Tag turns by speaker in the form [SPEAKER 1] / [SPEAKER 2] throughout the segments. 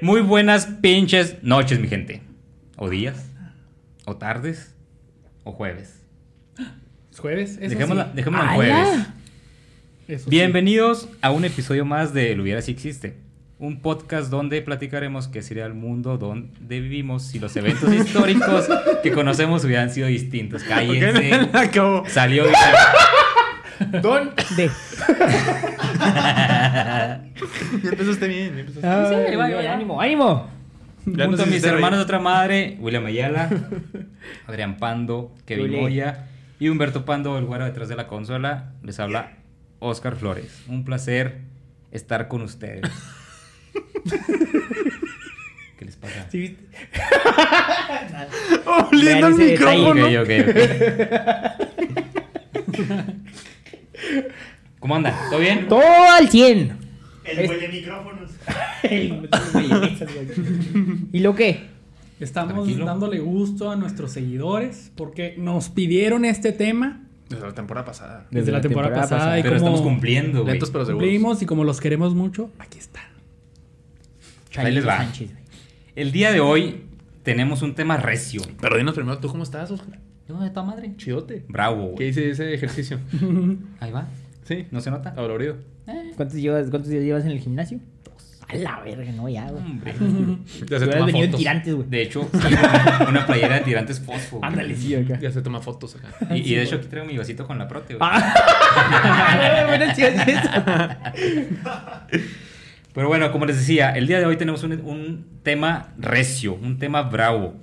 [SPEAKER 1] Muy buenas pinches noches, mi gente. O días, o tardes, o jueves.
[SPEAKER 2] ¿Es jueves? Eso
[SPEAKER 1] Dejémosla,
[SPEAKER 2] sí.
[SPEAKER 1] dejémosla en
[SPEAKER 3] ¡Hala!
[SPEAKER 1] jueves.
[SPEAKER 2] Eso sí.
[SPEAKER 1] Bienvenidos a un episodio más de El hubiera si existe. Un podcast donde platicaremos qué sería el mundo donde vivimos si los eventos históricos que conocemos hubieran sido distintos.
[SPEAKER 2] ¿Por qué me
[SPEAKER 1] Cállense.
[SPEAKER 2] la acabo?
[SPEAKER 1] Salió
[SPEAKER 2] Don.
[SPEAKER 3] De.
[SPEAKER 4] Ya empezaste bien, ya empezaste.
[SPEAKER 3] Ay,
[SPEAKER 1] va,
[SPEAKER 3] Dios,
[SPEAKER 1] ya.
[SPEAKER 3] Ah, ¡Ánimo, ánimo!
[SPEAKER 4] Ya
[SPEAKER 1] junto
[SPEAKER 4] nos
[SPEAKER 1] a mis
[SPEAKER 4] hiciste reír.
[SPEAKER 1] hermanos de otra madre, William Ayala, Adrián Pando, Kevin
[SPEAKER 3] Ule.
[SPEAKER 1] Moya y Humberto Pando, el güero detrás de la consola. Les habla Oscar Flores. Un placer estar con ustedes. ¿Qué les pasa?
[SPEAKER 3] Sí, viste.
[SPEAKER 2] Oh,
[SPEAKER 4] Oliendo
[SPEAKER 3] Vean
[SPEAKER 4] el
[SPEAKER 3] ese detalle.
[SPEAKER 1] Ok,
[SPEAKER 4] micrófono.
[SPEAKER 1] ok, ok. ¿Cómo anda? ¿Todo bien?
[SPEAKER 3] ¡Todo al 100!
[SPEAKER 5] El huele micrófonos.
[SPEAKER 3] ¿Y lo qué?
[SPEAKER 2] Estamos
[SPEAKER 1] Tranquilo.
[SPEAKER 2] dándole gusto a nuestros seguidores porque nos pidieron este tema
[SPEAKER 4] Desde la temporada pasada.
[SPEAKER 2] desde, la temporada, pasada. y
[SPEAKER 1] Pero
[SPEAKER 2] como
[SPEAKER 1] estamos cumpliendo, güey.
[SPEAKER 4] Lentos pero seguros.
[SPEAKER 2] cumplimos y como los queremos mucho, aquí están.
[SPEAKER 1] Ahí les va.
[SPEAKER 3] Sánchez, güey.
[SPEAKER 1] El día de hoy tenemos un tema recio.
[SPEAKER 4] Pero dinos primero, ¿tú cómo estás, Oscar?
[SPEAKER 1] No, de toda madre.
[SPEAKER 4] Chidote.
[SPEAKER 1] Bravo,
[SPEAKER 4] ¿Qué
[SPEAKER 1] güey.
[SPEAKER 4] hice ese ejercicio?
[SPEAKER 1] Ahí va.
[SPEAKER 4] Sí.
[SPEAKER 1] ¿No se nota?
[SPEAKER 4] Adolorido.
[SPEAKER 3] ¿Cuántos, llevas, ¿Cuántos días llevas en el gimnasio? A la verga, no, ya, güey.
[SPEAKER 1] Hombre.
[SPEAKER 4] Ya
[SPEAKER 3] Tú
[SPEAKER 4] se toma
[SPEAKER 3] hubieras venido en
[SPEAKER 4] fotos.
[SPEAKER 3] tirantes, güey.
[SPEAKER 1] De hecho, una- una playera de tirantes fosfo. güey.
[SPEAKER 3] Ándale, sí, acá.
[SPEAKER 4] Ya se toma fotos acá.
[SPEAKER 1] Y, y de hecho aquí traigo mi vasito con la prote, güey.
[SPEAKER 3] Ah, bueno, sí, así es.
[SPEAKER 1] Pero bueno, como les decía, el día de hoy tenemos un, un tema recio, un tema bravo.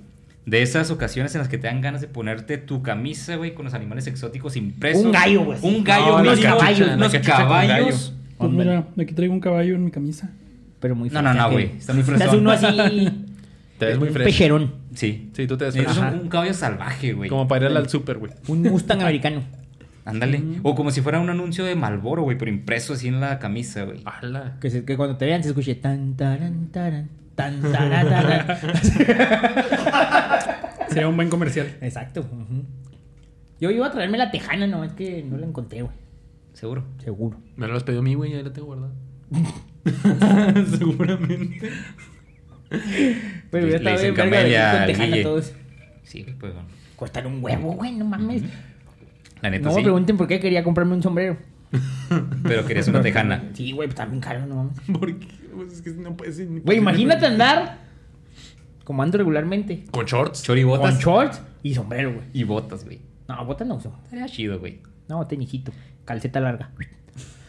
[SPEAKER 1] De esas ocasiones en las que te dan ganas de ponerte tu camisa, güey, con los animales exóticos impresos.
[SPEAKER 3] Un gallo, güey, sí.
[SPEAKER 1] Un gallo,
[SPEAKER 4] No,
[SPEAKER 1] unos,
[SPEAKER 3] una cachucha,
[SPEAKER 1] caballos,
[SPEAKER 3] una
[SPEAKER 1] unos
[SPEAKER 4] cachucha con
[SPEAKER 1] caballos.
[SPEAKER 2] Pues mira, aquí traigo un caballo en mi camisa.
[SPEAKER 3] Pero muy
[SPEAKER 1] No, no,
[SPEAKER 3] fresa,
[SPEAKER 1] no,
[SPEAKER 3] güey.
[SPEAKER 1] güey, está muy
[SPEAKER 3] Estás
[SPEAKER 1] fresón.
[SPEAKER 3] uno así.
[SPEAKER 4] Te ves muy
[SPEAKER 3] un
[SPEAKER 4] fresco.
[SPEAKER 3] pecherón.
[SPEAKER 1] Sí.
[SPEAKER 4] Sí, tú te ves
[SPEAKER 1] Es
[SPEAKER 4] fresco.
[SPEAKER 1] un, un caballo salvaje, güey.
[SPEAKER 4] Como para ir al súper, güey.
[SPEAKER 3] Un Mustang americano.
[SPEAKER 1] Ándale. O como si fuera un anuncio de Malboro, güey, pero impreso así en la camisa, güey.
[SPEAKER 4] Ah. ¡Hala!
[SPEAKER 3] Que, se- que cuando te vean se escuche tan, taran, taran, tan, taran, taran.
[SPEAKER 2] Sería un buen comercial.
[SPEAKER 3] Exacto. ujú. Yo iba a traerme la tejana, no, es que no la encontré, güey.
[SPEAKER 1] Seguro.
[SPEAKER 3] Seguro.
[SPEAKER 4] Me lo has pedido a mí, güey, ahí la tengo guardada.
[SPEAKER 2] Seguramente.
[SPEAKER 3] Pero
[SPEAKER 1] Le- le
[SPEAKER 3] yo estaba
[SPEAKER 1] dicen
[SPEAKER 3] bien verga de
[SPEAKER 1] camelia
[SPEAKER 3] ir con
[SPEAKER 1] al
[SPEAKER 3] tejana
[SPEAKER 1] Guille.
[SPEAKER 3] todos.
[SPEAKER 1] Sí, güey, pues bueno.
[SPEAKER 3] Costar un huevo, güey, no mames.
[SPEAKER 1] La neta
[SPEAKER 3] No me
[SPEAKER 1] sí.
[SPEAKER 3] pregunten por qué quería comprarme un sombrero.
[SPEAKER 1] Pero querías una tejana.
[SPEAKER 3] Sí, güey, pues también caro, no mames.
[SPEAKER 4] ¿Por qué? Pues es que no puedes ir ni-
[SPEAKER 3] Güey, imagínate andar como ando regularmente.
[SPEAKER 4] Con shorts.
[SPEAKER 1] Chori botas.
[SPEAKER 3] Con shorts y sombrero, güey.
[SPEAKER 1] y botas, güey.
[SPEAKER 3] No, botas no uso.
[SPEAKER 1] Estaría chido, güey.
[SPEAKER 3] No, tenijito. Calceta larga.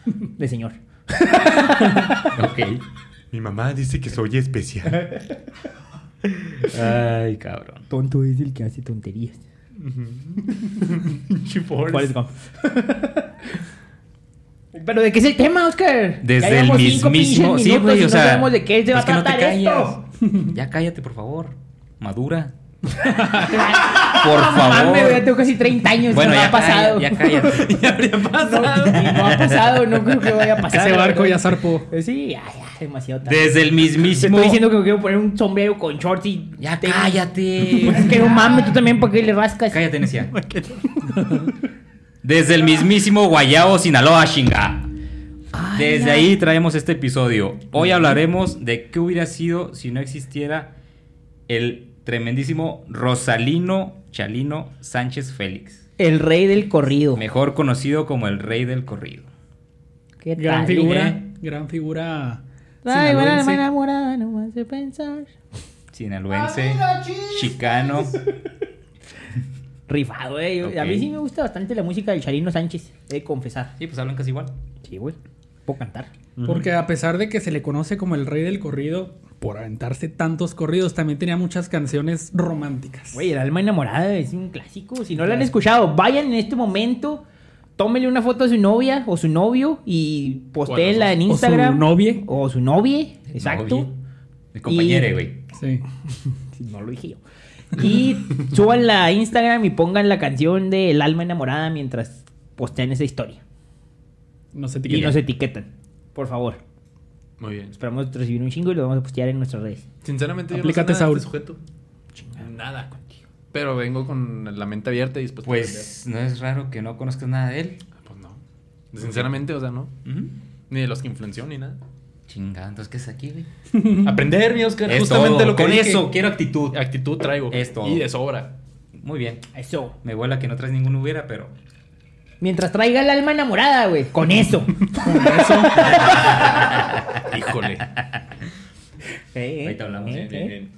[SPEAKER 3] De señor.
[SPEAKER 1] Ok.
[SPEAKER 4] Mi mamá dice que soy especial.
[SPEAKER 1] Ay, cabrón.
[SPEAKER 3] Tonto es el que hace tonterías.
[SPEAKER 4] Chipotle.
[SPEAKER 3] Pero ¿de qué es el tema, Oscar? Ya
[SPEAKER 1] Desde el
[SPEAKER 3] llevamos cinco
[SPEAKER 1] mismísimo.
[SPEAKER 3] pinches
[SPEAKER 1] Sí,
[SPEAKER 3] minutos
[SPEAKER 1] güey,
[SPEAKER 3] y
[SPEAKER 1] o
[SPEAKER 3] no
[SPEAKER 1] sea.
[SPEAKER 3] sabemos de qué se va
[SPEAKER 1] es que
[SPEAKER 3] a
[SPEAKER 1] no te
[SPEAKER 3] tratar esto.
[SPEAKER 1] callas. Ya cállate, por favor. Madura. por favor.
[SPEAKER 3] Ah, Mames, güey, ya tengo casi 30 años.
[SPEAKER 1] bueno,
[SPEAKER 3] no
[SPEAKER 1] ya,
[SPEAKER 3] ha pasado.
[SPEAKER 1] calla- ya cállate.
[SPEAKER 2] ya habría
[SPEAKER 3] No,
[SPEAKER 2] pasado.
[SPEAKER 3] no ha pasado, no creo que vaya a pasar.
[SPEAKER 2] Ese barco
[SPEAKER 3] la
[SPEAKER 2] ya
[SPEAKER 3] verdad.
[SPEAKER 2] zarpó.
[SPEAKER 3] Eh, Sí, ya, ya, demasiado tarde.
[SPEAKER 1] Desde el
[SPEAKER 3] Te
[SPEAKER 1] mismísimo.
[SPEAKER 3] estoy diciendo que me quiero poner un sombrero con shorts y.
[SPEAKER 1] Ya
[SPEAKER 3] te- Pues es
[SPEAKER 1] cállate.
[SPEAKER 3] que no mames, tú también, ¿para qué le rascas?
[SPEAKER 1] cállate, necia. Desde el mismísimo Guayao, Sinaloa, chinga.
[SPEAKER 3] Ay,
[SPEAKER 1] Desde
[SPEAKER 3] la-
[SPEAKER 1] ahí traemos este episodio. Hoy hablaremos de qué hubiera sido si no existiera el tremendísimo Rosalino Chalino Sánchez Félix,
[SPEAKER 3] El rey del corrido.
[SPEAKER 1] mejor conocido como el rey del corrido.
[SPEAKER 3] ¿Qué
[SPEAKER 2] Gran
[SPEAKER 3] tal,
[SPEAKER 2] figura.
[SPEAKER 3] eh?
[SPEAKER 2] Gran figura.
[SPEAKER 3] Ay, bueno,
[SPEAKER 2] sinaloense.
[SPEAKER 3] me enamorada, no me hace pensar.
[SPEAKER 1] Sinaloense, chicano.
[SPEAKER 3] Rifado, güey. Yo- A
[SPEAKER 1] Ok.
[SPEAKER 3] mí sí me gusta bastante la música del Charino Sánchez, he de confesar.
[SPEAKER 1] Sí, pues hablan casi igual.
[SPEAKER 3] Sí, güey. Puedo cantar.
[SPEAKER 2] Porque a pesar de que se le conoce como el rey del corrido, por aventarse tantos corridos, también tenía muchas canciones románticas.
[SPEAKER 3] Güey, el alma enamorada es un clásico. Si no lo han escuchado, vayan en este momento, tómenle una foto a su novia o su novio y postéenla en
[SPEAKER 2] O su
[SPEAKER 3] Instagram.
[SPEAKER 2] novie.
[SPEAKER 3] O su novie, exacto.
[SPEAKER 1] Novie. El compañero, güey.
[SPEAKER 2] Sí.
[SPEAKER 3] Sí, No lo dije yo. Y súbanla a Instagram y pongan la canción de El alma enamorada mientras postean esa historia.
[SPEAKER 2] No sé
[SPEAKER 3] Y nos etiquetan, por favor.
[SPEAKER 4] Muy bien.
[SPEAKER 3] Esperamos recibir un chingo y lo vamos a postear en nuestras redes.
[SPEAKER 4] Sinceramente, yo
[SPEAKER 2] Aplícate,
[SPEAKER 4] no sé nada
[SPEAKER 2] Saúl.
[SPEAKER 4] de este sujeto. Nada contigo. Pero vengo con la mente abierta y después...
[SPEAKER 1] Pues no es raro que no
[SPEAKER 4] Ah,
[SPEAKER 1] conozcas nada de él.
[SPEAKER 4] Pues no. Pues Sinceramente, o sea, no.
[SPEAKER 1] Ujú.
[SPEAKER 4] Ni de los que influenció ni nada.
[SPEAKER 1] Chingada, entonces, ¿qué es aquí, güey?
[SPEAKER 4] Aprender, mi Oscar.
[SPEAKER 1] Es
[SPEAKER 4] justamente
[SPEAKER 1] todo.
[SPEAKER 4] lo que
[SPEAKER 1] Con
[SPEAKER 4] dije.
[SPEAKER 1] eso, quiero actitud.
[SPEAKER 4] Actitud traigo.
[SPEAKER 1] Es todo.
[SPEAKER 4] Y de sobra.
[SPEAKER 1] Muy bien.
[SPEAKER 3] Eso.
[SPEAKER 1] Me vuela que no traes ningún hubiera, pero.
[SPEAKER 3] Mientras traiga el alma enamorada, güey. Con eso.
[SPEAKER 4] Híjole.
[SPEAKER 3] Eh, eh.
[SPEAKER 1] Ahorita hablamos.
[SPEAKER 3] Eh,
[SPEAKER 1] Bien, bien,
[SPEAKER 3] eh.
[SPEAKER 1] bien.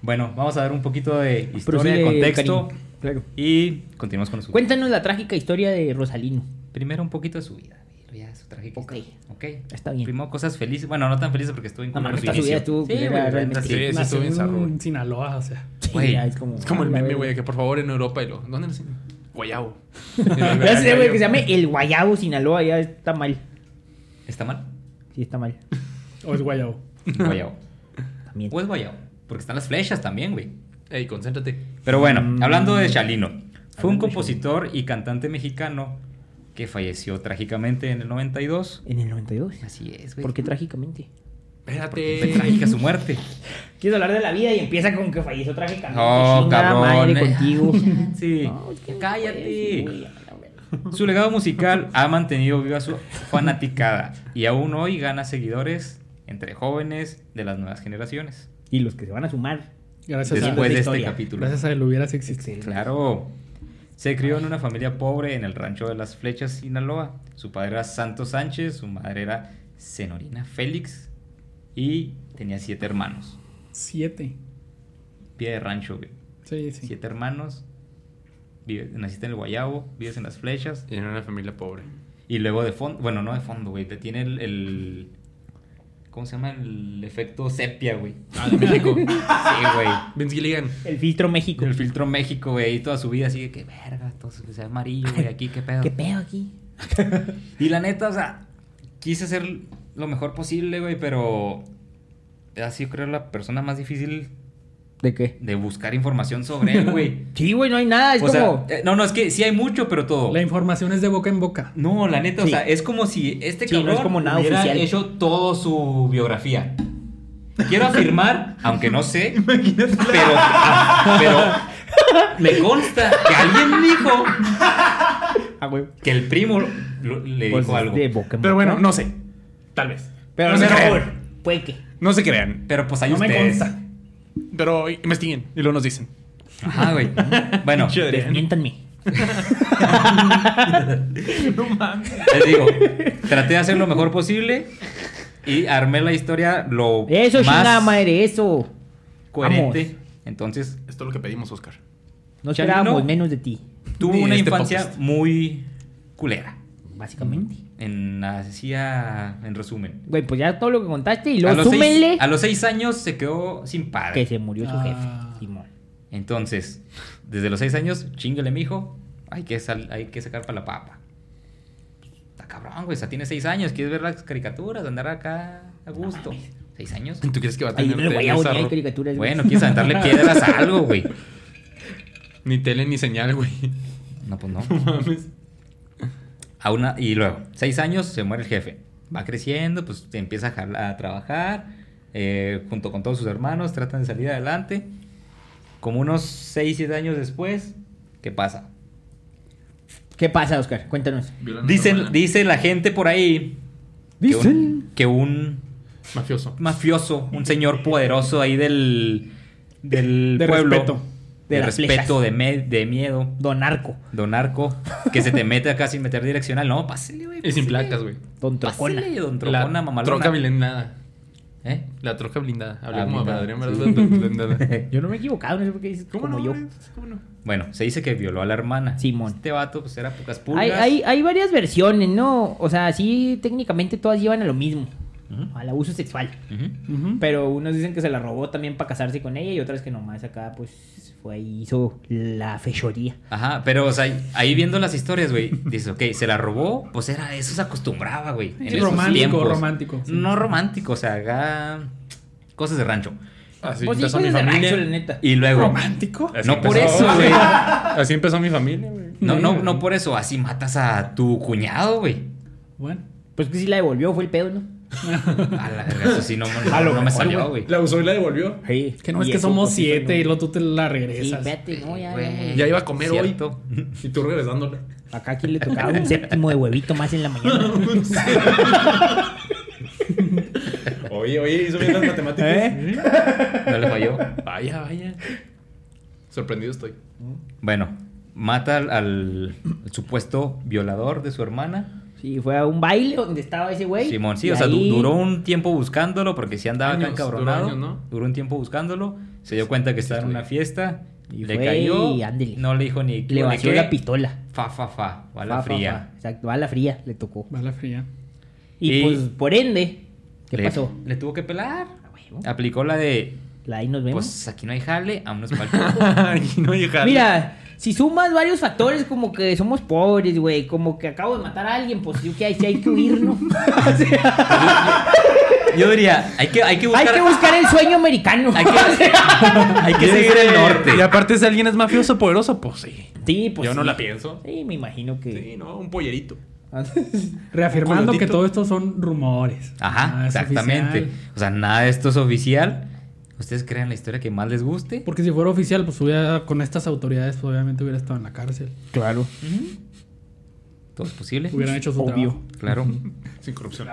[SPEAKER 1] Bueno, vamos a dar un poquito de historia, de
[SPEAKER 3] Prosigue,
[SPEAKER 1] contexto.
[SPEAKER 3] eh, Karim. Claro.
[SPEAKER 1] Y continuamos con su.
[SPEAKER 3] Cuéntanos la trágica historia de Rosalino.
[SPEAKER 1] Primero un poquito de su vida. Ya, su trágica
[SPEAKER 3] Ok.
[SPEAKER 1] historia. Ok.
[SPEAKER 3] Está bien.
[SPEAKER 1] Primero cosas felices. Bueno, no tan felices porque estuve en
[SPEAKER 3] Ah, No, mames,
[SPEAKER 1] su
[SPEAKER 3] esta subida
[SPEAKER 1] inicio.
[SPEAKER 3] estuvo
[SPEAKER 1] Sí,
[SPEAKER 3] culera,
[SPEAKER 1] güey, la
[SPEAKER 3] realmente.
[SPEAKER 1] neta, sí.
[SPEAKER 4] Sí, sí,
[SPEAKER 2] Nació
[SPEAKER 4] estuvo bien zarro.
[SPEAKER 2] en Sinaloa, o sea.
[SPEAKER 1] Güey,
[SPEAKER 3] ya, es como, "Ah,
[SPEAKER 4] Es como el
[SPEAKER 3] a la
[SPEAKER 4] meme,
[SPEAKER 3] verga.
[SPEAKER 4] Ah, güey, que por favor en Europa y lo. ¿Dónde nací? Guayabo.
[SPEAKER 3] Ya sé, güey, que se llame El Guayabo Sinaloa, ya está mal.
[SPEAKER 1] ¿Está mal?
[SPEAKER 3] Sí, está mal.
[SPEAKER 2] O es guayabo.
[SPEAKER 1] Guayao. O
[SPEAKER 3] También.
[SPEAKER 1] es Pues guayao. Porque están las flechas también, güey.
[SPEAKER 4] Ey, concéntrate.
[SPEAKER 1] Pero bueno, hablando de Chalino, fue un
[SPEAKER 3] Mm. Hablando de
[SPEAKER 1] compositor y cantante mexicano que falleció trágicamente en el 92.
[SPEAKER 3] En el 92.
[SPEAKER 1] Así es, güey.
[SPEAKER 3] ¿Por qué trágicamente?
[SPEAKER 1] Porque
[SPEAKER 4] Espérate.
[SPEAKER 1] fue trágica su muerte.
[SPEAKER 3] Quieres hablar de la vida y empieza con que falleció trágicamente.
[SPEAKER 1] Oh,
[SPEAKER 3] Chinga
[SPEAKER 1] cabrón.
[SPEAKER 3] madre contigo.
[SPEAKER 1] Sí.
[SPEAKER 3] No, es que no
[SPEAKER 1] Cállate.
[SPEAKER 3] puedes, güey, a la verga.
[SPEAKER 1] Su legado musical ha mantenido viva su fanaticada y aún hoy gana seguidores entre jóvenes de las nuevas generaciones.
[SPEAKER 3] Y los que se van a sumar.
[SPEAKER 2] Gracias a,
[SPEAKER 1] Después de este
[SPEAKER 3] historia.
[SPEAKER 1] capítulo.
[SPEAKER 2] gracias a él hubieras existido.
[SPEAKER 1] Claro. Se crió en una familia pobre en el rancho de las Flechas, Sinaloa. Su padre era Santo Sánchez, su madre era Senorina Félix y tenía siete hermanos.
[SPEAKER 2] Siete.
[SPEAKER 1] Pie de rancho, güey.
[SPEAKER 2] Sí, sí.
[SPEAKER 1] Siete hermanos. Vive- naciste en el Guayabo, vives en las Flechas.
[SPEAKER 4] Y en una familia pobre.
[SPEAKER 1] Y luego de fondo, bueno, no de fondo, güey, te tiene el, el- ¿Cómo se llama? El efecto sepia, güey.
[SPEAKER 4] Ah, de México.
[SPEAKER 1] Sí, güey.
[SPEAKER 4] Vince Gilligan.
[SPEAKER 3] El filtro México.
[SPEAKER 1] El filtro México, güey, y toda su vida así de que verga, todo se ve amarillo, güey, aquí qué pedo.
[SPEAKER 3] ¿Qué pedo aquí?
[SPEAKER 1] Y la neta, o sea, quise hacer lo mejor posible, güey, pero ha sido, creo, la persona más difícil
[SPEAKER 3] ¿De qué?
[SPEAKER 1] de buscar información sobre él, güey.
[SPEAKER 3] Sí, güey, no hay nada. Es
[SPEAKER 1] O sea,
[SPEAKER 3] como.
[SPEAKER 1] eh, no, no, es que sí hay mucho, pero todo.
[SPEAKER 2] La información es de boca en boca.
[SPEAKER 1] No, la neta, o
[SPEAKER 3] Sí.
[SPEAKER 1] sea, es como si este
[SPEAKER 3] Sí, no
[SPEAKER 1] cabrón
[SPEAKER 3] es como nada
[SPEAKER 1] hubiera
[SPEAKER 3] oficial.
[SPEAKER 1] hecho toda su biografía. Quiero afirmar, aunque no sé, pero, pero me consta que alguien dijo
[SPEAKER 3] Ah, güey.
[SPEAKER 1] que el primo lo- le
[SPEAKER 3] Pues
[SPEAKER 1] dijo
[SPEAKER 3] es
[SPEAKER 1] algo.
[SPEAKER 3] de boca en boca.
[SPEAKER 4] Pero bueno, no sé. Tal vez.
[SPEAKER 3] Pero
[SPEAKER 4] no
[SPEAKER 3] no,
[SPEAKER 4] se
[SPEAKER 3] por
[SPEAKER 4] crean.
[SPEAKER 3] favor, puede que.
[SPEAKER 4] No se crean.
[SPEAKER 1] Pero pues hay
[SPEAKER 2] No me
[SPEAKER 1] ustedes.
[SPEAKER 2] consta.
[SPEAKER 4] Pero investiguen y luego nos dicen.
[SPEAKER 1] Ajá, güey. Bueno,
[SPEAKER 4] Pinche Adrián.
[SPEAKER 3] Desmiéntanme.
[SPEAKER 1] les digo, traté de hacer lo mejor posible y armé la historia lo
[SPEAKER 3] Eso, chingada
[SPEAKER 1] más
[SPEAKER 3] madre, eso.
[SPEAKER 1] coherente. Entonces,
[SPEAKER 4] Esto es lo que pedimos, Oscar.
[SPEAKER 3] No
[SPEAKER 1] Chalino.
[SPEAKER 3] esperábamos menos de ti,
[SPEAKER 1] tuvo
[SPEAKER 4] Ni
[SPEAKER 1] una
[SPEAKER 4] este
[SPEAKER 1] infancia
[SPEAKER 4] podcast.
[SPEAKER 1] muy culera.
[SPEAKER 3] básicamente.
[SPEAKER 1] Mm. En hacía en resumen.
[SPEAKER 3] Güey, pues ya todo lo que contaste y
[SPEAKER 1] a,
[SPEAKER 3] luego
[SPEAKER 1] los
[SPEAKER 3] súmenle
[SPEAKER 1] seis, a los seis años se quedó sin padre.
[SPEAKER 3] que se murió su jefe,
[SPEAKER 2] Ah.
[SPEAKER 3] Simón.
[SPEAKER 1] Entonces, desde los seis años, chingale, mijo. Hay que, sal- hay que sacar para la papa. Está cabrón, güey. O sea, tiene seis años. ¿Quieres ver las caricaturas? Andar acá a gusto. ¿Seis años?
[SPEAKER 4] ¿Tú crees que va a
[SPEAKER 3] Ahí
[SPEAKER 4] tener
[SPEAKER 3] en el
[SPEAKER 4] tele,
[SPEAKER 3] guayabo ni
[SPEAKER 4] zarro?
[SPEAKER 3] hay caricaturas. güey.
[SPEAKER 1] Bueno, quieres aventarle piedras a algo, güey.
[SPEAKER 4] Ni tele ni señal, güey.
[SPEAKER 1] No, pues no.
[SPEAKER 4] Mames.
[SPEAKER 1] A una, y luego, seis años, se muere el jefe. Va creciendo, pues empieza a, jala- a trabajar. eh, junto con todos sus hermanos, tratan de salir adelante. Como unos seis, siete años después, ¿qué pasa?
[SPEAKER 3] ¿Qué pasa, Oscar? Cuéntanos.
[SPEAKER 4] Violan a su
[SPEAKER 1] Dicen,
[SPEAKER 4] hermana.
[SPEAKER 1] dice la gente por ahí que un, que un
[SPEAKER 4] Mafioso.
[SPEAKER 1] mafioso, un señor poderoso ahí del, del
[SPEAKER 2] De
[SPEAKER 1] pueblo,
[SPEAKER 2] respeto.
[SPEAKER 1] de,
[SPEAKER 3] De las
[SPEAKER 1] respeto,
[SPEAKER 3] flechas.
[SPEAKER 1] de, me- de miedo,
[SPEAKER 3] Don Arco,
[SPEAKER 1] don Arco, que se te mete acá sin meter direccional. No, pásele, güey.
[SPEAKER 4] Y sin
[SPEAKER 1] pásele.
[SPEAKER 4] placas, güey.
[SPEAKER 3] Don Trocona.
[SPEAKER 1] Pásele, don
[SPEAKER 4] La
[SPEAKER 1] Trocona, mamalona.
[SPEAKER 4] troca blindada.
[SPEAKER 1] ¿Eh?
[SPEAKER 4] La troca blindada.
[SPEAKER 1] Ah,
[SPEAKER 4] Hablé como
[SPEAKER 1] blindada,
[SPEAKER 4] Adrián,
[SPEAKER 1] sí.
[SPEAKER 4] ¿verdad? Blindada.
[SPEAKER 3] Yo no me he equivocado, no sé por qué dices como yo.
[SPEAKER 4] ¿Cómo no?
[SPEAKER 1] Bueno, se dice que violó a la hermana.
[SPEAKER 3] Simón.
[SPEAKER 1] Este vato, pues era pocas pulgas.
[SPEAKER 3] Hay, hay, hay varias versiones, ¿no? O sea, sí, técnicamente todas llevan a lo mismo,
[SPEAKER 1] Ujú.
[SPEAKER 3] al abuso sexual.
[SPEAKER 1] Ujú.
[SPEAKER 2] Ujú.
[SPEAKER 3] Pero unos dicen que se la robó también para casarse con ella y otras que nomás acá, pues, fue ahí, hizo la fechoría.
[SPEAKER 1] Ajá, pero, o sea, ahí viendo las historias, güey, dices, ok, se la robó, pues era, eso se acostumbraba, güey. en
[SPEAKER 2] Sí,
[SPEAKER 1] esos
[SPEAKER 2] romántico,
[SPEAKER 1] tiempos.
[SPEAKER 2] romántico, sí.
[SPEAKER 1] No romántico, o sea, acá. Cosas de rancho.
[SPEAKER 4] Así
[SPEAKER 3] Pues sí,
[SPEAKER 4] empezó mi
[SPEAKER 3] cosas de
[SPEAKER 4] familia.
[SPEAKER 3] rancho, la neta.
[SPEAKER 1] Y luego.
[SPEAKER 2] ¿Romántico?
[SPEAKER 1] No
[SPEAKER 4] empezó-
[SPEAKER 1] por eso, güey.
[SPEAKER 4] Así empezó mi familia, güey.
[SPEAKER 1] No, no, no por eso, así matas a tu cuñado, güey.
[SPEAKER 2] Bueno.
[SPEAKER 3] Pues que si la devolvió fue el pedo, ¿no?
[SPEAKER 1] A la verga, eso sí no, no,
[SPEAKER 4] A lo
[SPEAKER 1] no me
[SPEAKER 4] mejor,
[SPEAKER 1] salió, güey.
[SPEAKER 4] La usó y la devolvió.
[SPEAKER 3] Sí.
[SPEAKER 2] Que no es que somos siete y luego tú te la regresas.
[SPEAKER 3] vete, no, ya, ya,
[SPEAKER 1] Güey,
[SPEAKER 3] güey.
[SPEAKER 4] Ya iba a comer hoy.
[SPEAKER 1] cierto.
[SPEAKER 4] Y tú regresándole.
[SPEAKER 3] Acá aquí le tocaba un séptimo de huevito más en la mañana.
[SPEAKER 6] Oye, oye, hizo bien las matemáticas.
[SPEAKER 3] ¿Eh?
[SPEAKER 1] No le falló.
[SPEAKER 4] Vaya, vaya. Sorprendido estoy.
[SPEAKER 1] Bueno, mata al, al supuesto violador de su hermana.
[SPEAKER 3] Sí, fue a un baile donde estaba ese güey.
[SPEAKER 1] Simón, sí,
[SPEAKER 3] Y
[SPEAKER 1] o sea, du-
[SPEAKER 3] ahí-
[SPEAKER 1] duró un tiempo buscándolo porque si andaba acá
[SPEAKER 4] Años,
[SPEAKER 1] encabronado.
[SPEAKER 4] duró años, ¿no?
[SPEAKER 1] Duró un tiempo buscándolo. Se dio cuenta que estaba en una fiesta.
[SPEAKER 3] Y
[SPEAKER 1] le
[SPEAKER 3] fue
[SPEAKER 1] cayó.
[SPEAKER 3] y ándele.
[SPEAKER 1] No le dijo ni
[SPEAKER 3] Le
[SPEAKER 1] ni
[SPEAKER 3] vació
[SPEAKER 1] qué.
[SPEAKER 3] la pistola.
[SPEAKER 1] Fa, fa, fa. Bala
[SPEAKER 3] Fa, fa,
[SPEAKER 1] fría.
[SPEAKER 3] fa. Exacto, bala fría le tocó.
[SPEAKER 2] Bala fría.
[SPEAKER 3] Y,
[SPEAKER 1] Y-
[SPEAKER 3] pues, por ende, ¿qué
[SPEAKER 1] Le-
[SPEAKER 3] pasó?
[SPEAKER 1] Le tuvo que pelar.
[SPEAKER 3] Ah, huevo.
[SPEAKER 1] Aplicó la de.
[SPEAKER 3] La ahí nos vemos.
[SPEAKER 1] Pues aquí no hay jale, a unos palcos.
[SPEAKER 4] no llegar.
[SPEAKER 3] Mira, si sumas varios factores, como que somos pobres, güey, como que acabo de matar a alguien, pues sí que hay, sí hay que huir, ¿no? O sea,
[SPEAKER 1] Yo diría, hay que, hay que
[SPEAKER 3] hay
[SPEAKER 1] buscar.
[SPEAKER 3] que buscar el sueño americano.
[SPEAKER 1] Hay que- hay que seguir el norte.
[SPEAKER 4] Y aparte, si alguien es mafioso poderoso, pues sí.
[SPEAKER 3] Sí, pues.
[SPEAKER 4] Yo no
[SPEAKER 3] sí.
[SPEAKER 4] la pienso.
[SPEAKER 3] Sí, me imagino que.
[SPEAKER 4] Sí, no, un pollerito.
[SPEAKER 2] Reafirmando que
[SPEAKER 4] Colotito.
[SPEAKER 2] todo esto son rumores.
[SPEAKER 1] Ajá,
[SPEAKER 2] Nada Ah, es
[SPEAKER 1] exactamente.
[SPEAKER 2] oficial.
[SPEAKER 1] O sea, nada de esto es oficial. Ustedes crean la historia que más les guste.
[SPEAKER 2] Porque si fuera oficial, pues hubiera, con estas autoridades, pues, obviamente hubiera estado en la cárcel.
[SPEAKER 3] Claro.
[SPEAKER 1] Todo es posible.
[SPEAKER 2] Hubieran hecho su
[SPEAKER 3] Obvio.
[SPEAKER 2] trabajo.
[SPEAKER 1] Claro.
[SPEAKER 4] Sin corrupción.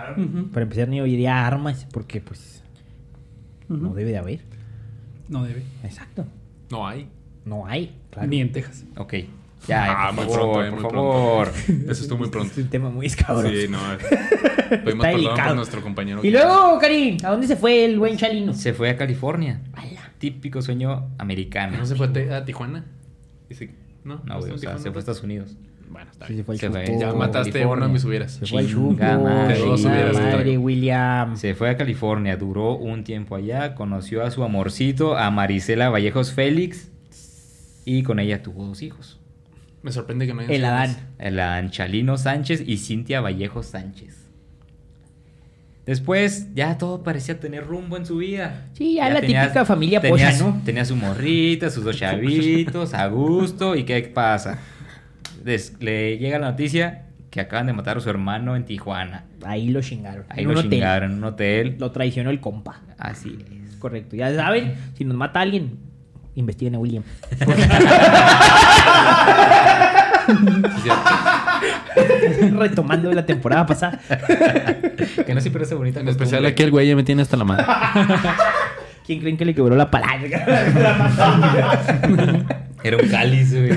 [SPEAKER 3] Para empezar, ni oiría armas, porque pues.
[SPEAKER 2] Ujú.
[SPEAKER 3] No debe de haber.
[SPEAKER 2] No debe.
[SPEAKER 3] Exacto.
[SPEAKER 4] No hay.
[SPEAKER 3] No hay. Claro.
[SPEAKER 2] Ni en Texas.
[SPEAKER 1] Ok. Ya,
[SPEAKER 4] Ah,
[SPEAKER 1] por
[SPEAKER 4] muy
[SPEAKER 1] favor,
[SPEAKER 4] pronto, eh,
[SPEAKER 1] por
[SPEAKER 4] muy
[SPEAKER 1] favor.
[SPEAKER 4] Eso estuvo muy pronto.
[SPEAKER 3] Es un tema muy escabroso.
[SPEAKER 4] Sí, no. eh. Pedimos perdón
[SPEAKER 3] delicado.
[SPEAKER 4] por nuestro compañero.
[SPEAKER 3] Y
[SPEAKER 4] que-
[SPEAKER 3] luego, Karim, ¿a dónde se fue el buen Chalino?
[SPEAKER 1] Se fue a California.
[SPEAKER 3] Ala.
[SPEAKER 1] Típico sueño americano.
[SPEAKER 4] No se fue a Te- a Tijuana. Y se- No,
[SPEAKER 1] No, güey, o sea, se fue a Estados Unidos.
[SPEAKER 4] Bueno, está
[SPEAKER 3] Sí,
[SPEAKER 4] bien.
[SPEAKER 3] fue al
[SPEAKER 1] Se fue.
[SPEAKER 3] chupo.
[SPEAKER 4] Ya mataste a uno de mis hubieras.
[SPEAKER 3] Se fue al chupo.
[SPEAKER 1] Chinga madre.
[SPEAKER 4] Te dos
[SPEAKER 3] Chingada
[SPEAKER 4] hubieras
[SPEAKER 3] madre,
[SPEAKER 4] traído.
[SPEAKER 3] William.
[SPEAKER 1] Se fue a California, duró un tiempo allá, conoció a su amorcito, a Marisela Vallejos Félix, y con ella tuvo dos hijos.
[SPEAKER 4] Me sorprende que no haya
[SPEAKER 3] El
[SPEAKER 4] sido
[SPEAKER 3] Adán.
[SPEAKER 4] más.
[SPEAKER 1] El Anchalino Sánchez y Cintia Vallejo Sánchez. Después ya todo parecía tener rumbo en su vida.
[SPEAKER 3] Sí, ya la típica familia
[SPEAKER 1] tenía
[SPEAKER 3] pocha,
[SPEAKER 1] su-
[SPEAKER 3] ¿no?
[SPEAKER 1] Tenía su morrita, sus dos chavitos, a gusto. ¿Y qué pasa? Des- le llega la noticia que acaban de matar a su hermano en Tijuana.
[SPEAKER 3] Ahí lo chingaron.
[SPEAKER 1] Ahí
[SPEAKER 3] En
[SPEAKER 1] lo
[SPEAKER 3] un hotel.
[SPEAKER 1] chingaron en un hotel.
[SPEAKER 3] Lo traicionó el compa.
[SPEAKER 1] Así es.
[SPEAKER 3] Correcto. Ya saben, si nos mata alguien, investiguen a William.
[SPEAKER 4] Sí, cierto.
[SPEAKER 3] Retomando la temporada pasada.
[SPEAKER 1] Que no siempre es bonita.
[SPEAKER 4] En especial aquí el güey ya me tiene hasta la madre.
[SPEAKER 3] ¿Quién creen que le quebró la palanca?
[SPEAKER 1] Era un cáliz, güey.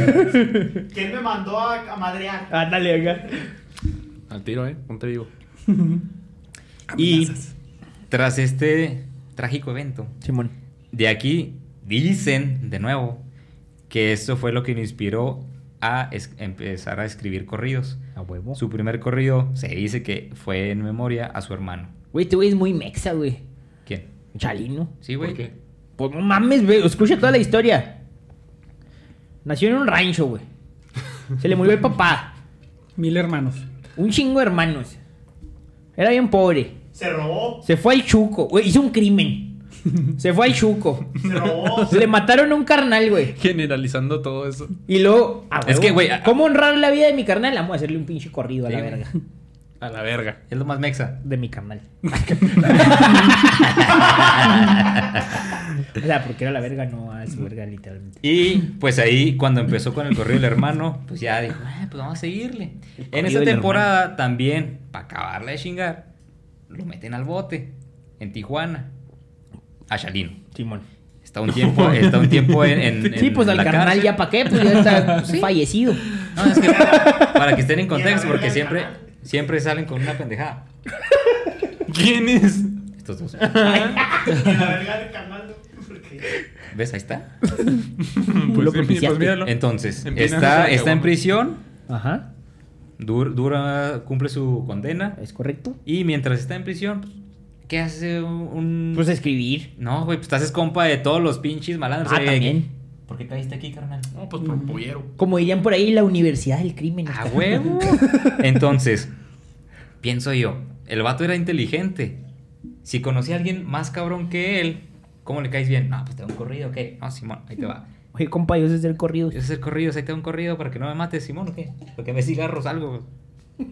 [SPEAKER 5] ¿Quién me mandó a, a madrear?
[SPEAKER 3] Ándale, acá.
[SPEAKER 4] Al tiro, eh. Ponte vivo.
[SPEAKER 1] Y tras este trágico evento,
[SPEAKER 3] Simón.
[SPEAKER 1] De aquí dicen, de nuevo, que esto fue lo que le inspiró a es- empezar a escribir corridos.
[SPEAKER 3] A huevo.
[SPEAKER 1] Su primer corrido se dice que fue en memoria a su hermano.
[SPEAKER 3] Güey, este güey es muy mexa, güey.
[SPEAKER 1] ¿Quién?
[SPEAKER 3] Chalino.
[SPEAKER 1] ¿Sí, güey?
[SPEAKER 4] ¿Por qué?
[SPEAKER 3] Pues no mames, güey. Escucha toda la historia. Nació en un rancho, güey. Se le murió el papá.
[SPEAKER 2] Mil hermanos.
[SPEAKER 3] Un chingo de hermanos. Era bien pobre.
[SPEAKER 5] Se robó,
[SPEAKER 3] Se fue al chuco. Güey, hizo un crimen. Se fue al chuco.
[SPEAKER 5] se robó.
[SPEAKER 3] Le mataron a un carnal, güey.
[SPEAKER 4] Generalizando todo eso.
[SPEAKER 3] Y luego. ah,
[SPEAKER 1] Es que, güey, a-
[SPEAKER 3] ¿Cómo honrar la vida de mi carnal? Vamos a hacerle un pinche corrido a
[SPEAKER 1] Sí,
[SPEAKER 3] la
[SPEAKER 1] güey.
[SPEAKER 3] verga.
[SPEAKER 4] A la verga.
[SPEAKER 1] Es lo más mexa.
[SPEAKER 3] De mi carnal. o sea, porque era la verga, no a su verga, literalmente.
[SPEAKER 1] Y pues ahí, cuando empezó con el corrido del hermano, pues ya dijo, "Ah, pues vamos a seguirle.
[SPEAKER 3] El corrido
[SPEAKER 1] En esa
[SPEAKER 3] del
[SPEAKER 1] temporada también, para acabarla de chingar, lo meten al bote, en Tijuana, a Chalino.
[SPEAKER 3] Simón.
[SPEAKER 1] Está un tiempo, está un tiempo en, en-
[SPEAKER 3] Sí,
[SPEAKER 1] en
[SPEAKER 3] pues al
[SPEAKER 1] la
[SPEAKER 3] carnal
[SPEAKER 1] cárcel.
[SPEAKER 3] ya pa' qué, pues ya está fallecido.
[SPEAKER 1] No, es que para que estén en contexto,
[SPEAKER 5] Y a la
[SPEAKER 1] porque
[SPEAKER 5] verga
[SPEAKER 1] siempre,
[SPEAKER 5] el canal.
[SPEAKER 1] siempre salen con una pendejada.
[SPEAKER 4] ¿Quién es?
[SPEAKER 1] Estos dos.
[SPEAKER 5] Y a la verga del canal. Porque
[SPEAKER 1] ¿Ves? Ahí está.
[SPEAKER 3] Lo
[SPEAKER 4] sí, pues
[SPEAKER 3] propiciaste.
[SPEAKER 4] míralo.
[SPEAKER 1] Entonces,
[SPEAKER 4] Empieza
[SPEAKER 1] está,
[SPEAKER 4] a hacer
[SPEAKER 1] está en
[SPEAKER 4] caguama.
[SPEAKER 1] prisión,
[SPEAKER 3] Ajá.
[SPEAKER 1] dur- dura, cumple su condena.
[SPEAKER 3] ¿Es correcto?
[SPEAKER 1] Y mientras está en prisión, pues, ¿qué hace un.
[SPEAKER 3] Pues escribir.
[SPEAKER 1] no, güey, pues te haces compa de todos los pinches malandros.
[SPEAKER 3] Ah,
[SPEAKER 1] eh,
[SPEAKER 3] también.
[SPEAKER 1] ¿Por qué caíste aquí, carnal?
[SPEAKER 4] No, pues por pollero.
[SPEAKER 3] Como dirían por ahí, la universidad del crimen.
[SPEAKER 1] A Ah, huevo. Entonces, pienso yo, el vato era inteligente. Si conocía a alguien más cabrón que él, ¿cómo le caes bien? No, pues te da un corrido, ¿ok? No, Simón, ahí te va.
[SPEAKER 3] Oye, compa, yo sé hacer corridos.
[SPEAKER 1] Yo sé hacer corridos, ahí te da un corrido para que no me mates, Simón, ¿o qué? Porque me cigarros algo.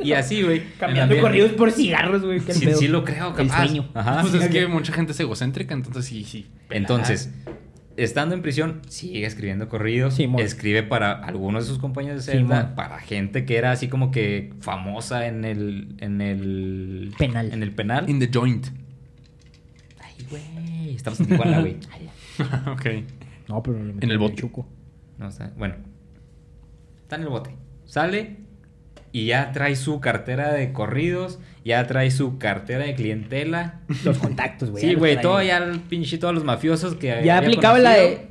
[SPEAKER 1] Y así, güey.
[SPEAKER 3] Cambiando
[SPEAKER 1] También-
[SPEAKER 3] corridos por cigarros, güey. qué
[SPEAKER 1] Sí,
[SPEAKER 3] pedo.
[SPEAKER 1] sí lo creo,
[SPEAKER 3] El
[SPEAKER 1] capaz.
[SPEAKER 3] sueño.
[SPEAKER 1] Ajá.
[SPEAKER 4] pues es que mucha gente es egocéntrica, entonces sí, sí.
[SPEAKER 1] Entonces, estando en prisión, sigue escribiendo corridos.
[SPEAKER 3] Simón.
[SPEAKER 1] escribe para algunos de sus compañeros de celda,
[SPEAKER 3] Simón.
[SPEAKER 1] para gente que era así como que famosa en el. En el
[SPEAKER 3] Penal.
[SPEAKER 1] En el penal.
[SPEAKER 4] In the joint.
[SPEAKER 1] güey. Estamos en Tijuana, güey.
[SPEAKER 4] ok.
[SPEAKER 3] No, pero le metí
[SPEAKER 4] el bote.
[SPEAKER 3] chuco.
[SPEAKER 1] No, está, bueno. Está en el bote. Sale y ya trae su cartera de corridos, ya trae su cartera de clientela.
[SPEAKER 3] Los contactos, güey.
[SPEAKER 1] Sí,
[SPEAKER 3] los
[SPEAKER 1] güey,
[SPEAKER 3] trae.
[SPEAKER 1] todo ya el pinche, todos los mafiosos que
[SPEAKER 3] Ya
[SPEAKER 1] había
[SPEAKER 3] aplicaba la
[SPEAKER 1] conocido.
[SPEAKER 3] de.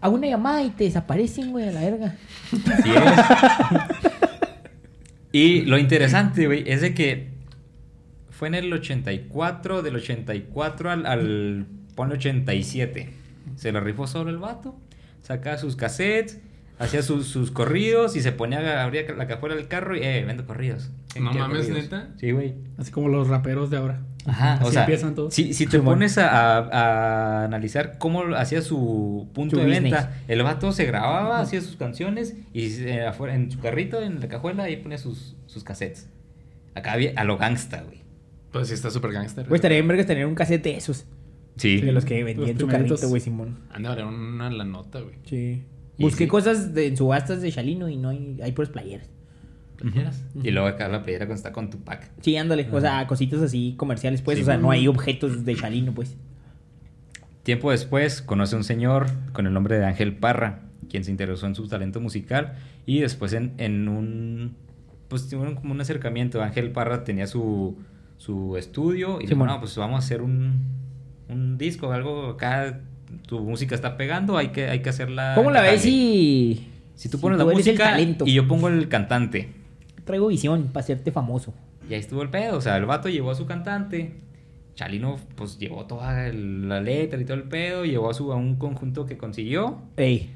[SPEAKER 3] Hago una llamada y te desaparecen, güey, a la verga.
[SPEAKER 1] Así es. y lo interesante, güey, es de que fue en el 84, del 84 al, al ponle 87. Se lo rifó solo el vato, sacaba sus cassettes, hacía sus, sus corridos y se ponía, a- abría la cajuela del carro y, eh, vendo corridos. ¿Quién
[SPEAKER 4] No
[SPEAKER 1] quiere
[SPEAKER 4] mames, ¿neta?
[SPEAKER 1] Sí, güey.
[SPEAKER 2] Así como los raperos de ahora.
[SPEAKER 1] Ajá,
[SPEAKER 2] Así
[SPEAKER 1] o sea,
[SPEAKER 2] empiezan todos.
[SPEAKER 1] Si, si te
[SPEAKER 3] Simón.
[SPEAKER 1] pones a, a- a analizar cómo lo hacía su punto
[SPEAKER 3] Su
[SPEAKER 1] de
[SPEAKER 3] business.
[SPEAKER 1] venta, el vato se grababa, hacía sus canciones y se- eh, afuera, en su carrito, en la cajuela, ahí ponía sus, sus cassettes. Acá había a lo gangsta, güey.
[SPEAKER 4] Pues sí, está súper gangster.
[SPEAKER 3] Güey, estaría bien vergas tener un casete de esos.
[SPEAKER 1] Sí.
[SPEAKER 3] De los que vendían
[SPEAKER 2] Los
[SPEAKER 3] su
[SPEAKER 2] primeritos.
[SPEAKER 3] carrito, güey, Simón.
[SPEAKER 4] Han de valer una la nota, güey.
[SPEAKER 3] Sí.
[SPEAKER 1] Y
[SPEAKER 3] Busqué
[SPEAKER 1] sí.
[SPEAKER 3] cosas de, en subastas de Chalino y no hay, hay puras playeras.
[SPEAKER 1] Y luego acá la playera cuando está con tu pack.
[SPEAKER 3] Sí, ándale. O sea, cositas así comerciales, pues.
[SPEAKER 1] Sí,
[SPEAKER 3] o sea,
[SPEAKER 1] güey.
[SPEAKER 3] no hay objetos de Chalino, pues.
[SPEAKER 1] Tiempo después conoce a un señor con el nombre de Ángel Parra, quien se interesó en su talento musical y después en, en un... Pues tuvieron como un acercamiento. Ángel Parra tenía su, su estudio y dijo,
[SPEAKER 3] Simón.
[SPEAKER 1] no, pues vamos a hacer un, un disco, algo acá, tu música está pegando, hay que, hay que hacerla...
[SPEAKER 3] ¿Cómo la ves
[SPEAKER 1] encajarle".
[SPEAKER 3] si.
[SPEAKER 1] Ah, Si tú pones la
[SPEAKER 3] eres el
[SPEAKER 1] música
[SPEAKER 3] talento?
[SPEAKER 1] y yo pongo el cantante.
[SPEAKER 3] Traigo visión para hacerte famoso.
[SPEAKER 1] Y ahí estuvo el pedo. O sea, el vato llevó a su cantante. Chalino, pues llevó toda el- la letra y todo el pedo. Llevó a, su, a un conjunto que consiguió.
[SPEAKER 3] Ey.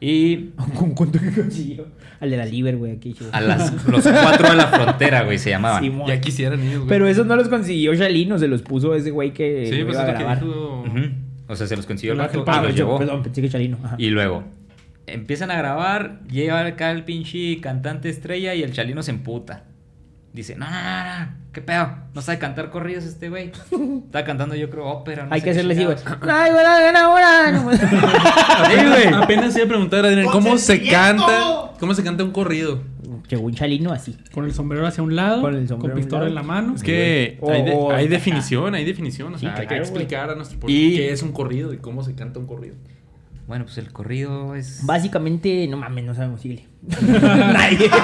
[SPEAKER 1] Y
[SPEAKER 3] ¿Con cuánto que consiguió? Al de la Liber, güey, aquí, chivo.
[SPEAKER 1] a las, los cuatro de la frontera, güey, se llamaban.
[SPEAKER 3] Simón.
[SPEAKER 4] Ya quisieran ellos, güey.
[SPEAKER 3] Pero esos no los consiguió Chalino, se los puso ese güey que.
[SPEAKER 4] Sí,
[SPEAKER 3] lo
[SPEAKER 4] pues
[SPEAKER 3] iba
[SPEAKER 4] es
[SPEAKER 3] a
[SPEAKER 4] lo que
[SPEAKER 3] grabar.
[SPEAKER 4] dijo.
[SPEAKER 1] Ujú. O sea, se los consiguió el
[SPEAKER 2] Ah,
[SPEAKER 1] vato
[SPEAKER 3] Ah,
[SPEAKER 1] y los
[SPEAKER 3] pues,
[SPEAKER 1] llevó.
[SPEAKER 3] perdón, pensé que Chalino. Ajá.
[SPEAKER 1] Y luego empiezan a grabar. Llega acá el pinche cantante estrella y el Chalino se emputa. Dice, no, no, no, no, qué pedo. No sabe cantar corridos este güey. Está cantando, yo creo, ópera. no
[SPEAKER 3] Hay
[SPEAKER 1] sé
[SPEAKER 3] que
[SPEAKER 1] qué
[SPEAKER 3] hacerle así, güey.
[SPEAKER 1] chingados".
[SPEAKER 3] Ay, güey, gana ahora.
[SPEAKER 1] Sí, güey.
[SPEAKER 4] Apenas iba a preguntar, Adrián,
[SPEAKER 5] ¡Con
[SPEAKER 4] ¿cómo se
[SPEAKER 5] sentimiento!
[SPEAKER 4] canta? ¿Cómo se canta un corrido?
[SPEAKER 3] Llegó un chalino así.
[SPEAKER 2] Con el sombrero hacia un lado,
[SPEAKER 3] Con
[SPEAKER 2] con,
[SPEAKER 3] el sombrero a un
[SPEAKER 2] pistola
[SPEAKER 3] lado.
[SPEAKER 2] en la mano.
[SPEAKER 4] Es que
[SPEAKER 3] O-
[SPEAKER 4] hay, de-
[SPEAKER 3] o-
[SPEAKER 4] hay definición, hay definición. O
[SPEAKER 3] Sí,
[SPEAKER 4] sea, hay que
[SPEAKER 3] claro,
[SPEAKER 4] explicar a nuestro público
[SPEAKER 1] Y-
[SPEAKER 4] qué es un corrido y cómo se canta un corrido.
[SPEAKER 1] Bueno, pues el corrido es.
[SPEAKER 3] Básicamente, no mames, no sabemos, sigue. Nadie.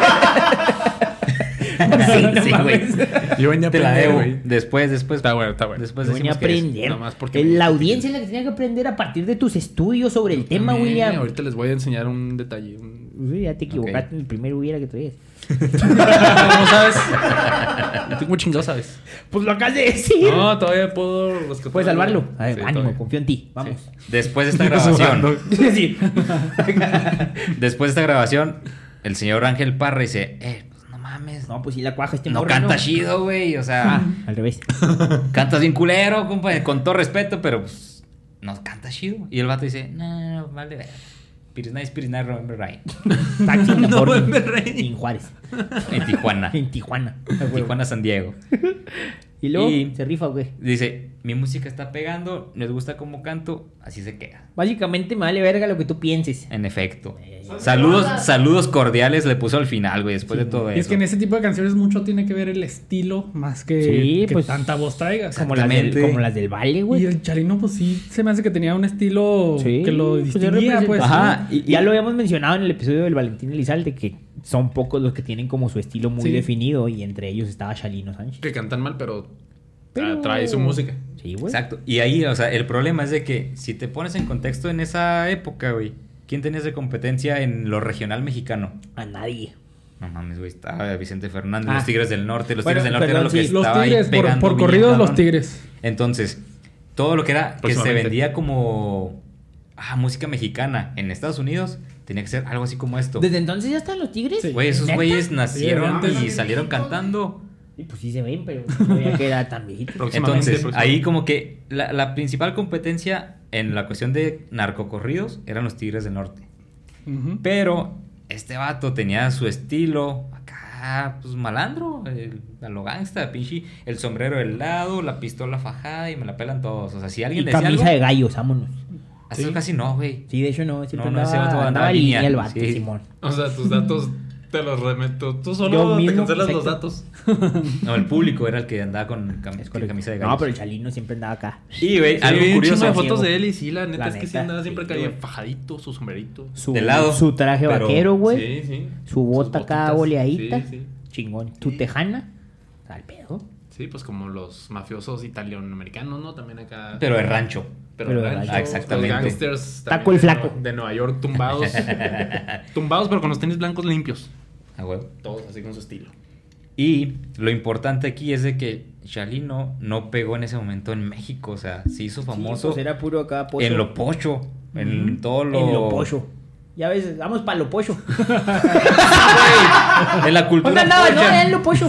[SPEAKER 1] Sí,
[SPEAKER 3] no
[SPEAKER 1] sí, güey.
[SPEAKER 3] mames.
[SPEAKER 4] Yo venía
[SPEAKER 1] Te la debo. Después, después.
[SPEAKER 4] Está bueno, está bueno.
[SPEAKER 1] Después
[SPEAKER 3] Yo venía a
[SPEAKER 1] decimos qué es.
[SPEAKER 3] aprender.
[SPEAKER 4] Nomás porque
[SPEAKER 3] Eh,
[SPEAKER 4] me-
[SPEAKER 3] la audiencia es la que tenía que aprender a partir de tus estudios sobre el tema,
[SPEAKER 4] También,
[SPEAKER 3] William.
[SPEAKER 4] Ahorita les voy a enseñar un detalle. un-
[SPEAKER 3] Uy, ya te equivocaste en el primer hubiera que traías.
[SPEAKER 4] ¿Cómo sabes? ¿Tú cómo chingado sabes?
[SPEAKER 3] Pues lo acabas de decir.
[SPEAKER 4] No, todavía puedo rescatar.
[SPEAKER 3] Puedes salvarlo. A ver,
[SPEAKER 4] Sí,
[SPEAKER 3] ánimo,
[SPEAKER 4] todavía.
[SPEAKER 3] confío en ti. Vamos.
[SPEAKER 1] Después de esta grabación.
[SPEAKER 3] Sí. sí.
[SPEAKER 1] después de esta grabación, el señor Ángel Parra dice, eh, pues no mames. No,
[SPEAKER 3] No, pues si la cuaja este morro,
[SPEAKER 1] canta chido, güey. O sea,
[SPEAKER 3] Al revés.
[SPEAKER 1] cantas bien culero, compa, con todo respeto, pero pues no canta chido. Y el vato dice, no, no, no, vale, verga. Piris nice, piris nice, remember right.
[SPEAKER 3] Taxi en
[SPEAKER 4] No,
[SPEAKER 3] California.
[SPEAKER 4] me reí.
[SPEAKER 3] En Juárez.
[SPEAKER 1] En Tijuana.
[SPEAKER 3] En Tijuana.
[SPEAKER 1] Tijuana, San Diego.
[SPEAKER 3] Y luego
[SPEAKER 1] Y-
[SPEAKER 3] se rifa, güey.
[SPEAKER 1] Dice, mi música está pegando, les gusta cómo canto, así se queda.
[SPEAKER 3] Básicamente me vale verga lo que tú pienses.
[SPEAKER 1] En efecto.
[SPEAKER 5] Son
[SPEAKER 1] Saludos,
[SPEAKER 5] cosas.
[SPEAKER 1] saludos cordiales le puso al final, güey, después de todo
[SPEAKER 2] Y es
[SPEAKER 1] eso.
[SPEAKER 2] que en ese tipo de canciones mucho tiene que ver el estilo más que,
[SPEAKER 3] Sí,
[SPEAKER 2] que
[SPEAKER 3] pues,
[SPEAKER 2] tanta voz traigas.
[SPEAKER 3] Como las, del,
[SPEAKER 1] Exactamente.
[SPEAKER 3] como las del Vale,
[SPEAKER 2] Y
[SPEAKER 3] güey.
[SPEAKER 2] el Chalino, pues sí, se me hace que tenía un estilo
[SPEAKER 3] Sí,
[SPEAKER 2] que lo
[SPEAKER 3] pues, es
[SPEAKER 2] distinguía, pues.
[SPEAKER 3] representativo.
[SPEAKER 1] Ajá,
[SPEAKER 3] Y- y ya lo habíamos mencionado en el episodio del Valentín Elizalde que son pocos los que tienen como su estilo muy
[SPEAKER 2] Sí. Ah,
[SPEAKER 3] definido y entre ellos estaba Chalino Sánchez.
[SPEAKER 4] Que cantan mal, pero,
[SPEAKER 3] Pero-
[SPEAKER 4] ah, trae su música.
[SPEAKER 3] Sí, güey.
[SPEAKER 1] Exacto. Y ahí, o sea, el problema es de que si te pones en contexto en esa época, güey, ¿quién tenías de competencia en lo regional mexicano?
[SPEAKER 3] A nadie.
[SPEAKER 1] No mames, güey, estaba Vicente Fernández,
[SPEAKER 3] Ah.
[SPEAKER 1] los Tigres del Norte, los
[SPEAKER 3] Bueno,
[SPEAKER 1] Tigres del Norte
[SPEAKER 3] perdón,
[SPEAKER 1] era lo que
[SPEAKER 3] sí,
[SPEAKER 2] Los
[SPEAKER 1] estaba ahí
[SPEAKER 2] Tigres, por,
[SPEAKER 1] pegando
[SPEAKER 2] por
[SPEAKER 1] bien
[SPEAKER 2] corridos los
[SPEAKER 1] cabrón.
[SPEAKER 2] Tigres.
[SPEAKER 1] Entonces, todo lo que era que se
[SPEAKER 4] Próximamente.
[SPEAKER 1] vendía como ah, música mexicana en Estados Unidos tenía que ser algo así como esto.
[SPEAKER 3] Desde entonces ya están los Tigres.
[SPEAKER 2] Sí.
[SPEAKER 1] Güey, esos
[SPEAKER 3] ¿Neta?
[SPEAKER 1] güeyes nacieron
[SPEAKER 2] antes-
[SPEAKER 1] y salieron cantando.
[SPEAKER 3] Y pues sí se ven, pero no sabía que era tan viejito.
[SPEAKER 4] Próximamente,
[SPEAKER 1] Entonces,
[SPEAKER 4] próximamente.
[SPEAKER 1] ahí como que la, la principal competencia en la cuestión de narcocorridos eran los Tigres del Norte.
[SPEAKER 2] Ujú.
[SPEAKER 1] Pero este vato tenía su estilo acá, pues malandro, el, a lo gangsta, pinche, el sombrero helado, la pistola fajada y me la pelan todos. O sea, si
[SPEAKER 3] Y
[SPEAKER 1] alguien le decía
[SPEAKER 3] camisa
[SPEAKER 1] algo,
[SPEAKER 3] de gallos, vámonos.
[SPEAKER 1] hasta eso casi no, güey.
[SPEAKER 3] Sí, de hecho no, siempre
[SPEAKER 1] No, no, ese
[SPEAKER 3] andaba,
[SPEAKER 1] vato
[SPEAKER 3] andaba
[SPEAKER 1] andaba
[SPEAKER 3] en línea
[SPEAKER 1] línea,
[SPEAKER 3] el vato,
[SPEAKER 1] sí.
[SPEAKER 3] Simón.
[SPEAKER 4] O sea, tus datos Te los remeto. Tú
[SPEAKER 3] Yo
[SPEAKER 4] solo te
[SPEAKER 3] mismo,
[SPEAKER 4] cancelas los
[SPEAKER 3] perfecto.
[SPEAKER 4] datos.
[SPEAKER 1] No, el público era el que andaba con, cam-
[SPEAKER 3] Es
[SPEAKER 1] con la
[SPEAKER 3] correcto.
[SPEAKER 1] camisa de gallos.
[SPEAKER 3] No, pero el Chalino siempre andaba acá.
[SPEAKER 1] Y, güey,
[SPEAKER 4] Algo
[SPEAKER 1] algo
[SPEAKER 4] vi un
[SPEAKER 1] curioso.
[SPEAKER 4] chingo de
[SPEAKER 3] ciego.
[SPEAKER 4] fotos de él y sí, la neta
[SPEAKER 3] La
[SPEAKER 4] es que sí
[SPEAKER 3] nacía
[SPEAKER 4] andaba siempre
[SPEAKER 3] sí,
[SPEAKER 4] acá bien
[SPEAKER 3] güey.
[SPEAKER 4] fajadito, su sombrerito.
[SPEAKER 3] Su,
[SPEAKER 1] De lado,
[SPEAKER 3] su traje
[SPEAKER 1] pero-
[SPEAKER 3] vaquero, güey.
[SPEAKER 4] Sí, sí.
[SPEAKER 3] Su bota
[SPEAKER 4] Sus
[SPEAKER 3] acá
[SPEAKER 4] botitas.
[SPEAKER 3] boleadita.
[SPEAKER 4] Sí, sí.
[SPEAKER 3] Chingón. Su tejana. Al pedo.
[SPEAKER 4] Sí, pues como los mafiosos italianoamericanos, ¿no? También acá.
[SPEAKER 1] Pero de rancho.
[SPEAKER 3] pero
[SPEAKER 4] ranchos,
[SPEAKER 3] rancho.
[SPEAKER 1] Ah, exactamente.
[SPEAKER 4] Los gangsters.
[SPEAKER 3] Taco el
[SPEAKER 4] también de
[SPEAKER 3] flaco.
[SPEAKER 4] Nue- De Nueva York tumbados. tumbados, pero con los tenis blancos limpios.
[SPEAKER 1] A huevo.
[SPEAKER 4] Todos así con su estilo.
[SPEAKER 1] Y lo importante aquí es de que Chalino no pegó en ese momento en México. O sea, se hizo famoso
[SPEAKER 3] pues era puro acá pocho.
[SPEAKER 1] en lo pocho. En todo lo.
[SPEAKER 3] En lo pollo. Ya ves, vamos para lo pollo.
[SPEAKER 1] En la cultura.
[SPEAKER 3] Onda, no, no,
[SPEAKER 1] pocha.
[SPEAKER 3] en lo pollo.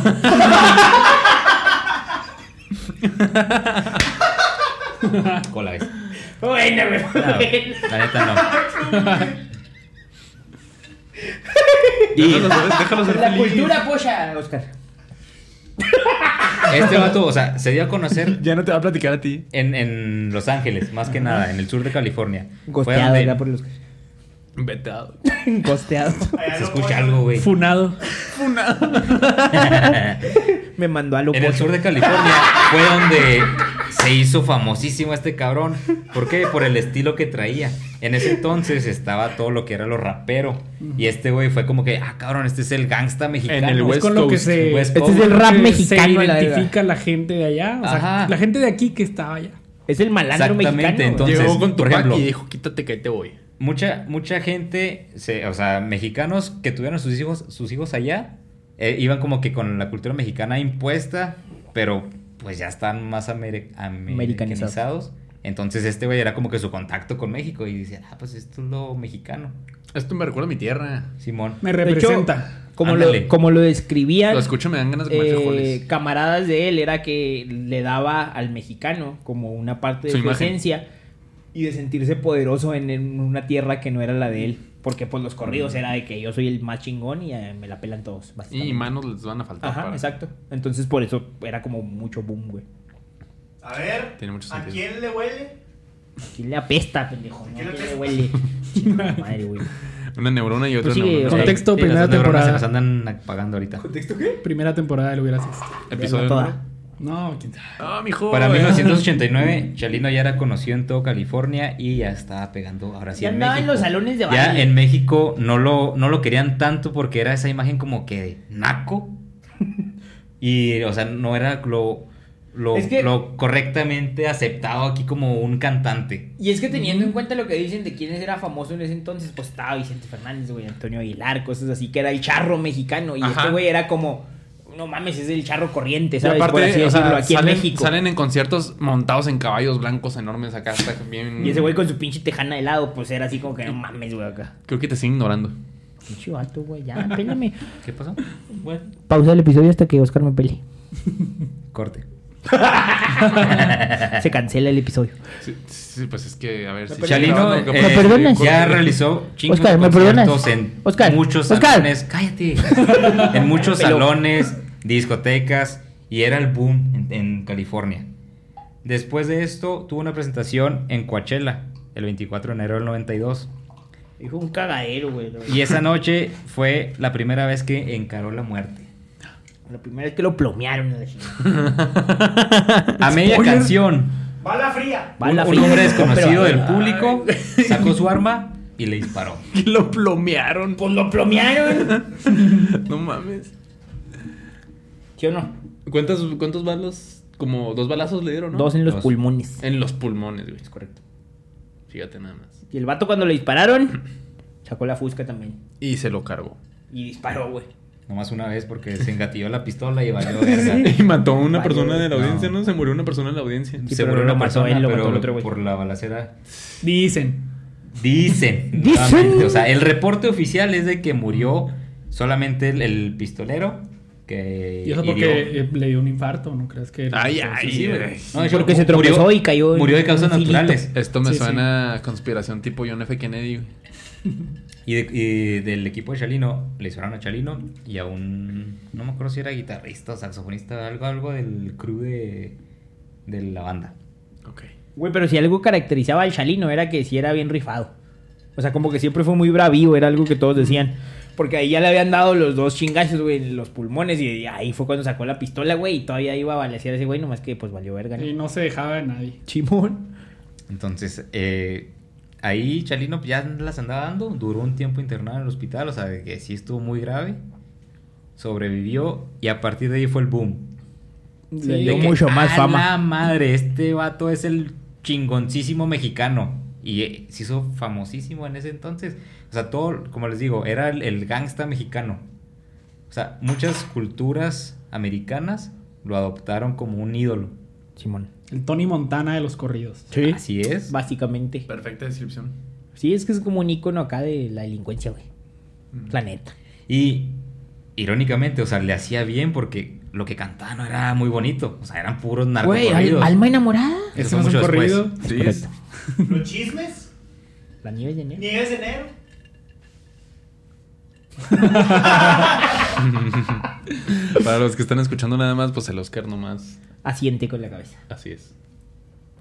[SPEAKER 1] Cola, ves.
[SPEAKER 3] bueno, güey.
[SPEAKER 1] No, la neta no. Y
[SPEAKER 4] Déjalos, déjalos ser
[SPEAKER 3] La
[SPEAKER 4] felices.
[SPEAKER 3] cultura polla, Oscar.
[SPEAKER 1] este vato, o sea, se dio a conocer
[SPEAKER 4] Ya no te va a platicar a ti.
[SPEAKER 1] en, en Los Ángeles, más que nada, en el sur de California. Fue
[SPEAKER 3] Costeado,
[SPEAKER 1] donde-
[SPEAKER 3] ¿verdad? Por el Oscar.
[SPEAKER 4] Vete a...
[SPEAKER 3] Costeado.
[SPEAKER 1] Se escucha algo, güey.
[SPEAKER 2] Funado.
[SPEAKER 3] Me mandó a lo
[SPEAKER 1] En el
[SPEAKER 3] pollo.
[SPEAKER 1] sur de California fue donde se hizo famosísimo este cabrón. ¿Por qué? Por el estilo que traía. En ese entonces estaba todo lo que era lo rapero. Y este güey fue como que, ah, cabrón, este es el gangsta mexicano.
[SPEAKER 4] En el
[SPEAKER 2] Es
[SPEAKER 4] West
[SPEAKER 2] con lo que
[SPEAKER 4] Coast,
[SPEAKER 2] se.
[SPEAKER 1] West
[SPEAKER 3] Este es el
[SPEAKER 2] con lo
[SPEAKER 3] rap
[SPEAKER 2] que
[SPEAKER 3] mexicano.
[SPEAKER 2] Se
[SPEAKER 3] la verdad.
[SPEAKER 2] identifica la gente de allá. O sea,
[SPEAKER 1] Ajá.
[SPEAKER 2] la gente de aquí que estaba allá.
[SPEAKER 3] Es el malandro
[SPEAKER 1] Exactamente,
[SPEAKER 3] mexicano. güey.
[SPEAKER 1] entonces-
[SPEAKER 4] Llegó con tu
[SPEAKER 1] por ejemplo-
[SPEAKER 4] y dijo, quítate que ahí te voy.
[SPEAKER 1] Mucha, mucha gente, se- o sea, mexicanos que tuvieron sus hijos, sus hijos allá, eh, iban como que con la cultura mexicana impuesta, pero pues ya están más ameri-
[SPEAKER 3] Americanizados.
[SPEAKER 1] americanizados. Entonces este güey era como que su contacto con México y dice, ah, pues esto es lo mexicano.
[SPEAKER 4] Esto me recuerda a mi tierra.
[SPEAKER 1] Simón.
[SPEAKER 2] Me
[SPEAKER 3] De hecho,
[SPEAKER 2] representa.
[SPEAKER 3] como,
[SPEAKER 1] Ándale.
[SPEAKER 3] lo, como lo
[SPEAKER 4] Lo
[SPEAKER 3] describían
[SPEAKER 4] escucho, me dan ganas de comer
[SPEAKER 3] eh,
[SPEAKER 4] frijoles.
[SPEAKER 3] camaradas de él, era que le daba al mexicano como una parte de
[SPEAKER 4] Su
[SPEAKER 3] su,
[SPEAKER 4] imagen.
[SPEAKER 3] esencia y de sentirse poderoso en, en una tierra que no era la de él. Porque pues los corridos era de que yo soy el más chingón y eh, me la pelan todos. básicamente.
[SPEAKER 4] Y manos les van a faltar.
[SPEAKER 3] Ajá,
[SPEAKER 4] para-
[SPEAKER 3] exacto. Entonces por eso era como mucho boom, güey.
[SPEAKER 5] A ver,
[SPEAKER 4] Tiene mucho
[SPEAKER 5] ¿a
[SPEAKER 4] sentido.
[SPEAKER 5] quién le huele?
[SPEAKER 3] Aquí le apesta, pendejo. ¿no?
[SPEAKER 5] Aquí le
[SPEAKER 3] Aquí le
[SPEAKER 5] apesta.
[SPEAKER 3] huele. Chinga madre, güey.
[SPEAKER 4] Una neurona y otra
[SPEAKER 3] Pues sigue,
[SPEAKER 4] neurona.
[SPEAKER 3] o sea,
[SPEAKER 2] Contexto,
[SPEAKER 1] Sí, las
[SPEAKER 2] primera
[SPEAKER 1] dos neuronas Se
[SPEAKER 2] temporada.
[SPEAKER 1] las andan apagando ahorita.
[SPEAKER 2] Primera temporada de lo hubieras visto.
[SPEAKER 4] Episodio
[SPEAKER 3] Veanla toda.
[SPEAKER 4] número-
[SPEAKER 2] No, quién sabe.
[SPEAKER 4] Ah, mijo.
[SPEAKER 1] Para
[SPEAKER 4] eh.
[SPEAKER 1] 1989, Chalino ya era conocido en todo California y ya estaba pegando ahora sí
[SPEAKER 3] Ya
[SPEAKER 1] en
[SPEAKER 3] andaba en
[SPEAKER 1] México.
[SPEAKER 3] los salones de
[SPEAKER 1] Ya
[SPEAKER 3] baile.
[SPEAKER 1] en México no lo, no lo querían tanto porque era esa imagen como que de naco. Y, o sea, no era lo, lo,
[SPEAKER 3] Es que-
[SPEAKER 1] lo correctamente aceptado aquí como un cantante.
[SPEAKER 3] Y es que teniendo en cuenta lo que dicen de quiénes era famoso en ese entonces, pues estaba Vicente Fernández, güey, Antonio Aguilar, cosas así, que era el charro mexicano. Y
[SPEAKER 4] Ajá.
[SPEAKER 3] este güey era como, no mames, es el charro corriente,
[SPEAKER 4] Y
[SPEAKER 3] ¿sabes?
[SPEAKER 4] aparte,
[SPEAKER 3] Por así
[SPEAKER 4] o sea,
[SPEAKER 3] decirlo, aquí
[SPEAKER 4] salen,
[SPEAKER 3] en México.
[SPEAKER 4] salen en conciertos montados en caballos blancos enormes acá. Está bien...
[SPEAKER 3] Y ese güey con su pinche tejana de lado, pues era así como que no mames, güey, acá.
[SPEAKER 4] Creo que te siguen ignorando.
[SPEAKER 3] Pinche vato, güey, ya, pélame.
[SPEAKER 1] ¿Qué pasó? Bueno,
[SPEAKER 3] Pausa el episodio hasta que Oscar me pele.
[SPEAKER 1] corte.
[SPEAKER 3] Se cancela el episodio.
[SPEAKER 4] Sí, sí, pues es que, a ver. si
[SPEAKER 1] Chalino
[SPEAKER 4] No, no,
[SPEAKER 1] eh,
[SPEAKER 3] ¿Me perdonas?
[SPEAKER 1] ya realizó chingos
[SPEAKER 3] Oscar,
[SPEAKER 1] de
[SPEAKER 3] ¿me perdonas?
[SPEAKER 1] conciertos en
[SPEAKER 3] Oscar,
[SPEAKER 1] muchos
[SPEAKER 3] Oscar.
[SPEAKER 1] salones. Cállate. en muchos
[SPEAKER 3] Pelo.
[SPEAKER 1] salones, discotecas. Y era el boom en, en California. Después de esto, tuvo una presentación en Coachella el 24 de enero del 92.
[SPEAKER 3] Dijo un cagadero, güey. la verdad.
[SPEAKER 1] Y esa noche fue la primera vez que encaró la muerte.
[SPEAKER 3] La primera vez que lo plomearon. a la chingada.
[SPEAKER 1] A media canción,
[SPEAKER 5] Bala fría.
[SPEAKER 3] Bala
[SPEAKER 1] un, un
[SPEAKER 3] fría,
[SPEAKER 1] hombre
[SPEAKER 3] pero- ah,
[SPEAKER 1] desconocido del
[SPEAKER 3] Ay,
[SPEAKER 1] público sacó su arma y le disparó.
[SPEAKER 4] Lo plomearon.
[SPEAKER 3] Pues lo plomearon.
[SPEAKER 4] No mames.
[SPEAKER 3] ¿Sí o no?
[SPEAKER 4] ¿Cuántos, ¿Cuántos balos? Como dos balazos le dieron, ¿no? Eh,
[SPEAKER 3] Dos en los
[SPEAKER 1] Dos.
[SPEAKER 3] pulmones.
[SPEAKER 4] En los pulmones, güey. Es correcto. Fíjate nada más.
[SPEAKER 3] Y el vato cuando le dispararon, sacó la fusca también.
[SPEAKER 4] Y se lo cargó.
[SPEAKER 3] Y disparó, güey.
[SPEAKER 1] Nomás una vez porque se engatilló la pistola y valió verga.
[SPEAKER 4] Y mató a una
[SPEAKER 3] Vaya,
[SPEAKER 4] persona de la
[SPEAKER 1] no.
[SPEAKER 4] audiencia, ¿no? Se murió una persona de la audiencia.
[SPEAKER 3] Sí,
[SPEAKER 1] Se
[SPEAKER 3] pero
[SPEAKER 1] murió
[SPEAKER 3] lo
[SPEAKER 1] una
[SPEAKER 3] mató
[SPEAKER 1] persona,
[SPEAKER 3] él, lo mató
[SPEAKER 1] pero
[SPEAKER 3] el otro güey.
[SPEAKER 1] por la balacera.
[SPEAKER 2] Dicen.
[SPEAKER 1] Dicen.
[SPEAKER 3] Dicen.
[SPEAKER 1] nuevamente, O sea, el reporte oficial es de que murió solamente el, el pistolero que
[SPEAKER 2] Y eso
[SPEAKER 1] hirió.
[SPEAKER 2] porque eh, le dio un infarto, ¿no crees que?
[SPEAKER 4] Ay,
[SPEAKER 2] entonces,
[SPEAKER 4] ay,
[SPEAKER 2] sí, güey.
[SPEAKER 4] ay.
[SPEAKER 1] No, de hecho,
[SPEAKER 3] Porque se
[SPEAKER 1] murió-
[SPEAKER 3] tropezó y cayó en
[SPEAKER 1] Murió de causas
[SPEAKER 3] un filito.
[SPEAKER 1] naturales.
[SPEAKER 4] Esto me
[SPEAKER 2] Sí, sí.
[SPEAKER 4] suena a conspiración tipo John F. Kennedy. güey.
[SPEAKER 1] Y, de- y del equipo de Chalino, le hicieron a Chalino y a un. No me acuerdo si era guitarrista o saxofonista, algo, algo del crew de, de la banda.
[SPEAKER 4] Ok.
[SPEAKER 3] Güey, pero si algo caracterizaba al Chalino era que si era bien rifado. O sea, como que siempre fue muy bravío, era algo que todos decían. Porque ahí ya le habían dado los dos chingazos, güey, en los pulmones. Y ahí fue cuando sacó la pistola, güey. Y todavía iba a balasear a ese güey, nomás que pues valió verga. ¿no?
[SPEAKER 2] Y no se dejaba de nadie.
[SPEAKER 3] Chimón.
[SPEAKER 1] Entonces, eh, ahí Chalino ya las andaba dando, duró un tiempo internado en el hospital, o sea, de que sí estuvo muy grave, sobrevivió y a partir de ahí fue el boom.
[SPEAKER 3] le
[SPEAKER 1] De
[SPEAKER 3] dio
[SPEAKER 1] que,
[SPEAKER 3] mucho más
[SPEAKER 1] "A
[SPEAKER 3] fama.
[SPEAKER 1] La madre, este vato es el chingoncísimo mexicano. Y eh, se hizo famosísimo en ese entonces. O sea, todo, como les digo, era el, el gangsta mexicano. O sea, muchas culturas americanas lo adoptaron como un ídolo.
[SPEAKER 3] Simón.
[SPEAKER 2] El Tony Montana de los corridos.
[SPEAKER 3] Sí.
[SPEAKER 1] Así es.
[SPEAKER 3] Básicamente.
[SPEAKER 4] Perfecta descripción.
[SPEAKER 3] Sí, es que es como un icono acá de la delincuencia, güey. La neta.
[SPEAKER 1] Y irónicamente, o sea, le hacía bien porque lo que cantaba no era muy bonito. O sea, eran puros
[SPEAKER 3] Güey, al-
[SPEAKER 1] narcocorridos.
[SPEAKER 3] alma enamorada.
[SPEAKER 1] Eso
[SPEAKER 2] Ese
[SPEAKER 1] fue
[SPEAKER 2] no es un
[SPEAKER 1] mucho después.
[SPEAKER 2] corrido.
[SPEAKER 4] Sí, es-
[SPEAKER 5] Los chismes.
[SPEAKER 3] La nieve de enero.
[SPEAKER 5] Nieves de enero.
[SPEAKER 4] para los que están escuchando nada más, pues el Oscar nomás.
[SPEAKER 3] Asiente con la cabeza.
[SPEAKER 4] Así es.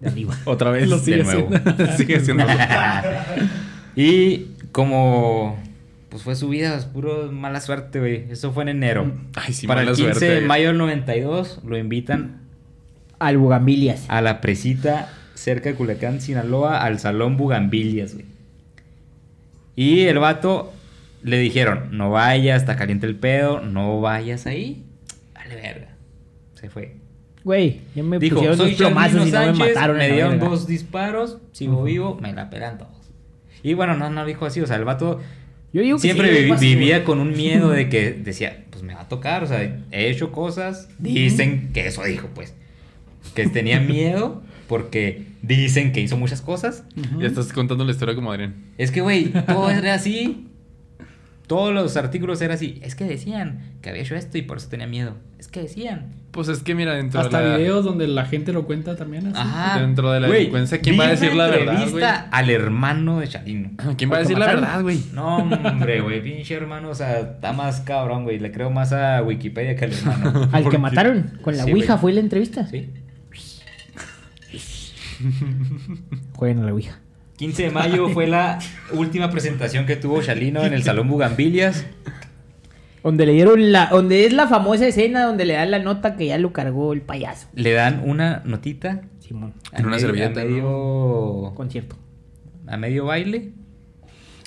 [SPEAKER 3] De arriba.
[SPEAKER 4] Otra vez.
[SPEAKER 2] Lo sigue
[SPEAKER 4] Pues, de nuevo. sigue siendo.
[SPEAKER 1] y como pues fue su vida, es puro mala suerte, güey. Eso fue en enero.
[SPEAKER 4] Ay, sí,
[SPEAKER 1] Para
[SPEAKER 4] mala
[SPEAKER 1] el 15 de
[SPEAKER 4] suerte.
[SPEAKER 1] mayo del 92 lo invitan
[SPEAKER 3] Al Bugambilias.
[SPEAKER 1] a la presita cerca de Culiacán, Sinaloa, al Salón Bugambilias, güey. Y el vato le dijeron, no vayas, está caliente el pedo, no vayas ahí. Vale verga. Se fue.
[SPEAKER 3] Güey, ya me
[SPEAKER 1] Dijo,
[SPEAKER 3] pusieron
[SPEAKER 1] soy
[SPEAKER 3] unos
[SPEAKER 1] Chalino
[SPEAKER 3] plomazos y no me
[SPEAKER 1] Sánchez, me,
[SPEAKER 3] mataron. la
[SPEAKER 1] dieron
[SPEAKER 3] verga.
[SPEAKER 1] dos disparos, sigo vivo, me la pelan todos. Y bueno, no, no dijo así, o sea, el vato
[SPEAKER 3] Yo digo que
[SPEAKER 1] siempre
[SPEAKER 3] sí,
[SPEAKER 1] vi-
[SPEAKER 3] algo así,
[SPEAKER 1] vivía
[SPEAKER 3] güey.
[SPEAKER 1] con un miedo de que decía, pues me va a tocar, o sea, he hecho cosas, dicen que eso dijo, pues, que tenía miedo porque dicen que hizo muchas cosas.
[SPEAKER 4] Ya estás contando la historia como Adrián.
[SPEAKER 1] Es que, güey, todo era así. Todos los artículos eran así. Es que decían que había hecho esto y por eso tenía miedo. Es que decían.
[SPEAKER 4] Pues es que mira, dentro
[SPEAKER 2] Hasta
[SPEAKER 4] de la...
[SPEAKER 2] videos donde la gente lo cuenta también. así.
[SPEAKER 1] Ajá.
[SPEAKER 4] Dentro de la
[SPEAKER 1] Güey,
[SPEAKER 4] delincuencia, ¿quién
[SPEAKER 1] vi
[SPEAKER 4] va a
[SPEAKER 1] una
[SPEAKER 4] decir la verdad,
[SPEAKER 1] entrevista al hermano de Chalino.
[SPEAKER 4] ¿Quién va
[SPEAKER 3] Porque
[SPEAKER 4] a decir la
[SPEAKER 3] mataron.
[SPEAKER 4] verdad, güey?
[SPEAKER 1] No, hombre, güey, pinche hermano, o sea, está más cabrón, güey. Le creo más a Wikipedia que al hermano.
[SPEAKER 3] Al
[SPEAKER 4] Porque-
[SPEAKER 3] que mataron con la
[SPEAKER 1] Sí,
[SPEAKER 3] Ouija
[SPEAKER 1] güey.
[SPEAKER 3] fue la entrevista.
[SPEAKER 1] Sí.
[SPEAKER 3] Jueguen a la Ouija.
[SPEAKER 1] 15 de mayo fue la última presentación que tuvo Chalino en el Salón Bugambilias.
[SPEAKER 3] Donde le dieron la. Donde es la famosa escena donde le dan la nota que ya lo cargó el payaso.
[SPEAKER 1] Le dan una notita
[SPEAKER 3] Simón.
[SPEAKER 1] a
[SPEAKER 4] En una
[SPEAKER 1] medio-
[SPEAKER 4] servilleta,
[SPEAKER 1] a medio,
[SPEAKER 3] Concierto.
[SPEAKER 1] a medio baile.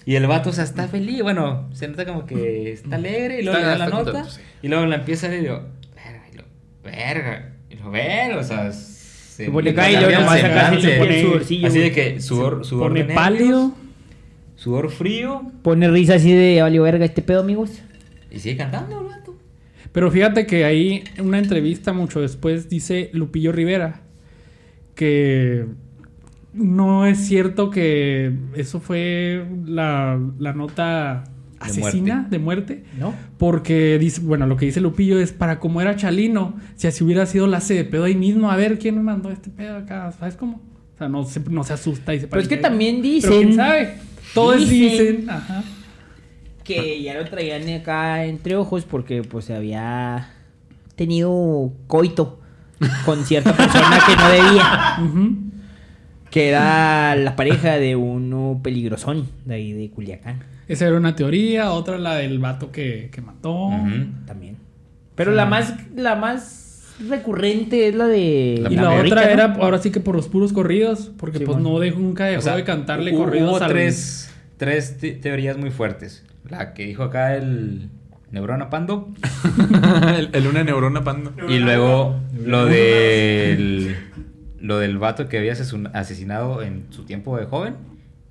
[SPEAKER 1] Y el vato, o sea, está feliz. Bueno, se nota como que está alegre. Y luego
[SPEAKER 4] Está-
[SPEAKER 1] le da la
[SPEAKER 4] está
[SPEAKER 1] nota.
[SPEAKER 4] contento, sí.
[SPEAKER 1] Y luego la empieza a ver y yo, verga, y lo, verga. Y lo ver, o sea, se
[SPEAKER 3] Se pone
[SPEAKER 1] le
[SPEAKER 3] cae y luego
[SPEAKER 1] cambia el
[SPEAKER 3] nomás acá se le
[SPEAKER 1] semblante.
[SPEAKER 3] pone el sudorcillo,
[SPEAKER 1] Así
[SPEAKER 3] güey.
[SPEAKER 1] de que sudor, sudor
[SPEAKER 2] Pone
[SPEAKER 1] de nervios,
[SPEAKER 2] pálido.
[SPEAKER 1] sudor frío.
[SPEAKER 3] Pone risa así de "Ya valió verga este pedo, amigos.
[SPEAKER 1] Y sigue cantando el vato.
[SPEAKER 2] Pero fíjate que ahí, en una entrevista mucho después, dice Lupillo Rivera que no es cierto que eso fue la, la nota asesina de muerte.
[SPEAKER 3] ¿No?
[SPEAKER 2] Porque dice, bueno, lo que dice Lupillo es para como era Chalino, si así hubiera sido la sede pedo ahí mismo, a ver quién me mandó este pedo acá, ¿sabes cómo? O sea, no se, no se asusta y se
[SPEAKER 3] Pero es que
[SPEAKER 2] paniquea.
[SPEAKER 3] también
[SPEAKER 2] Pero quién
[SPEAKER 3] dicen-
[SPEAKER 2] sabe. Todo es
[SPEAKER 3] dicen-
[SPEAKER 2] dicen. Ajá.
[SPEAKER 3] Que ya lo traían acá entre ojos porque pues se había tenido coito con cierta persona que no debía.
[SPEAKER 2] Ujú.
[SPEAKER 3] Que era la pareja de uno peligrosón de ahí de Culiacán
[SPEAKER 2] Esa era una teoría, otra la del vato que, que mató.
[SPEAKER 1] Ujú.
[SPEAKER 3] también. Pero la más la más recurrente es la de
[SPEAKER 2] Y la,
[SPEAKER 3] morrita,
[SPEAKER 2] otra
[SPEAKER 3] ¿no?
[SPEAKER 2] era ahora sí que por los puros corridos, porque
[SPEAKER 3] Sí,
[SPEAKER 2] pues
[SPEAKER 3] bueno.
[SPEAKER 2] no dejó, nunca dejó
[SPEAKER 1] O sea,
[SPEAKER 2] de cantarle
[SPEAKER 1] hu-
[SPEAKER 2] corridos
[SPEAKER 1] hubo
[SPEAKER 2] al-
[SPEAKER 1] tres, tres te- teorías muy fuertes. La que dijo acá el Neurona Pando.
[SPEAKER 4] el, el una neurona pando.
[SPEAKER 1] Y luego lo del lo del vato que había asesun- asesinado en su tiempo de joven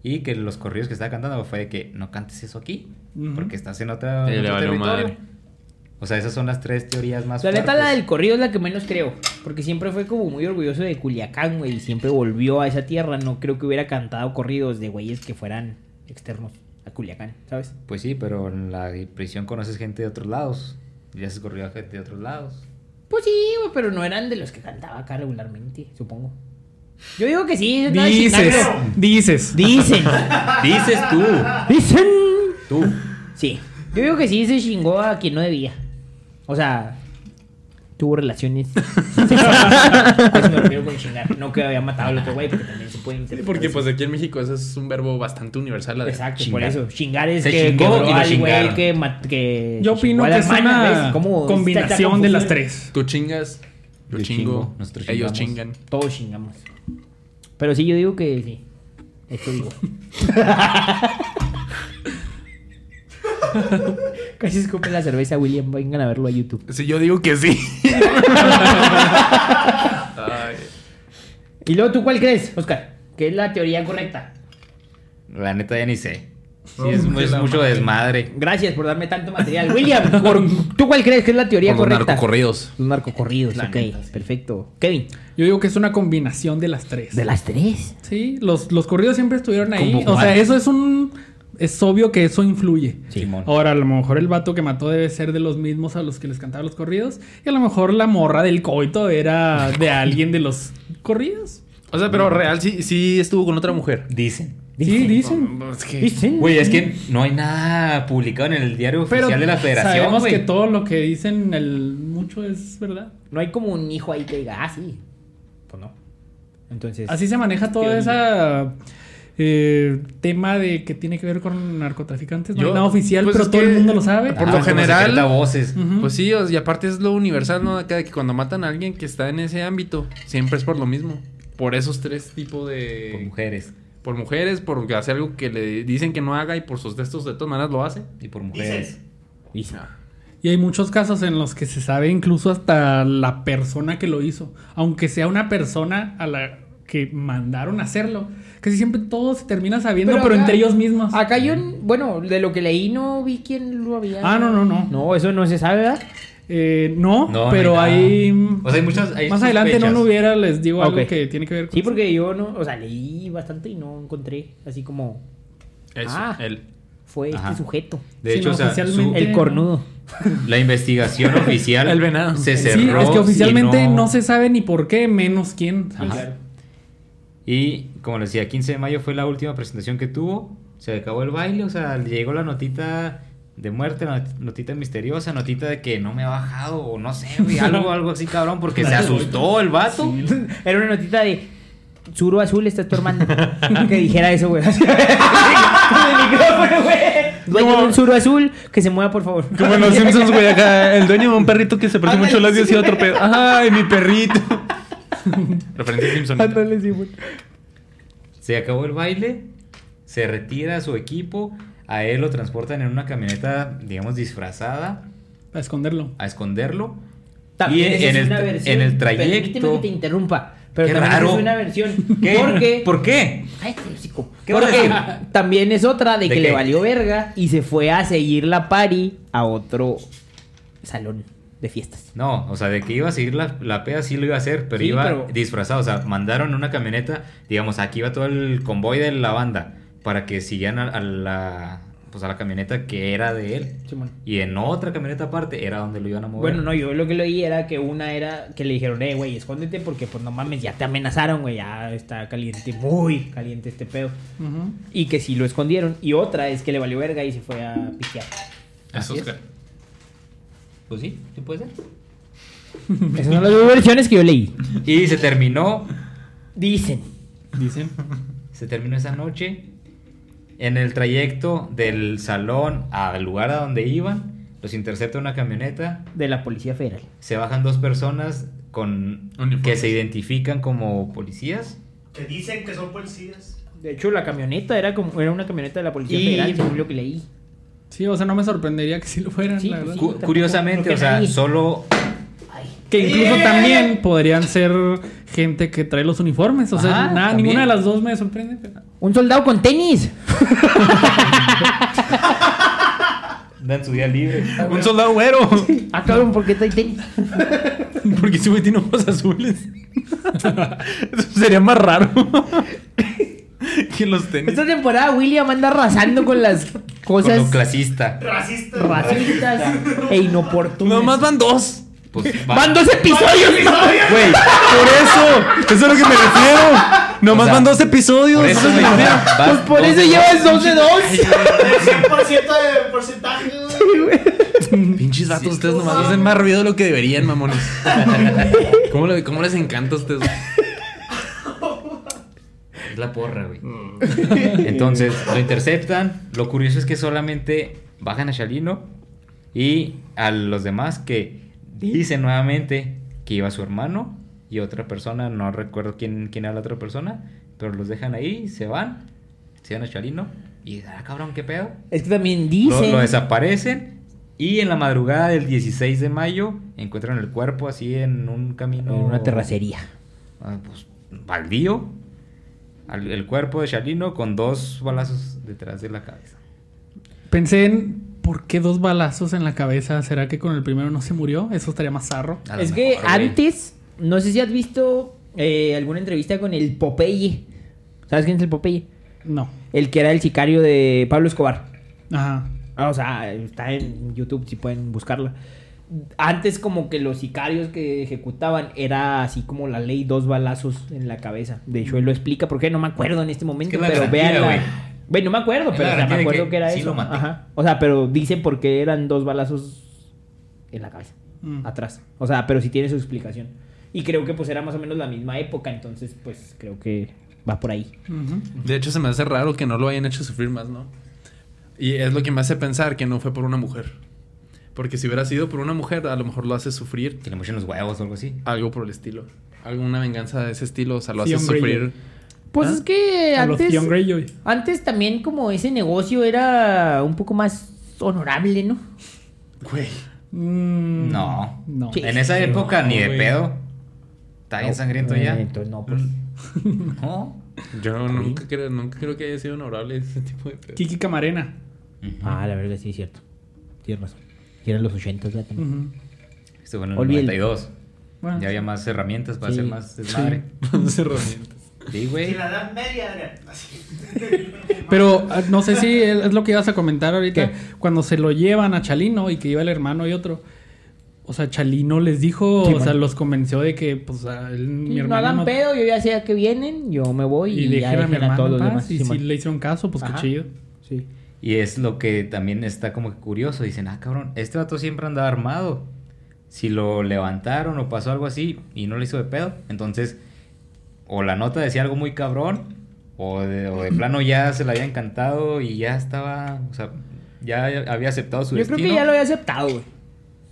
[SPEAKER 1] y que los corridos que estaba cantando fue de que no cantes eso aquí
[SPEAKER 2] Ujú.
[SPEAKER 1] porque estás en otra
[SPEAKER 4] Y le
[SPEAKER 1] en otro
[SPEAKER 4] valió
[SPEAKER 1] territorio".
[SPEAKER 4] madre.
[SPEAKER 1] O sea, esas son las tres teorías más
[SPEAKER 3] La neta, la
[SPEAKER 1] fuertes.
[SPEAKER 3] del corrido es la que menos creo. Porque siempre fue como muy orgulloso de Culiacán, güey. Y siempre volvió a esa tierra. No creo que hubiera cantado corridos de güeyes que fueran externos a Culiacán, ¿sabes?
[SPEAKER 1] Pues sí, pero en la prisión conoces gente de otros lados. Y haces corrido a gente de otros lados.
[SPEAKER 3] Pues sí, güey, pero no eran de los que cantaba acá regularmente, supongo. Yo digo que sí. se estaba
[SPEAKER 2] Dices,
[SPEAKER 3] chingando.
[SPEAKER 2] dices.
[SPEAKER 3] Dicen.
[SPEAKER 1] Dices tú,
[SPEAKER 3] Dicen.
[SPEAKER 1] tú.
[SPEAKER 3] Sí. Yo digo que sí se chingó a quien no debía. O sea, tuvo relaciones sexuales. Pues me refiero con chingar. No que había matado al otro güey, porque también se puede
[SPEAKER 4] Sí,
[SPEAKER 3] interpretar.
[SPEAKER 4] porque
[SPEAKER 3] así.
[SPEAKER 4] pues aquí en México ese es un verbo bastante universal. la de-
[SPEAKER 3] Exacto,
[SPEAKER 1] Chingar.
[SPEAKER 3] por eso. Chingar es
[SPEAKER 1] Se
[SPEAKER 3] que
[SPEAKER 1] chingó
[SPEAKER 3] quebró
[SPEAKER 1] y lo
[SPEAKER 3] al
[SPEAKER 1] chingaron.
[SPEAKER 3] güey que, ma- que.
[SPEAKER 2] Yo opino que es una combinación de las tres.
[SPEAKER 4] Tú chingas, yo
[SPEAKER 1] Yo
[SPEAKER 4] chingo,
[SPEAKER 1] chingo, nosotros
[SPEAKER 4] ellos
[SPEAKER 1] chingamos.
[SPEAKER 4] chingan.
[SPEAKER 3] Todos chingamos. Pero sí, yo digo que sí. Esto digo. Casi escupe la cerveza, William. Vengan a verlo a YouTube.
[SPEAKER 4] Si yo digo que sí. Ay,
[SPEAKER 3] ¿Y luego tú cuál crees, Oscar? ¿Qué es la teoría correcta?
[SPEAKER 1] La neta ya ni sé. Sí,
[SPEAKER 2] Oh,
[SPEAKER 4] No,
[SPEAKER 1] es,
[SPEAKER 4] que
[SPEAKER 1] es
[SPEAKER 4] la
[SPEAKER 1] mucho
[SPEAKER 4] madre.
[SPEAKER 1] desmadre.
[SPEAKER 3] Gracias por darme tanto material. William, por- ¿tú cuál crees que es la teoría
[SPEAKER 4] Por los
[SPEAKER 3] correcta?
[SPEAKER 4] narcocorridos.
[SPEAKER 3] Los narcocorridos,
[SPEAKER 4] La
[SPEAKER 3] ok.
[SPEAKER 4] neta, sí.
[SPEAKER 3] Perfecto. Kevin,
[SPEAKER 2] Yo digo que es una combinación de las tres.
[SPEAKER 3] de las tres.
[SPEAKER 2] Sí, los, los corridos siempre estuvieron ahí.
[SPEAKER 1] ¿Cómo
[SPEAKER 2] O sea,
[SPEAKER 1] cuál?
[SPEAKER 2] eso es un. Es obvio que eso influye.
[SPEAKER 1] Simón.
[SPEAKER 2] Ahora, a lo mejor el vato que mató debe ser de los mismos a los que les cantaba los corridos. Y a lo mejor la morra del coito era de alguien de los corridos.
[SPEAKER 4] O sea, pero real sí, sí estuvo con otra mujer.
[SPEAKER 1] Dicen.
[SPEAKER 2] Sí, dicen.
[SPEAKER 4] Es que-
[SPEAKER 3] ¿Dicen?
[SPEAKER 1] Güey, es que no hay nada publicado en el diario oficial de la federación,
[SPEAKER 2] sabemos
[SPEAKER 1] güey.
[SPEAKER 2] que todo lo que dicen el mucho es verdad.
[SPEAKER 3] No hay como un hijo ahí que diga, ah, sí. Pues no.
[SPEAKER 1] Ah,
[SPEAKER 3] Entonces.
[SPEAKER 2] Así se maneja todo
[SPEAKER 3] Teoría.
[SPEAKER 2] ese tema de que tiene que ver con narcotraficantes. No
[SPEAKER 4] Yo-
[SPEAKER 2] hay nada oficial,
[SPEAKER 4] pues
[SPEAKER 2] pero
[SPEAKER 4] es
[SPEAKER 2] todo el
[SPEAKER 4] que-
[SPEAKER 2] mundo lo sabe.
[SPEAKER 4] Por lo
[SPEAKER 1] como
[SPEAKER 4] general-
[SPEAKER 1] secreta voces.
[SPEAKER 2] Ujú.
[SPEAKER 4] Pues sí, o sea, y aparte es lo universal, ¿no? Acá de que cuando matan a alguien que está en ese ámbito, siempre es por lo mismo. Por esos tres tipos de...
[SPEAKER 2] Mm.
[SPEAKER 1] Por mujeres.
[SPEAKER 4] Por mujeres, por hacer algo que le dicen que no haga y por sus textos de todas maneras lo hace.
[SPEAKER 1] Y por mujeres.
[SPEAKER 3] Dicen.
[SPEAKER 2] Y hay muchos casos en los que se sabe incluso hasta la persona que lo hizo. Aunque sea una persona a la que mandaron a hacerlo. Casi siempre todo se termina sabiendo, pero,
[SPEAKER 3] acá-
[SPEAKER 2] entre ellos mismos.
[SPEAKER 3] Acá yo, bueno, de lo que leí no vi quién lo había.
[SPEAKER 2] Ah, no, no, no.
[SPEAKER 3] No, eso no se sabe, ¿verdad?
[SPEAKER 2] Eh, no,
[SPEAKER 1] No,
[SPEAKER 2] pero
[SPEAKER 1] no
[SPEAKER 2] hay...
[SPEAKER 1] hay nada. O sea, hay muchas- hay
[SPEAKER 2] más adelante no,
[SPEAKER 1] sospechas.
[SPEAKER 2] no hubiera, les digo
[SPEAKER 3] Ok.
[SPEAKER 2] algo que tiene que ver con...
[SPEAKER 3] Sí, porque yo no, o sea, leí bastante y no encontré así como
[SPEAKER 4] Eso,
[SPEAKER 3] Ah.
[SPEAKER 4] él.
[SPEAKER 3] fue
[SPEAKER 1] Ajá.
[SPEAKER 3] este sujeto.
[SPEAKER 1] De
[SPEAKER 2] Sí,
[SPEAKER 1] hecho,
[SPEAKER 2] no,
[SPEAKER 1] o sea,
[SPEAKER 2] oficialmente-
[SPEAKER 1] su-
[SPEAKER 2] Eh,
[SPEAKER 3] El cornudo.
[SPEAKER 1] la investigación oficial
[SPEAKER 4] El venado.
[SPEAKER 1] se
[SPEAKER 2] Sí,
[SPEAKER 1] cerró.
[SPEAKER 2] es que
[SPEAKER 1] y
[SPEAKER 2] oficialmente no... se sabe ni por qué, menos quién.
[SPEAKER 1] Ajá. Y como les decía, 15 de mayo fue la última presentación que tuvo. Se acabó el baile, o sea, llegó la notita de muerte, la not- notita misteriosa, notita de que no me ha bajado, o no sé, güey, algo, algo así, cabrón, porque se asustó el vato.
[SPEAKER 3] Era una notita de Zuro azul estás tu hermano. que dijera eso, güey. Con el micrófono, güey. Dueño de un Zuro azul, que se mueva, por favor.
[SPEAKER 6] Como en los Simpsons, güey, acá el dueño de un perrito que se parece mucho a
[SPEAKER 3] Ándale,
[SPEAKER 6] Ladio
[SPEAKER 3] sí.
[SPEAKER 6] y otro pedo. ¡Ay, mi perrito!
[SPEAKER 4] Referencia Simpson.
[SPEAKER 3] Ándale, sí, güey.
[SPEAKER 1] Se acabó el baile, se retira a su equipo, a él lo transportan en una camioneta, digamos, disfrazada,
[SPEAKER 2] Para esconderlo.
[SPEAKER 1] a esconderlo.
[SPEAKER 3] También
[SPEAKER 1] Y
[SPEAKER 3] esa
[SPEAKER 1] en
[SPEAKER 3] es
[SPEAKER 1] el-
[SPEAKER 3] una
[SPEAKER 1] en
[SPEAKER 3] versión.
[SPEAKER 1] el trayecto-
[SPEAKER 3] Permíteme que te interrumpa. Pero
[SPEAKER 1] Qué
[SPEAKER 3] también esa
[SPEAKER 1] raro.
[SPEAKER 3] es una versión.
[SPEAKER 1] ¿Qué?
[SPEAKER 3] Porque.
[SPEAKER 1] ¿Por qué?
[SPEAKER 3] Cállate, hocico.
[SPEAKER 1] ¿Qué vas a
[SPEAKER 3] Porque
[SPEAKER 1] decir?
[SPEAKER 3] también es otra de,
[SPEAKER 1] ¿De
[SPEAKER 3] que le
[SPEAKER 1] qué?
[SPEAKER 3] valió verga y se fue a seguir la pari a otro salón de fiestas.
[SPEAKER 1] No, o sea, de que iba a seguir la, la peda sí lo iba a hacer, pero
[SPEAKER 3] Sí,
[SPEAKER 1] iba
[SPEAKER 3] pero-
[SPEAKER 1] disfrazado. O sea, mandaron una camioneta, digamos, aquí iba todo el convoy de la banda para que siguieran a, a la pues a la camioneta que era de él. Y en otra camioneta aparte era donde lo iban a mover.
[SPEAKER 3] Bueno, no, yo lo que leí era que una era que le dijeron, eh, güey, escóndete porque pues no mames, ya te amenazaron, güey, ya está caliente, muy caliente este pedo.
[SPEAKER 2] Ujú.
[SPEAKER 3] Y que sí lo escondieron. Y otra es que le valió verga y se fue a pistear.
[SPEAKER 1] Así
[SPEAKER 4] Eso,
[SPEAKER 1] es.
[SPEAKER 4] Oscar.
[SPEAKER 1] Pues sí, sí puede ser.
[SPEAKER 3] Esas son las dos versiones que yo leí.
[SPEAKER 1] Y se terminó,
[SPEAKER 3] Dicen.
[SPEAKER 2] Dicen.
[SPEAKER 1] se terminó esa noche. En el trayecto del salón al lugar a donde iban, los intercepta una camioneta.
[SPEAKER 3] De la Policía Federal.
[SPEAKER 1] Se bajan dos personas con
[SPEAKER 4] Uniformes.
[SPEAKER 1] que se identifican como policías.
[SPEAKER 5] Que dicen que son policías.
[SPEAKER 3] De hecho, la camioneta era como era una camioneta de la Policía
[SPEAKER 1] Y-
[SPEAKER 3] Federal, según lo que leí.
[SPEAKER 2] Sí, o sea, no me sorprendería que sí lo fueran,
[SPEAKER 3] Sí,
[SPEAKER 2] la
[SPEAKER 3] pues
[SPEAKER 2] verdad.
[SPEAKER 3] sí.
[SPEAKER 1] Cu-
[SPEAKER 3] tampoco
[SPEAKER 1] curiosamente,
[SPEAKER 3] creo que
[SPEAKER 1] o sea,
[SPEAKER 3] nadie.
[SPEAKER 1] solo
[SPEAKER 2] Que incluso
[SPEAKER 5] ¡Eh!
[SPEAKER 2] también podrían ser gente que trae los uniformes. O sea,
[SPEAKER 1] Ajá,
[SPEAKER 2] nada,
[SPEAKER 1] también.
[SPEAKER 2] ninguna de las dos me sorprende. pero-
[SPEAKER 3] Un soldado con tenis.
[SPEAKER 1] dan su día libre.
[SPEAKER 6] Un soldado güero.
[SPEAKER 3] Ah, cabrón, ¿por qué trae tenis?
[SPEAKER 6] Porque ese güey tiene ojos azules. Eso sería más raro. que los tenis.
[SPEAKER 3] Esta temporada William anda arrasando con las
[SPEAKER 1] Con
[SPEAKER 3] cosas
[SPEAKER 1] lo clasista.
[SPEAKER 5] Racistas.
[SPEAKER 3] racistas e inoportunas.
[SPEAKER 6] Nomás van dos.
[SPEAKER 1] Pues, va-
[SPEAKER 3] ¡Van dos episodios!
[SPEAKER 6] Güey, por eso. Eso es a lo que me refiero. Nomás
[SPEAKER 1] O sea,
[SPEAKER 6] van dos episodios.
[SPEAKER 1] Por eso,
[SPEAKER 6] es lo que
[SPEAKER 1] güey,
[SPEAKER 6] me refiero.
[SPEAKER 1] vas
[SPEAKER 3] Pues por
[SPEAKER 1] dos-
[SPEAKER 3] eso llevas dos de dos.
[SPEAKER 5] El 100% de porcentaje. güey.
[SPEAKER 4] Pinches vatos, ustedes nomás hacen más ruido de lo que deberían, mamones. ¿Cómo, le- cómo les encanta a ustedes?
[SPEAKER 1] Es la porra, güey. Mm. Entonces, lo interceptan. Lo curioso es que solamente bajan a Shalino y a los demás que dicen nuevamente que iba su hermano y otra persona, no recuerdo quién, quién era la otra persona, pero los dejan ahí, se van, se van a Shalino y, ah, cabrón, qué pedo.
[SPEAKER 3] Es que también
[SPEAKER 1] Lo,
[SPEAKER 3] dicen.
[SPEAKER 1] lo desaparecen y en la madrugada del 16 de mayo encuentran el cuerpo así en un camino.
[SPEAKER 3] En una terracería.
[SPEAKER 1] Ah, pues, baldío. Al- el cuerpo de Shalino con dos balazos detrás de la cabeza.
[SPEAKER 2] Pensé en por qué dos balazos en la cabeza. ¿Será que con el primero no se murió? Eso estaría más zarro.
[SPEAKER 1] A lo
[SPEAKER 3] Es que
[SPEAKER 1] mejor, güey.
[SPEAKER 3] antes, no sé si has visto eh, alguna entrevista con el Popeye. ¿Sabes quién es el Popeye?
[SPEAKER 2] No.
[SPEAKER 3] El que era el sicario de Pablo Escobar.
[SPEAKER 2] Ajá.
[SPEAKER 3] Ah, O sea, está en YouTube si pueden buscarla. Antes como que los sicarios que ejecutaban era así como la ley dos balazos en la cabeza. De hecho, él lo explica porque no me acuerdo en este momento,
[SPEAKER 1] Es que la
[SPEAKER 3] pero
[SPEAKER 1] garantía,
[SPEAKER 3] vean
[SPEAKER 1] güey.
[SPEAKER 3] Güey, no me acuerdo,
[SPEAKER 1] Es
[SPEAKER 3] pero
[SPEAKER 1] la
[SPEAKER 3] o sea, me
[SPEAKER 1] garantía de
[SPEAKER 3] acuerdo
[SPEAKER 1] que
[SPEAKER 3] que, era
[SPEAKER 1] sí
[SPEAKER 3] eso.
[SPEAKER 1] lo maté.
[SPEAKER 3] Ajá. O sea, pero dice porque eran dos balazos en la cabeza,
[SPEAKER 2] Mm.
[SPEAKER 3] atrás. O sea, pero sí tiene su explicación. Y creo que pues era más o menos la misma época, entonces pues creo que va por ahí.
[SPEAKER 2] Ujú.
[SPEAKER 4] De hecho, se me hace raro que no lo hayan hecho sufrir más, ¿no? Y es lo que me hace pensar que no fue por una mujer. Porque si hubiera sido por una mujer, a lo mejor lo hace sufrir
[SPEAKER 1] Que le mochen los huevos o algo así.
[SPEAKER 4] algo por el estilo. Alguna venganza de ese estilo, o sea, lo hace
[SPEAKER 2] Theon Greyjoy.
[SPEAKER 4] sufrir.
[SPEAKER 3] Pues
[SPEAKER 4] ¿Ah?
[SPEAKER 3] es que
[SPEAKER 2] A los
[SPEAKER 3] antes...
[SPEAKER 2] Theon Greyjoy.
[SPEAKER 3] Antes también como ese negocio era un poco más honorable, ¿no?
[SPEAKER 4] Güey.
[SPEAKER 2] Mm,
[SPEAKER 1] No.
[SPEAKER 2] No.
[SPEAKER 3] Sí.
[SPEAKER 1] En esa época ni de
[SPEAKER 2] güey.
[SPEAKER 1] pedo. Está bien sangriento
[SPEAKER 3] Eh,
[SPEAKER 1] ya. Mm.
[SPEAKER 3] Entonces no, pues.
[SPEAKER 1] No.
[SPEAKER 4] Yo nunca creo, nunca creo que haya sido honorable ese tipo de pedo.
[SPEAKER 2] Kiki Camarena.
[SPEAKER 3] Ah, la verdad sí es cierto. Tienes razón. Y eran los 80, ¿verdad? También.
[SPEAKER 2] Ujú.
[SPEAKER 1] Esto fue en el
[SPEAKER 3] Olvídalo.
[SPEAKER 1] 92.
[SPEAKER 2] Bueno,
[SPEAKER 1] Ya había más herramientas para
[SPEAKER 3] Sí.
[SPEAKER 1] hacer más desmadre.
[SPEAKER 4] Las herramientas.
[SPEAKER 1] Sí, güey.
[SPEAKER 5] Si la dan media, Adrián. Así.
[SPEAKER 2] Pero ah, no sé si es es lo que ibas a comentar ahorita.
[SPEAKER 3] ¿Qué?
[SPEAKER 2] Cuando se lo llevan a Chalino y que iba el hermano y otro. O sea, Chalino les dijo,
[SPEAKER 3] Sí,
[SPEAKER 2] o sea,
[SPEAKER 3] bueno.
[SPEAKER 2] los convenció de que, pues, a él- mi
[SPEAKER 3] no
[SPEAKER 2] hermano.
[SPEAKER 3] hagan
[SPEAKER 2] no-
[SPEAKER 3] pedo, yo ya sé a qué vienen, yo me voy y,
[SPEAKER 2] Y
[SPEAKER 3] ya
[SPEAKER 2] dejen a mi
[SPEAKER 3] dejen a todos
[SPEAKER 2] hermano en
[SPEAKER 3] los
[SPEAKER 2] paz.
[SPEAKER 3] demás.
[SPEAKER 2] Y si
[SPEAKER 3] Simón.
[SPEAKER 2] le hicieron caso, pues qué
[SPEAKER 3] Ajá.
[SPEAKER 2] chido.
[SPEAKER 3] Sí.
[SPEAKER 1] Y es lo que también está como que curioso. Dicen, ah, cabrón, este vato siempre andaba armado. Si lo levantaron o pasó algo así y no le hizo de pedo, entonces o la nota decía algo muy cabrón o de, o de plano ya se le había encantado y ya estaba, o sea, ya había aceptado su
[SPEAKER 3] Yo
[SPEAKER 1] destino.
[SPEAKER 3] creo que ya lo había aceptado, güey.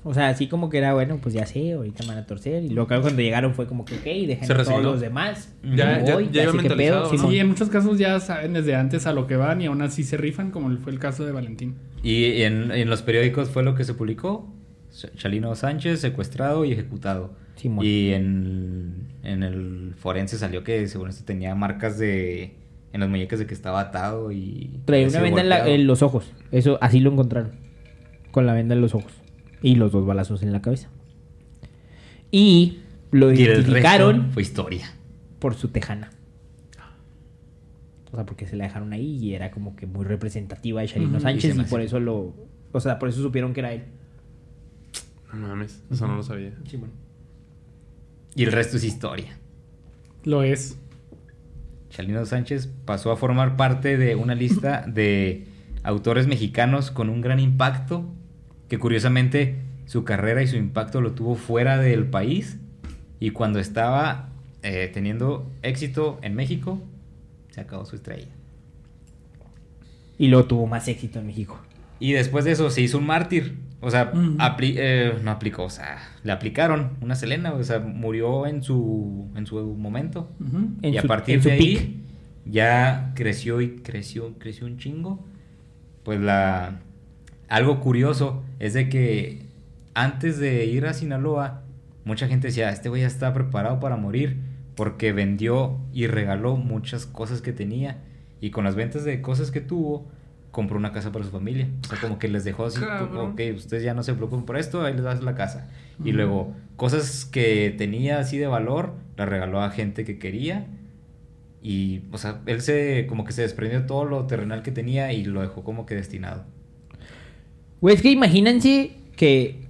[SPEAKER 3] O sea, así como que era, bueno, pues ya sé, ahorita me van a torcer. Y luego cuando llegaron fue como que, ok, dejen
[SPEAKER 4] Se
[SPEAKER 3] a todos
[SPEAKER 4] resignó.
[SPEAKER 3] los demás.
[SPEAKER 4] Ya-
[SPEAKER 3] me
[SPEAKER 4] ya-
[SPEAKER 3] voy,
[SPEAKER 4] ya
[SPEAKER 3] ya,
[SPEAKER 4] iba
[SPEAKER 3] sé qué
[SPEAKER 4] mentalizado,
[SPEAKER 3] pedo.
[SPEAKER 4] ¿no?
[SPEAKER 3] Simón.
[SPEAKER 2] Sí, en muchos casos ya saben desde antes a lo que van y aún así se rifan, como fue el caso de Valentín.
[SPEAKER 1] Y en, en los periódicos fue lo que se publicó. Ch- Chalino Sánchez secuestrado y ejecutado.
[SPEAKER 3] Simón.
[SPEAKER 1] Y en, en el forense salió que según esto tenía marcas de en las muñecas de que estaba atado y
[SPEAKER 3] Traía una
[SPEAKER 1] había sido
[SPEAKER 3] venda en, la-
[SPEAKER 1] golpeado.
[SPEAKER 3] en los ojos. Eso, así lo encontraron. Con la venda en los ojos. Y los dos balazos en la cabeza. Y lo
[SPEAKER 1] Y el resto
[SPEAKER 3] identificaron
[SPEAKER 1] fue historia.
[SPEAKER 3] por su tejana. O sea, porque se la dejaron ahí y era como que muy representativa de Sharino
[SPEAKER 2] Ujú.
[SPEAKER 1] Y
[SPEAKER 3] Sánchez
[SPEAKER 1] se
[SPEAKER 3] y,
[SPEAKER 1] me
[SPEAKER 3] por
[SPEAKER 1] hace.
[SPEAKER 3] eso lo... O sea, por eso supieron que era él.
[SPEAKER 4] No mames, eso no lo sabía.
[SPEAKER 1] Y el resto es historia.
[SPEAKER 2] Lo es.
[SPEAKER 1] Chalino Sánchez pasó a formar parte de una lista de autores mexicanos con un gran impacto, que curiosamente su carrera y su impacto lo tuvo fuera del país y cuando estaba eh, teniendo éxito en México, se acabó su estrella.
[SPEAKER 3] Y luego tuvo más éxito en México.
[SPEAKER 1] Y después de eso se hizo un mártir. O sea,
[SPEAKER 2] Ujú.
[SPEAKER 1] apli- eh, no aplicó, o sea, le aplicaron una Selena, o sea, murió en su, en su momento.
[SPEAKER 2] Ujú.
[SPEAKER 3] En
[SPEAKER 1] y a
[SPEAKER 3] su-
[SPEAKER 1] partir
[SPEAKER 3] en su
[SPEAKER 1] de
[SPEAKER 3] peak.
[SPEAKER 1] ahí ya creció y creció, creció un chingo. Pues la algo curioso es de que antes de ir a Sinaloa, mucha gente decía, este güey ya está preparado para morir porque vendió y regaló muchas cosas que tenía y con las ventas de cosas que tuvo compró una casa para su familia. O sea, como que les dejó así,
[SPEAKER 4] Cabrón.
[SPEAKER 1] ok, ustedes ya no se preocupen por esto, ahí les das la casa. Y luego, cosas que tenía así de valor, las regaló a gente que quería. Y, o sea, él se, como que se desprendió de todo lo terrenal que tenía y lo dejó como que destinado.
[SPEAKER 3] Güey, es que imagínense que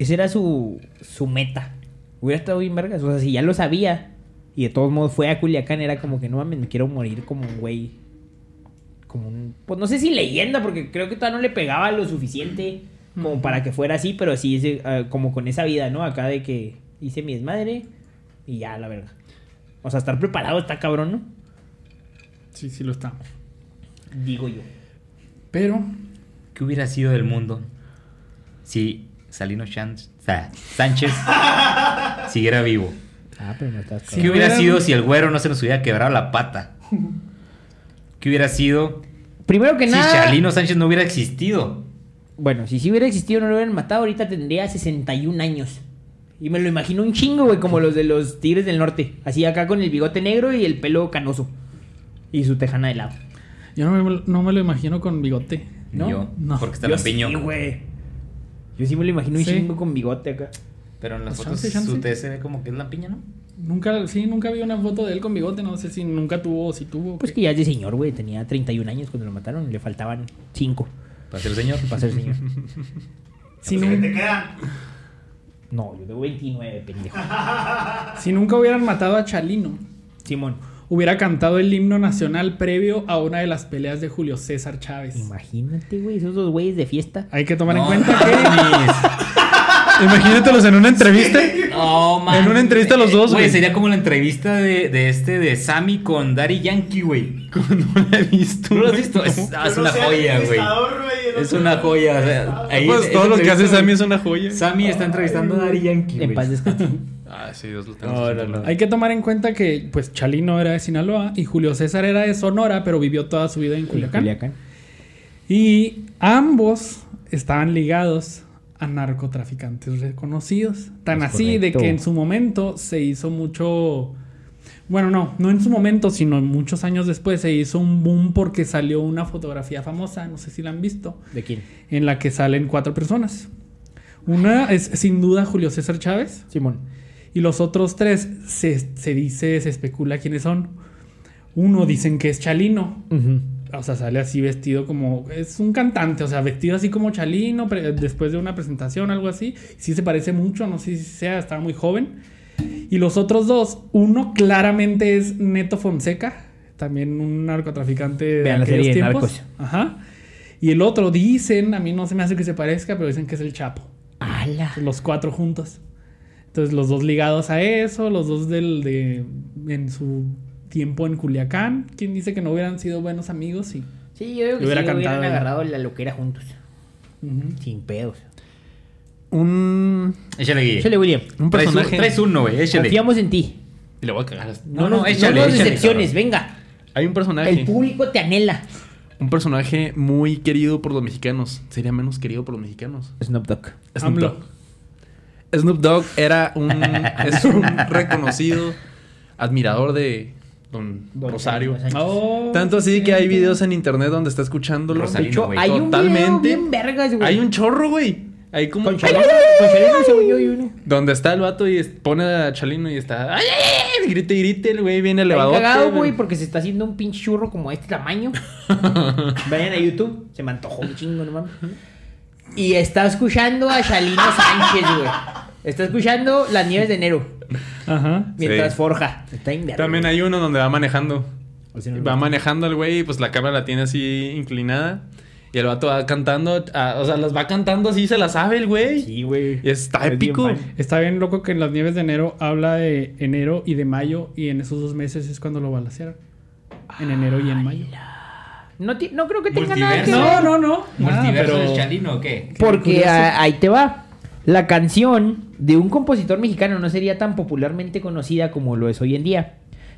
[SPEAKER 3] esa era su, su meta. Hubiera estado bien vergas. O sea, si ya lo sabía y de todos modos fue a Culiacán, era como que no mames, me quiero morir como un güey. Como un. Pues no sé si leyenda, porque creo que todavía no le pegaba lo suficiente. como para que fuera así, pero sí, ese, ah, como con esa vida, ¿no? Acá de que hice mi desmadre y ya, la verga. O sea, estar preparado está cabrón, ¿no?
[SPEAKER 2] Sí, sí lo está.
[SPEAKER 3] Digo yo.
[SPEAKER 2] Pero
[SPEAKER 1] ¿Qué hubiera sido del mundo si Salino Chan- Sa- Sánchez siguiera vivo?
[SPEAKER 3] Ah, pero no estás
[SPEAKER 1] ¿Qué hubiera sido si el güero no se nos hubiera quebrado la pata? ¿Qué hubiera sido
[SPEAKER 3] Primero que
[SPEAKER 1] si
[SPEAKER 3] nada.
[SPEAKER 1] Salino Sánchez no hubiera existido?
[SPEAKER 3] Bueno, si sí hubiera existido, no lo hubieran matado. Ahorita tendría 61 años. Y me lo imagino un chingo, güey, como los de los Tigres del Norte. Así acá con el bigote negro y el pelo canoso. Y su tejana de lado.
[SPEAKER 2] yo no me, no me lo imagino con bigote.
[SPEAKER 1] Ni
[SPEAKER 3] No,
[SPEAKER 1] yo,
[SPEAKER 2] no.
[SPEAKER 1] porque está
[SPEAKER 3] Yo
[SPEAKER 1] la
[SPEAKER 3] sí, güey. Yo sí me lo imagino un
[SPEAKER 2] Sí.
[SPEAKER 3] chingo con bigote acá.
[SPEAKER 1] Pero en las
[SPEAKER 2] Pues
[SPEAKER 1] fotos
[SPEAKER 2] chance, chance.
[SPEAKER 1] su tez se ve como que es la piña, ¿no?
[SPEAKER 2] Nunca, sí, nunca vi una foto de él con bigote. No sé si nunca tuvo o si tuvo.
[SPEAKER 3] Pues
[SPEAKER 2] que-
[SPEAKER 3] que ya es de señor, güey. Tenía 31 años cuando lo mataron. Le faltaban 5
[SPEAKER 1] Para ser señor.
[SPEAKER 3] para ser señor.
[SPEAKER 2] si,
[SPEAKER 5] Los que
[SPEAKER 2] nun-
[SPEAKER 5] te quedan.
[SPEAKER 3] no, yo tengo 29, pendejo.
[SPEAKER 2] si nunca hubieran matado a Chalino,
[SPEAKER 3] Simón,
[SPEAKER 2] hubiera cantado el himno nacional previo a una de las peleas de Julio César Chávez.
[SPEAKER 3] imagínate, güey, esos dos güeyes de fiesta.
[SPEAKER 2] Hay que tomar en
[SPEAKER 1] No,
[SPEAKER 2] cuenta que.
[SPEAKER 6] Imagínatelos en una entrevista.
[SPEAKER 1] No, man.
[SPEAKER 6] En una entrevista a los dos,
[SPEAKER 1] Güey,
[SPEAKER 6] güey.
[SPEAKER 1] sería como la entrevista de, de este, de Sammy con Daddy Yankee, güey.
[SPEAKER 6] No la he visto.
[SPEAKER 1] ¿No lo has
[SPEAKER 6] güey.
[SPEAKER 1] visto? Es, ah, es
[SPEAKER 5] Yo no
[SPEAKER 1] una
[SPEAKER 5] sé,
[SPEAKER 1] joya, güey.
[SPEAKER 5] entrevistador, güey, el
[SPEAKER 1] Es
[SPEAKER 5] otro
[SPEAKER 1] una joya. o sea,
[SPEAKER 5] entrevistador.
[SPEAKER 1] ahí-
[SPEAKER 6] Pues
[SPEAKER 1] esa
[SPEAKER 6] todo lo que hace
[SPEAKER 1] entrevista,
[SPEAKER 6] Sammy
[SPEAKER 1] güey.
[SPEAKER 6] es una joya.
[SPEAKER 1] Sammy está entrevistando a Daddy Yankee, güey.
[SPEAKER 3] En paz descanse.
[SPEAKER 4] Ah, sí, Dios lo tenga.
[SPEAKER 1] No, no, no.
[SPEAKER 2] Hay que tomar en cuenta que, pues, Chalino era de Sinaloa y Julio César era de Sonora, pero vivió toda su vida en Culiacán.
[SPEAKER 3] Culiacán.
[SPEAKER 2] Y ambos estaban ligados a narcotraficantes reconocidos. Tan
[SPEAKER 3] Es
[SPEAKER 2] así de
[SPEAKER 3] correcto.
[SPEAKER 2] que en su momento se hizo mucho. Bueno, no, no en su momento, sino muchos años después se hizo un boom porque salió una fotografía famosa, no sé si la han visto,
[SPEAKER 3] ¿De quién?
[SPEAKER 2] en la que salen cuatro personas. Una es sin duda Julio César Chávez
[SPEAKER 3] Simón.
[SPEAKER 2] y los otros tres se, se dice, se especula quiénes son. Uno dicen que es Chalino, o sea, sale así vestido como. Es un cantante, o sea, vestido así como Chalino, pre- después de una presentación, algo así. Sí se parece mucho, no sé si sea, estaba muy joven. Y los otros dos, uno claramente es Neto Fonseca, también un narcotraficante de
[SPEAKER 3] Vean la
[SPEAKER 2] aquellos
[SPEAKER 3] serie de
[SPEAKER 2] tiempos.
[SPEAKER 3] Narcos.
[SPEAKER 2] Ajá. Y el otro dicen, a mí no se me hace que se parezca, pero dicen que es el Chapo.
[SPEAKER 3] ¡Hala!
[SPEAKER 2] Los cuatro juntos. Entonces, los dos ligados a eso, los dos del de. en su tiempo en Culiacán. ¿Quién dice que no hubieran sido buenos amigos? Y.
[SPEAKER 3] Sí, yo digo que
[SPEAKER 2] Le hubiera
[SPEAKER 3] sí,
[SPEAKER 2] cantado,
[SPEAKER 3] hubieran
[SPEAKER 2] ¿no?
[SPEAKER 3] agarrado la loquera juntos. Sin pedos.
[SPEAKER 6] Un,
[SPEAKER 1] Échale, Guille.
[SPEAKER 3] Échale, William.
[SPEAKER 6] un
[SPEAKER 1] Traes un-
[SPEAKER 6] personaje.
[SPEAKER 1] Traes uno, güey. Échale.
[SPEAKER 3] Confiamos en ti.
[SPEAKER 4] Y le voy a este cagar.
[SPEAKER 1] No, no,
[SPEAKER 3] nos-
[SPEAKER 1] échale,
[SPEAKER 3] No nos
[SPEAKER 1] échale,
[SPEAKER 3] decepciones, venga.
[SPEAKER 4] Hay un personaje.
[SPEAKER 3] El público te anhela.
[SPEAKER 4] Un personaje muy querido por los mexicanos. Sería menos querido por los mexicanos.
[SPEAKER 3] Snoop Dogg.
[SPEAKER 4] Snoop
[SPEAKER 2] AMLO.
[SPEAKER 4] Dogg. Snoop Dogg era un, es un reconocido admirador de Don,
[SPEAKER 3] Don
[SPEAKER 4] Rosario.
[SPEAKER 3] Rosario.
[SPEAKER 2] Oh,
[SPEAKER 4] Tanto así que hay videos en internet donde está escuchándolo.
[SPEAKER 1] Rosalino,
[SPEAKER 4] De hecho,
[SPEAKER 1] güey.
[SPEAKER 3] Hay un video
[SPEAKER 4] Totalmente.
[SPEAKER 3] bien vergas, güey.
[SPEAKER 4] Hay un chorro, güey. Hay como
[SPEAKER 3] Con
[SPEAKER 4] un-
[SPEAKER 3] Chalino, con Chalino, según yo, y uno.
[SPEAKER 4] Donde está el vato y es- pone a Chalino y está. ¡Ay, ay, ay! Grite, grite, el güey viene
[SPEAKER 3] Está
[SPEAKER 4] elevado.
[SPEAKER 3] cagado, güey, porque se está haciendo un pinche churro como de este tamaño. Vayan a YouTube. Se me antojó un chingo, no mames. Y está escuchando a Shalino Sánchez, güey. Está escuchando Las Nieves de Enero.
[SPEAKER 2] Ajá.
[SPEAKER 3] Mientras
[SPEAKER 4] Sí.
[SPEAKER 3] forja. Está inverno.
[SPEAKER 4] También hay uno donde va manejando.
[SPEAKER 3] O sea,
[SPEAKER 4] Y
[SPEAKER 3] no-
[SPEAKER 4] va manejando el güey y pues la cámara la tiene así inclinada. Y el vato va cantando. ah, o sea, las va cantando así, se las sabe el güey.
[SPEAKER 3] Sí, güey.
[SPEAKER 4] Y está
[SPEAKER 3] Es bien
[SPEAKER 4] épico.
[SPEAKER 3] fan.
[SPEAKER 2] Está bien loco que en las nieves de enero habla de enero y de mayo y en esos dos meses es cuando lo balacearon. En enero y en mayo.
[SPEAKER 3] Ah, No, ti- no creo que tenga nada que
[SPEAKER 1] Multiverso.
[SPEAKER 3] ver.
[SPEAKER 2] No, no, no.
[SPEAKER 3] Ah,
[SPEAKER 2] Nada,
[SPEAKER 1] ¿Multiverso
[SPEAKER 2] pero-
[SPEAKER 1] de Chalino o qué?
[SPEAKER 3] Porque
[SPEAKER 2] curioso.
[SPEAKER 3] a- ahí te va. La canción de un compositor mexicano no sería tan popularmente conocida como lo es hoy en día.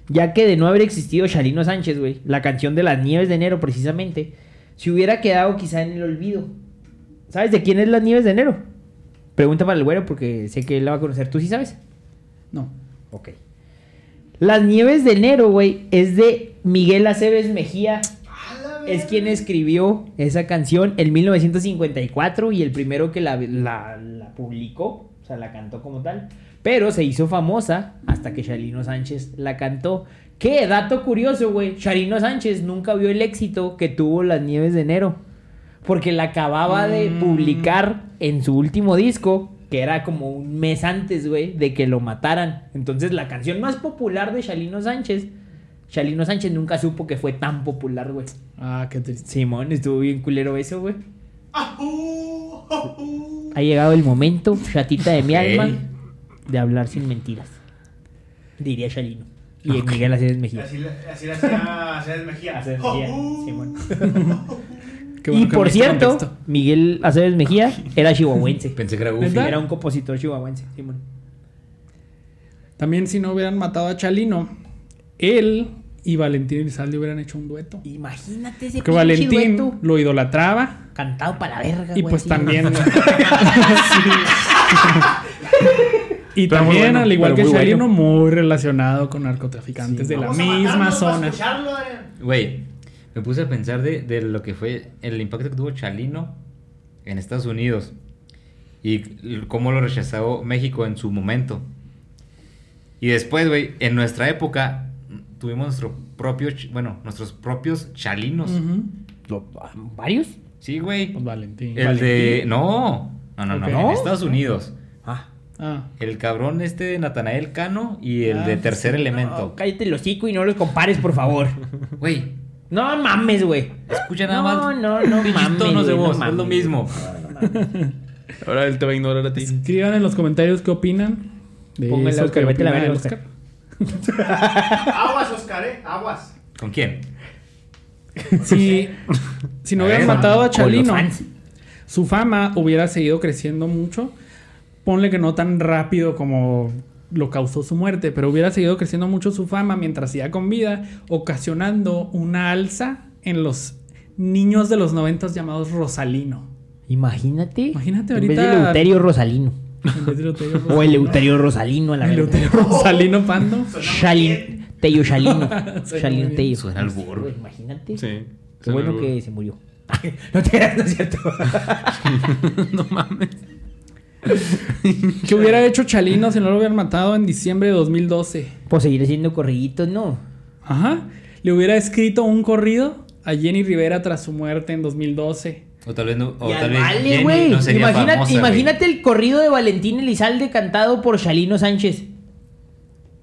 [SPEAKER 3] Ya que de no haber existido Chalino Sánchez, güey, la canción de las nieves de enero precisamente, se hubiera quedado quizá en el olvido. ¿Sabes de quién es las nieves de enero? Pregunta para el güero porque sé que él la va a conocer. ¿Tú sí sabes?
[SPEAKER 2] No.
[SPEAKER 3] Ok. Las nieves de enero, güey, es de Miguel Aceves Mejía. Es quien escribió esa canción en 1954 y el primero que la, la- la publicó, o sea, la cantó como tal. Pero se hizo famosa hasta que Charino Sánchez la cantó. Qué dato curioso, güey. Charino Sánchez nunca vio el éxito que tuvo Las Nieves de Enero. Porque la acababa de publicar en su último disco, que era como un mes antes, güey, de que lo mataran. Entonces, la canción más popular de Chalino Sánchez, Chalino Sánchez nunca supo que fue tan popular, güey.
[SPEAKER 2] Ah, qué triste.
[SPEAKER 3] Simón, estuvo bien culero eso, güey.
[SPEAKER 5] Ajú.
[SPEAKER 3] Ha llegado el momento, chatita de mi
[SPEAKER 1] Ok.
[SPEAKER 3] alma, de hablar sin mentiras. Diría Shalino. Y de Miguel Aceves Mejía.
[SPEAKER 5] Así, la- así la hacía Aceves Mejía.
[SPEAKER 3] Aceves
[SPEAKER 5] Oh,
[SPEAKER 3] Mejía,
[SPEAKER 5] uh.
[SPEAKER 3] Simón.
[SPEAKER 2] Qué bueno
[SPEAKER 3] y
[SPEAKER 2] que
[SPEAKER 3] por
[SPEAKER 2] abriste
[SPEAKER 3] cierto,
[SPEAKER 2] contexto.
[SPEAKER 3] Miguel Aceves Mejía era chihuahuense.
[SPEAKER 1] Pensé que era Goofy.
[SPEAKER 3] Sí,
[SPEAKER 2] ¿Verdad?
[SPEAKER 3] era un compositor chihuahuense. Simón.
[SPEAKER 2] También si no hubieran matado a Chalino, él y Valentín Elizalde hubieran hecho un dueto.
[SPEAKER 3] Imagínate ese
[SPEAKER 2] Porque
[SPEAKER 3] pinche
[SPEAKER 2] Valentín
[SPEAKER 3] dueto
[SPEAKER 2] lo idolatraba
[SPEAKER 3] cantado para la verga,
[SPEAKER 2] y
[SPEAKER 3] güey,
[SPEAKER 2] pues
[SPEAKER 3] así.
[SPEAKER 2] también... Y
[SPEAKER 6] Pero muy
[SPEAKER 2] también,
[SPEAKER 6] bueno,
[SPEAKER 2] al igual
[SPEAKER 6] pero
[SPEAKER 2] que
[SPEAKER 6] muy
[SPEAKER 2] Chalino, muy relacionado con narcotraficantes de la
[SPEAKER 5] Vamos a eh.
[SPEAKER 2] misma
[SPEAKER 5] matarnos para
[SPEAKER 2] zona.
[SPEAKER 5] escucharlo, Adrián.
[SPEAKER 1] Güey, me puse a pensar de, de lo que fue el impacto que tuvo Chalino en Estados Unidos y l- cómo lo rechazó México en su momento. Y después, güey, en nuestra época tuvimos nuestro propio, ch- bueno, nuestros propios Chalinos.
[SPEAKER 2] Ujú.
[SPEAKER 3] Lo- ¿Varios?
[SPEAKER 1] Sí, güey.
[SPEAKER 2] Pues Valentín.
[SPEAKER 1] El de... No, no, no,
[SPEAKER 2] Ok.
[SPEAKER 1] no. En Estados Unidos.
[SPEAKER 2] Ah,
[SPEAKER 1] El cabrón este de Natanael Cano y el
[SPEAKER 2] Ah,
[SPEAKER 1] de Tercer
[SPEAKER 3] No,
[SPEAKER 1] Elemento.
[SPEAKER 3] cállate el hocico y no los compares, por favor.
[SPEAKER 1] Güey,
[SPEAKER 3] No mames, güey.
[SPEAKER 1] escucha nada
[SPEAKER 3] No,
[SPEAKER 1] más.
[SPEAKER 3] no, no
[SPEAKER 1] pinches
[SPEAKER 3] mames,
[SPEAKER 1] tonos de
[SPEAKER 3] güey, no
[SPEAKER 1] voz, es lo
[SPEAKER 3] mames.
[SPEAKER 1] mismo.
[SPEAKER 4] Ahora él te va a ignorar a ti.
[SPEAKER 2] escriban en los comentarios qué opinan de
[SPEAKER 3] Póngale,
[SPEAKER 2] eso
[SPEAKER 3] Oscar,
[SPEAKER 2] que
[SPEAKER 3] vete a la
[SPEAKER 2] opina
[SPEAKER 3] verga,
[SPEAKER 2] el
[SPEAKER 3] Oscar.
[SPEAKER 5] Aguas, Oscar, eh. Aguas.
[SPEAKER 1] ¿Con quién?
[SPEAKER 2] Si, si no hubieran
[SPEAKER 1] Verga,
[SPEAKER 2] matado a
[SPEAKER 3] con los
[SPEAKER 2] Chalino,
[SPEAKER 3] fans.
[SPEAKER 2] su fama hubiera seguido creciendo mucho. Ponle que no tan rápido como lo causó su muerte, pero hubiera seguido creciendo mucho su fama mientras siga con vida, ocasionando una alza en los niños de los noventas llamados Rosalino.
[SPEAKER 3] Imagínate.
[SPEAKER 2] Imagínate
[SPEAKER 3] En vez
[SPEAKER 2] ahorita-
[SPEAKER 3] de Eleuterio Rosalino.
[SPEAKER 2] En vez de Eleuterio
[SPEAKER 3] O
[SPEAKER 2] Rosalino.
[SPEAKER 3] Eleuterio Rosalino a la verga.
[SPEAKER 2] Eleuterio Rosalino Pando.
[SPEAKER 5] Sonamos bien.
[SPEAKER 3] Shalin, Tello Shalino.
[SPEAKER 2] Suena
[SPEAKER 3] Shalino
[SPEAKER 2] muy bien.
[SPEAKER 3] Tello.
[SPEAKER 1] Suena al burro.
[SPEAKER 3] Imagínate.
[SPEAKER 4] Sí.
[SPEAKER 3] Qué bueno que se murió. no te creas, no es cierto.
[SPEAKER 4] no mames.
[SPEAKER 2] ¿Qué hubiera hecho Chalino si no lo hubieran matado en diciembre de 2012?
[SPEAKER 3] Pues seguir haciendo corrillitos, no.
[SPEAKER 2] Ajá. Le hubiera escrito un corrido a Jenny Rivera tras su muerte en 2012.
[SPEAKER 1] O tal vez no. O
[SPEAKER 3] Ya
[SPEAKER 1] tal vez
[SPEAKER 3] vale,
[SPEAKER 1] Jenny
[SPEAKER 3] güey.
[SPEAKER 1] no sería
[SPEAKER 3] imagínate
[SPEAKER 1] famosa,
[SPEAKER 3] imagínate el corrido de Valentín Elizalde cantado por Shalino Sánchez.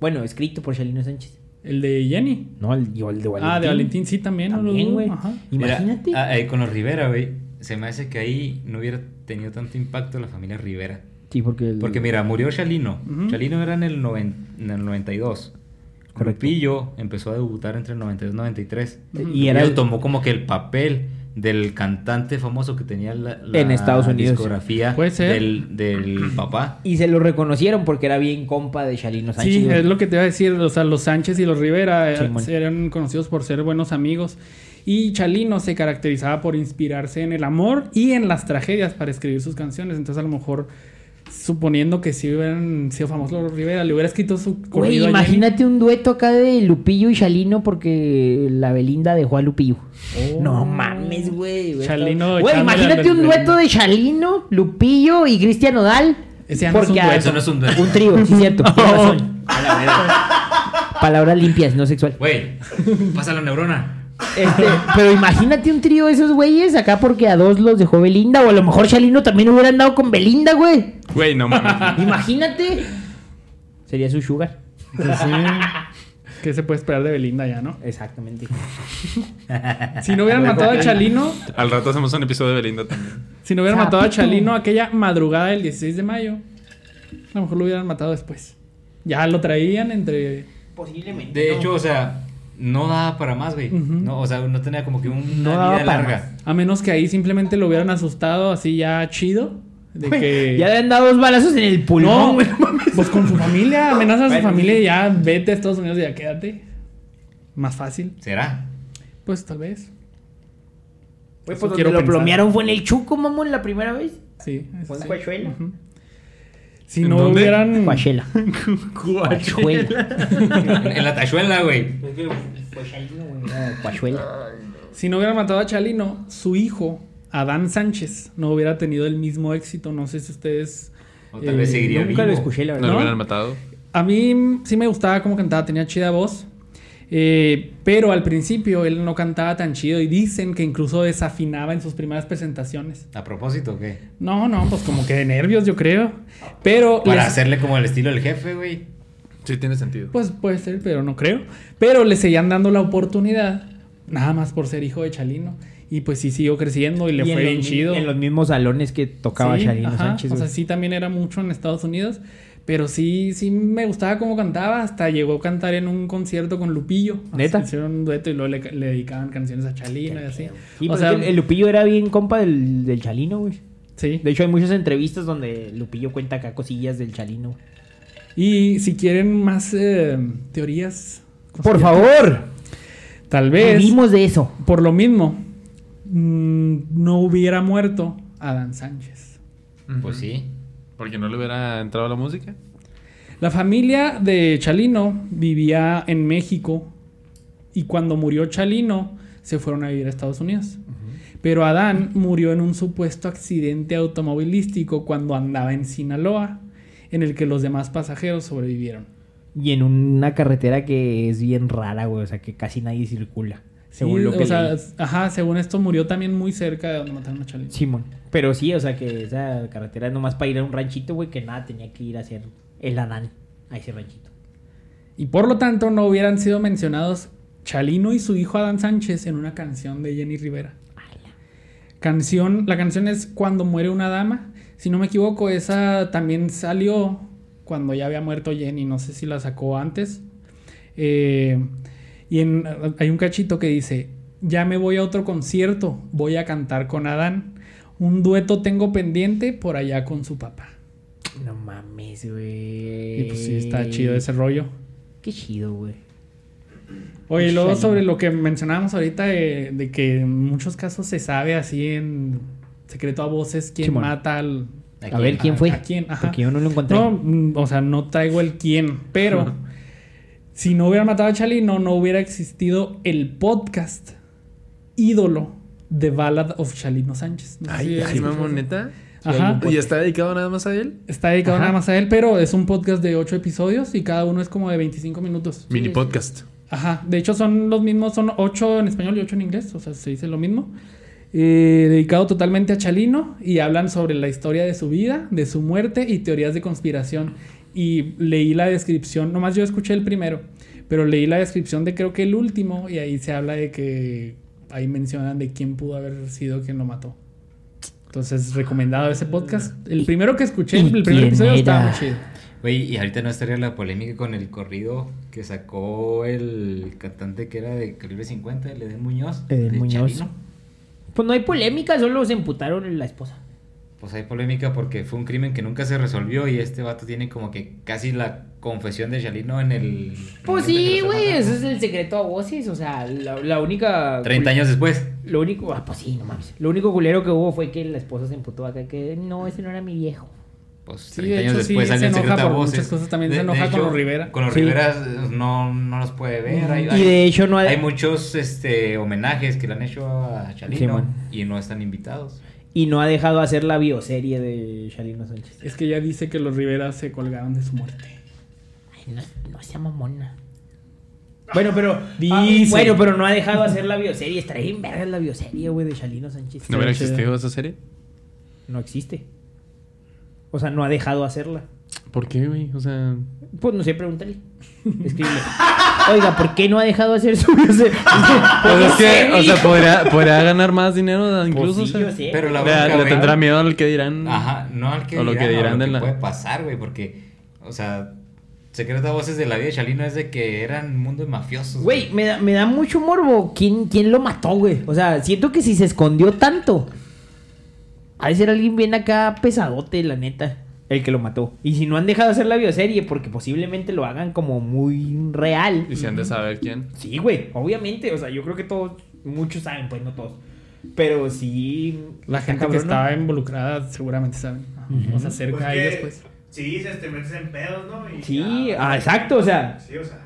[SPEAKER 3] Bueno, escrito por Shalino Sánchez.
[SPEAKER 2] El de Jenny.
[SPEAKER 3] No, el, yo el de Valentín.
[SPEAKER 2] Ah, de Valentín, sí, también. no lo
[SPEAKER 3] También,
[SPEAKER 2] dudo.
[SPEAKER 3] güey.
[SPEAKER 2] Ajá.
[SPEAKER 1] güey. Mira,
[SPEAKER 3] Imagínate.
[SPEAKER 1] ah, eh, con los Rivera, güey. Se me hace que ahí no hubiera tenido tanto impacto la familia Rivera.
[SPEAKER 3] sí, porque. el-
[SPEAKER 1] Porque mira, murió Chalino.
[SPEAKER 2] Ujú.
[SPEAKER 1] Chalino era en el, noven- en el 92.
[SPEAKER 3] Correcto.
[SPEAKER 1] Lupillo empezó a debutar entre el 92 y 93.
[SPEAKER 3] Y era.
[SPEAKER 1] Lupillo tomó como que el papel del cantante famoso que tenía la, la
[SPEAKER 3] En Estados Unidos.
[SPEAKER 1] discografía
[SPEAKER 2] Puede ser.
[SPEAKER 1] Del, del papá.
[SPEAKER 3] Y se lo reconocieron porque era bien compa de Shalino Sánchez.
[SPEAKER 2] Sí,
[SPEAKER 3] güey.
[SPEAKER 2] es lo que te iba a decir. O sea, los Sánchez y los Rivera eh,
[SPEAKER 3] Simón.
[SPEAKER 2] eran conocidos por ser buenos amigos. Y Chalino se caracterizaba por inspirarse en el amor y en las tragedias para escribir sus canciones. Entonces, a lo mejor, suponiendo que si hubieran sido famosos los Rivera, le hubiera escrito su
[SPEAKER 3] Güey,
[SPEAKER 2] corrido. a Jenny.
[SPEAKER 3] imagínate un dueto acá de Lupillo y Shalino porque la Belinda dejó a Lupillo.
[SPEAKER 2] Oh.
[SPEAKER 3] No mames, güey. güey.
[SPEAKER 2] Shalino
[SPEAKER 3] Güey,
[SPEAKER 2] echándole
[SPEAKER 3] imagínate
[SPEAKER 2] a
[SPEAKER 3] un
[SPEAKER 2] Belinda.
[SPEAKER 3] dueto de Shalino, Lupillo y Cristian Odal.
[SPEAKER 2] Ese ya no es un
[SPEAKER 3] porque a-
[SPEAKER 2] dueto, Oh.
[SPEAKER 1] Eso no es un dueto.
[SPEAKER 3] Un trío, sí, cierto. tienes razón. Palabras limpias, no sexual.
[SPEAKER 1] Güey, pasa la neurona.
[SPEAKER 3] Este, pero imagínate un trío de esos güeyes acá porque a dos los dejó Belinda. O a lo mejor Shalino también hubiera andado con Belinda, güey.
[SPEAKER 4] Güey, no mames.
[SPEAKER 3] Imagínate. Sería su sugar.
[SPEAKER 2] Pues sí. ¿Qué se puede esperar de Belinda ya, no?
[SPEAKER 3] Exactamente.
[SPEAKER 2] Si no hubieran matado a Chalino,
[SPEAKER 4] Al rato hacemos un episodio de Belinda también.
[SPEAKER 2] si no hubieran matado a
[SPEAKER 3] Chapito.
[SPEAKER 2] Chalino aquella madrugada del 16 de mayo, a lo mejor lo hubieran matado después. Ya lo traían entre.
[SPEAKER 3] Posiblemente.
[SPEAKER 1] De hecho, o sea, no daba para más, güey.
[SPEAKER 2] Ujú.
[SPEAKER 1] no, o sea, no tenía como que una
[SPEAKER 3] No daba
[SPEAKER 1] vida
[SPEAKER 3] para
[SPEAKER 1] larga.
[SPEAKER 3] más.
[SPEAKER 2] A menos que ahí simplemente lo hubieran asustado, así ya chido. De que.
[SPEAKER 3] Ya le han dado dos balazos en el
[SPEAKER 2] no,
[SPEAKER 3] pulmón, güey.
[SPEAKER 2] pues con su familia, amenaza a su
[SPEAKER 3] Bueno.
[SPEAKER 2] familia y ya vete a Estados Unidos y ya quédate. Más fácil,
[SPEAKER 1] ¿Será?
[SPEAKER 2] pues tal vez.
[SPEAKER 3] Güey,
[SPEAKER 2] Eso
[SPEAKER 3] pues donde
[SPEAKER 2] quiero
[SPEAKER 3] lo
[SPEAKER 2] pensar.
[SPEAKER 3] plomearon fue en el Chuco, mamón, la primera vez.
[SPEAKER 2] Sí. eso
[SPEAKER 3] Fue en
[SPEAKER 2] sí.
[SPEAKER 3] Coachuela.
[SPEAKER 2] Ujú. Si
[SPEAKER 4] Pues, ¿En
[SPEAKER 2] no
[SPEAKER 4] dónde?
[SPEAKER 2] hubieran.
[SPEAKER 3] Coachella. Coachuela.
[SPEAKER 1] En, en la tachuela, güey.
[SPEAKER 3] Coachuela.
[SPEAKER 2] Si no hubiera matado a Chalino, su hijo, Adán Sánchez, no hubiera tenido el mismo éxito. No sé si ustedes.
[SPEAKER 1] O tal vez
[SPEAKER 2] Eh,
[SPEAKER 1] seguiría
[SPEAKER 3] Nunca lo
[SPEAKER 1] vivo.
[SPEAKER 3] escuché, la
[SPEAKER 4] No,
[SPEAKER 3] verdad.
[SPEAKER 4] lo hubieran matado.
[SPEAKER 2] A mí mm, sí me gustaba cómo cantaba, tenía chida voz. Eh, pero al principio él no cantaba tan chido y dicen que incluso desafinaba en sus primeras presentaciones.
[SPEAKER 1] A propósito, ¿qué?
[SPEAKER 2] No, no, pues como que de nervios, yo creo.
[SPEAKER 3] Pues
[SPEAKER 2] Pero.
[SPEAKER 1] Para
[SPEAKER 2] les-
[SPEAKER 1] hacerle como el estilo del jefe, güey.
[SPEAKER 4] Sí, tiene sentido.
[SPEAKER 2] Pues puede ser, pero no creo. Pero le seguían dando la oportunidad, nada más por ser hijo de Chalino. Y pues sí siguió creciendo y le
[SPEAKER 3] Y en
[SPEAKER 2] fue
[SPEAKER 3] los
[SPEAKER 2] bien
[SPEAKER 3] mi-
[SPEAKER 2] chido.
[SPEAKER 3] En los mismos salones que tocaba
[SPEAKER 2] Sí,
[SPEAKER 3] Shalino
[SPEAKER 2] ajá.
[SPEAKER 3] Sánchez.
[SPEAKER 2] O sea,
[SPEAKER 3] güey.
[SPEAKER 2] sí también era mucho en Estados Unidos. Pero sí, sí me gustaba cómo cantaba. Hasta llegó a cantar en un concierto con Lupillo. Así
[SPEAKER 3] ¿Neta?
[SPEAKER 2] hicieron un dueto y luego le, le dedicaban canciones a Chalino y así.
[SPEAKER 3] Sí,
[SPEAKER 2] o
[SPEAKER 3] pues
[SPEAKER 2] sea,
[SPEAKER 3] el, el Lupillo era bien compa del, del Chalino, güey.
[SPEAKER 2] sí.
[SPEAKER 3] De hecho, hay muchas entrevistas donde Lupillo cuenta acá cosillas del Chalino. güey.
[SPEAKER 2] Y si quieren más eh, teorías.
[SPEAKER 3] ¡Por favor!
[SPEAKER 2] Tal vez,
[SPEAKER 3] Vivimos de eso.
[SPEAKER 2] por lo mismo, mm, no hubiera muerto Adán Sánchez.
[SPEAKER 1] Pues sí.
[SPEAKER 4] Porque no le hubiera entrado la música.
[SPEAKER 2] La familia de Chalino vivía en México y cuando murió Chalino se fueron a vivir a Estados Unidos. Pero Adán murió en un supuesto accidente automovilístico cuando andaba en Sinaloa, en el que los demás pasajeros sobrevivieron.
[SPEAKER 3] Y en una carretera que es bien rara, güey. O sea, que casi nadie circula. Según
[SPEAKER 2] Sí,
[SPEAKER 3] lo que
[SPEAKER 2] o sea,
[SPEAKER 3] leí.
[SPEAKER 2] ajá, según esto murió también muy cerca de donde mataron a Chalino.
[SPEAKER 3] Simón. Pero sí, o sea, que esa carretera es nomás para ir a un ranchito, güey, que nada, tenía que ir a hacer el Adán a ese ranchito.
[SPEAKER 2] Y por lo tanto no hubieran sido mencionados Chalino y su hijo Adán Sánchez en una canción de Jenny Rivera. Canción, la canción es Cuando muere una dama. Si no me equivoco, esa también salió cuando ya había muerto Jenny. No sé si la sacó antes. Eh, y en- hay un cachito que dice, ya me voy a otro concierto, voy a cantar con Adán. Un dueto tengo pendiente por allá con su papá.
[SPEAKER 3] No mames, güey.
[SPEAKER 2] Y pues sí, está chido ese rollo.
[SPEAKER 3] Qué chido, güey.
[SPEAKER 2] Oye, y luego
[SPEAKER 3] Chalino.
[SPEAKER 2] sobre lo que mencionábamos ahorita de, de que en muchos casos se sabe así en secreto a voces quién
[SPEAKER 3] Simón.
[SPEAKER 2] mata al...
[SPEAKER 1] ¿A
[SPEAKER 3] A
[SPEAKER 1] quién?
[SPEAKER 3] ver quién
[SPEAKER 2] a-
[SPEAKER 3] fue.
[SPEAKER 2] a quién, ajá.
[SPEAKER 3] Porque yo no lo encontré.
[SPEAKER 2] No, mm, o sea, no traigo el quién, pero si no hubiera matado a Chalino, no hubiera existido el podcast ídolo de Ballad of Chalino Sánchez. No sé si-
[SPEAKER 4] Ay, ay, mamón, neta.
[SPEAKER 2] Ajá.
[SPEAKER 4] ¿Y está dedicado nada más a él?
[SPEAKER 2] Está dedicado
[SPEAKER 3] Ajá.
[SPEAKER 2] nada más a él, pero es un podcast de 8 episodios y cada uno es como de 25 minutos.
[SPEAKER 4] Mini podcast.
[SPEAKER 2] Ajá, de hecho son los mismos, son ocho en español y ocho en inglés, o sea, se dice lo mismo. Eh, dedicado totalmente a Chalino y hablan sobre la historia de su vida, de su muerte y teorías de conspiración. Y leí la descripción, nomás yo escuché el primero, pero leí la descripción de creo que el último y ahí se habla de que ahí mencionan de quién pudo haber sido quien lo mató. Entonces, recomendado ese podcast. El primero que escuché,
[SPEAKER 3] ¿Y
[SPEAKER 2] el primer
[SPEAKER 3] quién
[SPEAKER 2] episodio estaba
[SPEAKER 3] era?
[SPEAKER 2] muy chido.
[SPEAKER 1] ah, Güey, y ahorita no estaría la polémica con el corrido que sacó el cantante que era de calibre 50, el Edén Muñoz.
[SPEAKER 3] Edén
[SPEAKER 1] de
[SPEAKER 3] Muñoz.
[SPEAKER 1] Chalino.
[SPEAKER 3] Pues no hay polémica, solo se emputaron la esposa.
[SPEAKER 1] Pues hay polémica porque fue un crimen que nunca se resolvió y este vato tiene como que casi la confesión de Chalino en el...
[SPEAKER 3] Pues
[SPEAKER 1] en el
[SPEAKER 3] sí,
[SPEAKER 1] que lo
[SPEAKER 3] güey,
[SPEAKER 1] mataron.
[SPEAKER 3] ese es el secreto a voces. O sea, la, la única.
[SPEAKER 1] 30 años después.
[SPEAKER 3] Lo único. Ah, pues sí, no mames. Lo único culero que hubo fue que la esposa se emputó acá, que no, ese no era mi viejo.
[SPEAKER 1] Pues
[SPEAKER 2] Sí,
[SPEAKER 1] 30
[SPEAKER 2] de
[SPEAKER 1] años
[SPEAKER 2] hecho, sí,
[SPEAKER 1] después
[SPEAKER 2] se
[SPEAKER 1] alguien
[SPEAKER 2] enoja
[SPEAKER 1] secreta
[SPEAKER 2] por
[SPEAKER 1] voces.
[SPEAKER 2] muchas cosas, también se enoja con los Rivera.
[SPEAKER 1] Con los
[SPEAKER 3] Sí.
[SPEAKER 1] Rivera eh, no, no los puede ver. Hay,
[SPEAKER 3] Y
[SPEAKER 1] hay-
[SPEAKER 3] de hecho no hay-
[SPEAKER 1] hay muchos este, homenajes que le han hecho a Chalino
[SPEAKER 3] Simón.
[SPEAKER 1] y no están invitados.
[SPEAKER 3] Y no ha dejado hacer la bioserie de Shalino Sánchez.
[SPEAKER 2] Es que ya dice que los Rivera se colgaron de su muerte.
[SPEAKER 3] Ay, no, no sea mamona. Bueno, pero. ah,
[SPEAKER 2] Dice.
[SPEAKER 3] bueno, pero no ha dejado hacer la bioserie. Estaría bien verga la bioserie, güey, de Shalino Sánchez.
[SPEAKER 4] ¿No hubiera
[SPEAKER 2] chido.
[SPEAKER 4] existido esa serie?
[SPEAKER 3] No existe. O sea, no ha dejado hacerla.
[SPEAKER 4] ¿Por qué, güey? O sea...
[SPEAKER 3] Pues no sé, pregúntale. Escríbele. Oiga, ¿por qué no ha dejado hacer su bioserie?
[SPEAKER 4] Pues es que, o sea, podría, podría ganar más dinero incluso.
[SPEAKER 3] sí,
[SPEAKER 4] o sea,
[SPEAKER 3] yo sé.
[SPEAKER 1] Pero Pues la
[SPEAKER 4] le-
[SPEAKER 1] bronca,
[SPEAKER 4] le,
[SPEAKER 1] güey,
[SPEAKER 4] tendrá miedo al que dirán.
[SPEAKER 1] Ajá, no al que
[SPEAKER 4] Mm. O lo que dirán
[SPEAKER 1] o lo
[SPEAKER 4] de
[SPEAKER 1] que
[SPEAKER 4] la-
[SPEAKER 1] puede pasar, güey, porque, o sea, secreta voces de la vida de Chalino es de que eran mundo de mafiosos.
[SPEAKER 3] Güey, me da, me da mucho morbo. ¿Quién, ¿Quién lo mató, güey? O sea, siento que si se escondió tanto. Ha de ser alguien bien acá pesadote, la neta. El que lo mató. Y si no han dejado hacer la bioserie, porque posiblemente lo hagan como muy real.
[SPEAKER 4] Y si han de saber quién.
[SPEAKER 3] Sí, güey, obviamente. O sea, yo creo que todos, muchos saben, pues no todos. Pero sí.
[SPEAKER 2] La
[SPEAKER 3] está
[SPEAKER 2] gente
[SPEAKER 3] cabrón,
[SPEAKER 2] que
[SPEAKER 3] ¿no?
[SPEAKER 2] estaba involucrada seguramente saben. O sea, cerca
[SPEAKER 5] Pues
[SPEAKER 2] a
[SPEAKER 5] que-
[SPEAKER 2] ellos, pues.
[SPEAKER 5] Sí, se te metes en pedos, ¿no? Y
[SPEAKER 3] Sí,
[SPEAKER 5] ya.
[SPEAKER 3] ah, exacto, o sea.
[SPEAKER 5] Sí, o sea.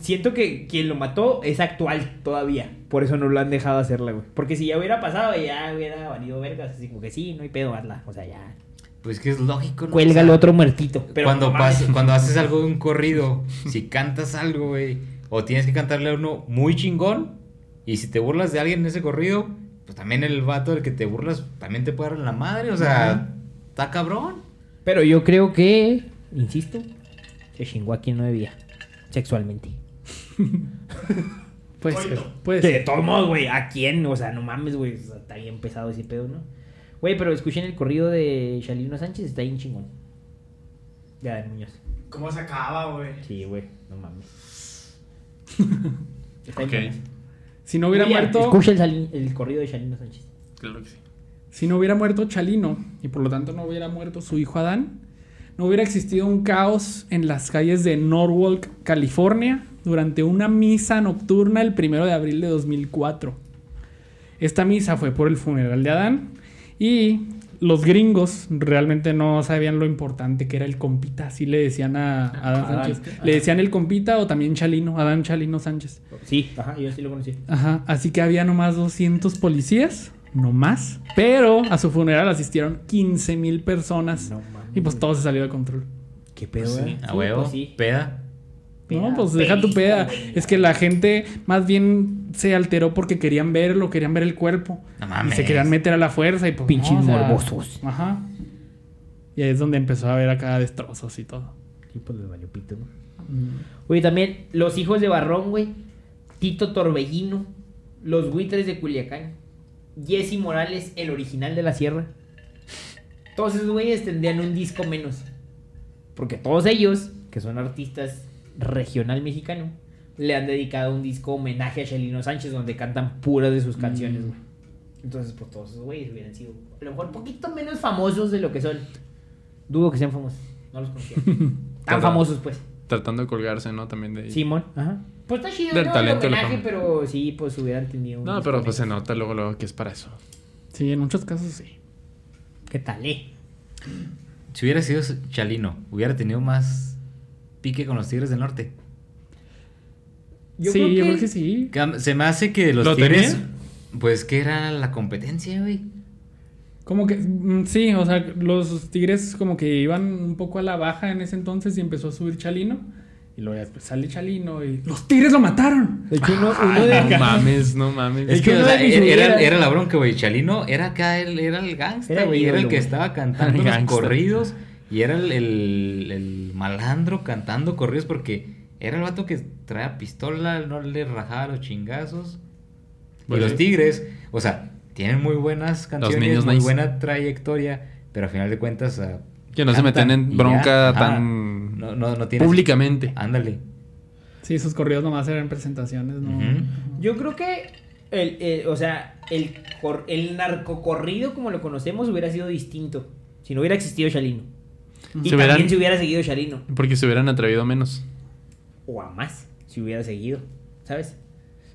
[SPEAKER 3] Siento que quien lo mató es actual todavía. Por eso no lo han dejado hacerla, güey. Porque si ya hubiera pasado, ya hubiera valido vergas. Así como que sí, no hay pedo, hazla. O sea, ya.
[SPEAKER 1] Pues que es lógico, ¿no? O
[SPEAKER 3] Cuelga el
[SPEAKER 1] sea,
[SPEAKER 3] otro muertito. Pero
[SPEAKER 1] cuando,
[SPEAKER 3] no mames.
[SPEAKER 1] pas- cuando haces algo de un corrido, si cantas algo, güey, o tienes que cantarle a uno muy chingón, y si te burlas de alguien en ese corrido, pues también el vato del que te burlas también te puede dar en la madre, o sea, está cabrón.
[SPEAKER 3] Pero yo creo que, insisto, se chingó a quien no debía. Sexualmente.
[SPEAKER 2] Puede
[SPEAKER 5] Coito.
[SPEAKER 2] ser, puede
[SPEAKER 3] Que
[SPEAKER 2] ser.
[SPEAKER 3] de todos modos, güey, ¿a quién? O sea, no mames, güey, o sea, está bien pesado ese pedo, ¿no? Güey, pero escuchen el corrido de Shalino Sánchez, está bien chingón. Ya, de Muñoz.
[SPEAKER 5] ¿Cómo se acaba, güey?
[SPEAKER 3] Sí, güey, no mames. Está
[SPEAKER 4] Ok,
[SPEAKER 3] bien bueno.
[SPEAKER 2] Si no hubiera
[SPEAKER 3] Oye,
[SPEAKER 2] muerto,
[SPEAKER 3] Escucha el, Sali- el corrido de Shalino Sánchez.
[SPEAKER 4] claro que sí.
[SPEAKER 2] si no hubiera muerto Chalino y por lo tanto no hubiera muerto su hijo Adán, no hubiera existido un caos en las calles de Norwalk, California, durante una misa nocturna el primero de abril de 2004. Esta misa fue por el funeral de Adán y los gringos realmente no sabían lo importante que era el compita, así le decían a a Adán
[SPEAKER 3] Adán.
[SPEAKER 2] Sánchez. Le decían el compita o también Chalino, Adán Chalino Sánchez.
[SPEAKER 3] Sí, ajá, yo sí lo conocí.
[SPEAKER 2] Ajá, así que había nomás 200 policías, no más. Pero a su funeral asistieron 15 mil personas.
[SPEAKER 3] No mames.
[SPEAKER 2] y pues todo se salió de control.
[SPEAKER 3] ¿Qué pedo, eh?
[SPEAKER 1] A
[SPEAKER 3] Sí,
[SPEAKER 1] huevo,
[SPEAKER 3] pues sí.
[SPEAKER 1] peda.
[SPEAKER 2] no,
[SPEAKER 3] Peda,
[SPEAKER 2] pues deja tu
[SPEAKER 3] pedista,
[SPEAKER 2] peda.
[SPEAKER 3] güey.
[SPEAKER 2] Es que la gente más bien se alteró porque querían verlo, querían ver el cuerpo.
[SPEAKER 1] No
[SPEAKER 2] y
[SPEAKER 1] mames.
[SPEAKER 2] se querían meter a la fuerza y pues.
[SPEAKER 3] Pinches
[SPEAKER 2] no, o sea,
[SPEAKER 3] morbosos.
[SPEAKER 2] Ajá. Y ahí es donde empezó a ver acá destrozos y todo. Mm.
[SPEAKER 3] Sí, pues les valió pito, ¿no? Oye, también los hijos de Barrón, güey. Tito Torbellino. Los buitres de Culiacán. Jesse Morales, el original de la sierra. Todos esos güeyes tendrían un disco menos. Porque todos ellos, que son artistas regional mexicano, le han dedicado un disco homenaje a Chelino Sánchez, donde cantan puras de sus canciones, güey. Entonces, pues todos esos güeyes hubieran sido a lo mejor un poquito menos famosos de lo que son. Dudo que sean famosos. No los confío. Tan
[SPEAKER 4] Claro.
[SPEAKER 3] famosos, pues.
[SPEAKER 4] Tratando de colgarse, ¿no? También de ahí.
[SPEAKER 3] Simón, ajá. Pues está chido,
[SPEAKER 4] Del
[SPEAKER 3] ¿no?
[SPEAKER 4] talento
[SPEAKER 3] el
[SPEAKER 4] del
[SPEAKER 3] homenaje,
[SPEAKER 4] fam-
[SPEAKER 3] pero sí, pues hubieran tenido. un
[SPEAKER 4] No, pero pues se
[SPEAKER 3] desconecto.
[SPEAKER 4] nota luego, luego que es para eso.
[SPEAKER 2] Sí, en muchos casos sí.
[SPEAKER 3] ¿Qué tal, eh?
[SPEAKER 1] Si hubiera sido Chalino, hubiera tenido más pique con los Tigres del Norte.
[SPEAKER 2] sí, yo creo que sí.
[SPEAKER 1] Cam- Se me hace que los
[SPEAKER 4] ¿Lo
[SPEAKER 1] Tigres.
[SPEAKER 4] tenía?
[SPEAKER 1] Pues que era la competencia, güey.
[SPEAKER 2] Como que, mm, sí, o sea, los Tigres como que iban un poco a la baja en ese entonces y empezó a subir Chalino. Y luego ya después sale Chalino y... ¡Los Tigres lo mataron!
[SPEAKER 3] De hecho, uno, uno
[SPEAKER 4] Ay,
[SPEAKER 3] de.
[SPEAKER 4] no mames, no mames.
[SPEAKER 1] Es
[SPEAKER 3] que
[SPEAKER 1] que, o
[SPEAKER 3] uno
[SPEAKER 1] sea, e,
[SPEAKER 3] de mis
[SPEAKER 1] era, era-
[SPEAKER 3] hubieras-
[SPEAKER 1] era la bronca, güey. Chalino era acá, el, era el
[SPEAKER 3] Era
[SPEAKER 1] gangsta,
[SPEAKER 3] el
[SPEAKER 1] güey. Era el
[SPEAKER 3] ídolo,
[SPEAKER 1] que
[SPEAKER 3] güey.
[SPEAKER 1] estaba cantando los
[SPEAKER 4] Gangsta.
[SPEAKER 1] corridos. Y era el, el- el malandro cantando corridos porque era el vato que traía pistola, no le rajaba los chingazos.
[SPEAKER 4] Pues
[SPEAKER 1] y
[SPEAKER 4] sí.
[SPEAKER 1] los Tigres, o sea, tienen muy buenas canciones,
[SPEAKER 4] niños
[SPEAKER 1] muy
[SPEAKER 4] nice.
[SPEAKER 1] buena trayectoria, pero al final de cuentas... ah,
[SPEAKER 4] Que no se
[SPEAKER 1] cantan
[SPEAKER 4] meten en
[SPEAKER 1] y
[SPEAKER 4] bronca
[SPEAKER 1] ya, ajá.
[SPEAKER 4] tan
[SPEAKER 1] No, no, no tienen-
[SPEAKER 4] públicamente.
[SPEAKER 1] Ándale.
[SPEAKER 2] Sí, sus corridos nomás eran presentaciones, ¿no?
[SPEAKER 1] Ujú.
[SPEAKER 3] Yo creo que. El, el- o sea, el, cor- el narcocorrido como lo conocemos hubiera sido distinto. Si no hubiera existido Shalino. Y también
[SPEAKER 4] Se hubieran-
[SPEAKER 3] si hubiera seguido Shalino.
[SPEAKER 4] Porque se hubieran atrevido menos.
[SPEAKER 3] O a más, si hubiera seguido. ¿Sabes?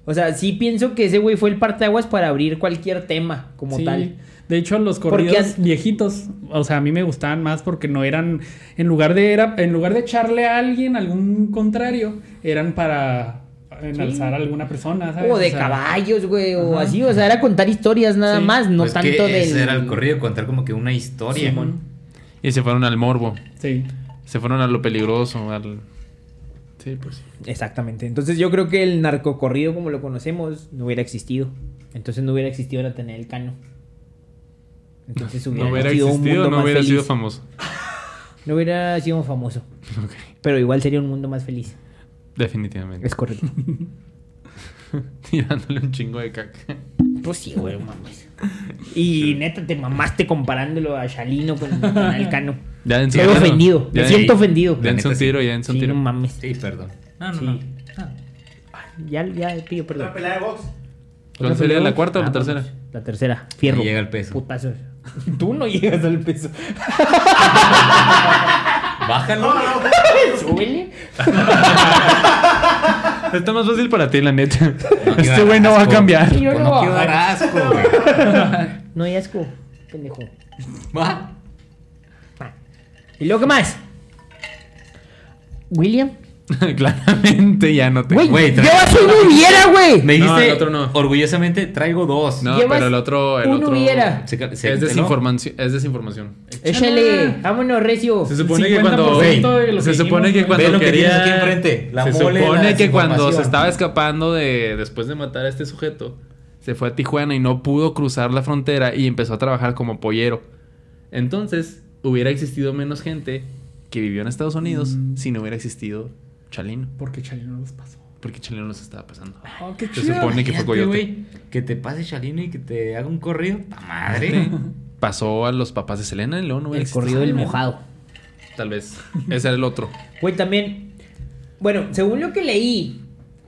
[SPEAKER 3] O sea, sí pienso que ese güey fue el parteaguas para abrir cualquier tema como
[SPEAKER 2] Sí.
[SPEAKER 3] tal.
[SPEAKER 2] De hecho, los
[SPEAKER 3] Porque
[SPEAKER 2] corridos
[SPEAKER 3] as-
[SPEAKER 2] viejitos, o sea, a mí me gustaban más porque no eran... En lugar de, era, en lugar de echarle a alguien algún contrario, eran para enalzar a alguna persona, ¿sabes?
[SPEAKER 3] O de
[SPEAKER 2] sea,
[SPEAKER 3] caballos, güey, o así. O sea, era contar historias nada
[SPEAKER 2] Sí.
[SPEAKER 3] más, no
[SPEAKER 1] Pues que
[SPEAKER 3] tanto de.
[SPEAKER 1] ese era el corrido, contar como que una historia.
[SPEAKER 2] Simón.
[SPEAKER 4] Y se fueron al morbo.
[SPEAKER 2] Sí.
[SPEAKER 4] Se fueron a lo peligroso, al... Sí, pues sí.
[SPEAKER 3] Exactamente. Entonces yo creo que el narcocorrido como lo conocemos no hubiera existido. Entonces no hubiera existido Nathaniel Cano. Entonces hubiera,
[SPEAKER 4] No hubiera
[SPEAKER 3] sido un
[SPEAKER 4] existido,
[SPEAKER 3] mundo
[SPEAKER 4] no
[SPEAKER 3] más
[SPEAKER 4] hubiera
[SPEAKER 3] feliz.
[SPEAKER 4] sido famoso.
[SPEAKER 3] no hubiera sido famoso.
[SPEAKER 4] Ok,
[SPEAKER 3] Pero igual sería un mundo más feliz.
[SPEAKER 4] definitivamente.
[SPEAKER 3] Es correcto.
[SPEAKER 4] Tirándole un chingo de caca.
[SPEAKER 3] pues sí, güey, mames. Y neta, te mamaste comparándolo a Shalino con Nathaniel Cano.
[SPEAKER 4] Ya dense
[SPEAKER 3] Estoy
[SPEAKER 4] un tiro.
[SPEAKER 3] ofendido.
[SPEAKER 4] Ya
[SPEAKER 3] Me siento
[SPEAKER 4] den-
[SPEAKER 3] ofendido.
[SPEAKER 1] La
[SPEAKER 4] Dense
[SPEAKER 1] neta,
[SPEAKER 4] un
[SPEAKER 1] sí.
[SPEAKER 4] tiro, ya dense un
[SPEAKER 3] Sí, no
[SPEAKER 4] tiro.
[SPEAKER 3] mames.
[SPEAKER 1] Sí, perdón. No, no,
[SPEAKER 3] Sí.
[SPEAKER 1] no. Ah.
[SPEAKER 3] Ya, ya pido perdón.
[SPEAKER 5] Una pelea de box.
[SPEAKER 4] ¿Cuál sería la cuarta o la
[SPEAKER 3] Ah,
[SPEAKER 4] tercera?
[SPEAKER 3] vamos. La tercera. Fierro.
[SPEAKER 1] No llega al peso.
[SPEAKER 3] Putazos. Tú no llegas al peso.
[SPEAKER 1] Bájalo. Pues
[SPEAKER 3] Súbele.
[SPEAKER 4] Está más fácil para ti, la neta.
[SPEAKER 1] No,
[SPEAKER 4] este güey no va a
[SPEAKER 1] asco.
[SPEAKER 4] cambiar.
[SPEAKER 3] Sí, yo
[SPEAKER 1] Pues
[SPEAKER 3] no
[SPEAKER 1] no
[SPEAKER 3] voy a
[SPEAKER 1] quiero dar asco, güey.
[SPEAKER 3] No hay asco, pendejo.
[SPEAKER 1] Va.
[SPEAKER 3] ¿Y luego qué más? William.
[SPEAKER 4] Claramente ya no tengo.
[SPEAKER 3] Güey,
[SPEAKER 1] güey,
[SPEAKER 3] yo
[SPEAKER 1] tra-
[SPEAKER 3] soy un hubiera, güey.
[SPEAKER 1] Me
[SPEAKER 4] No,
[SPEAKER 1] dijiste,
[SPEAKER 4] el otro no.
[SPEAKER 1] orgullosamente, traigo dos.
[SPEAKER 4] No,
[SPEAKER 3] llevas
[SPEAKER 4] pero el otro. El
[SPEAKER 3] un
[SPEAKER 4] otro
[SPEAKER 3] hubiera.
[SPEAKER 1] Se ca- se-
[SPEAKER 4] es,
[SPEAKER 1] ¿no?
[SPEAKER 4] desinformación, es desinformación.
[SPEAKER 3] Échale. Vámonos, recio.
[SPEAKER 4] Se supone que
[SPEAKER 2] 50%
[SPEAKER 4] cuando.
[SPEAKER 2] de lo que
[SPEAKER 4] se supone
[SPEAKER 2] dijimos,
[SPEAKER 4] que cuando
[SPEAKER 1] Ve lo que
[SPEAKER 4] quería.
[SPEAKER 1] tienes aquí enfrente, la
[SPEAKER 4] se
[SPEAKER 1] mole, la
[SPEAKER 4] supone que cuando se
[SPEAKER 1] desinformación.
[SPEAKER 4] estaba escapando de. Después de matar a este sujeto, se fue a Tijuana y no pudo cruzar la frontera y empezó a trabajar como pollero. Entonces, hubiera existido menos gente que vivió en Estados Unidos si no hubiera existido Chalino.
[SPEAKER 2] Porque Chalino los pasó.
[SPEAKER 4] porque Chalino los estaba pasando.
[SPEAKER 2] Oh, qué
[SPEAKER 4] Se
[SPEAKER 2] chido.
[SPEAKER 4] supone que
[SPEAKER 1] Imagínate,
[SPEAKER 4] fue Coyote.
[SPEAKER 1] güey, que te pase Chalino y que te haga un corrido. ¡Ta madre!
[SPEAKER 4] Pasó a los papás de Selena y luego no hubiera
[SPEAKER 3] El
[SPEAKER 4] existido
[SPEAKER 3] corrido del
[SPEAKER 4] Selena.
[SPEAKER 3] mojado.
[SPEAKER 4] Tal vez. Ese era el otro.
[SPEAKER 3] Güey, también. Bueno, según lo que leí,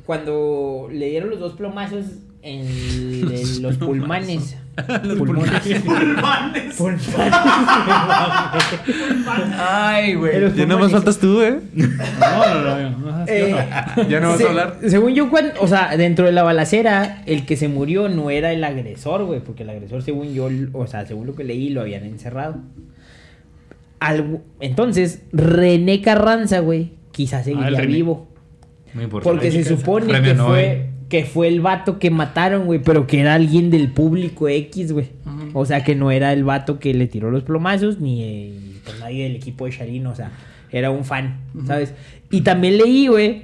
[SPEAKER 3] cuando le dieron los dos plomazos en en los pulmanes. Pulmones.
[SPEAKER 5] Pulmanes.
[SPEAKER 1] ¡Ay,
[SPEAKER 3] En los
[SPEAKER 1] güey!
[SPEAKER 4] Ya nada más
[SPEAKER 3] pulmones.
[SPEAKER 4] faltas tú, ¿eh?
[SPEAKER 2] No, no, no, no, no.
[SPEAKER 3] Eh,
[SPEAKER 4] Ya no vas
[SPEAKER 3] se-
[SPEAKER 4] a hablar.
[SPEAKER 3] Según yo, cuando, o sea, dentro de la balacera, el que se murió no era el agresor, güey, porque el agresor, según yo, o sea, según lo que leí, lo habían encerrado. Algo- entonces, René Carranza, güey, quizás
[SPEAKER 2] Ah, el
[SPEAKER 3] seguiría
[SPEAKER 2] René.
[SPEAKER 3] vivo.
[SPEAKER 1] Muy importante.
[SPEAKER 3] Porque se
[SPEAKER 2] Carranza.
[SPEAKER 3] supone
[SPEAKER 1] Premio
[SPEAKER 3] que
[SPEAKER 1] Nobel.
[SPEAKER 3] fue, que fue el vato que mataron, güey, pero que era alguien del público X, güey. O sea, que no era el vato que le tiró los plomazos ni eh, pues, nadie del equipo de Sharin, o sea, era un fan, ¿sabes? Y también leí, güey,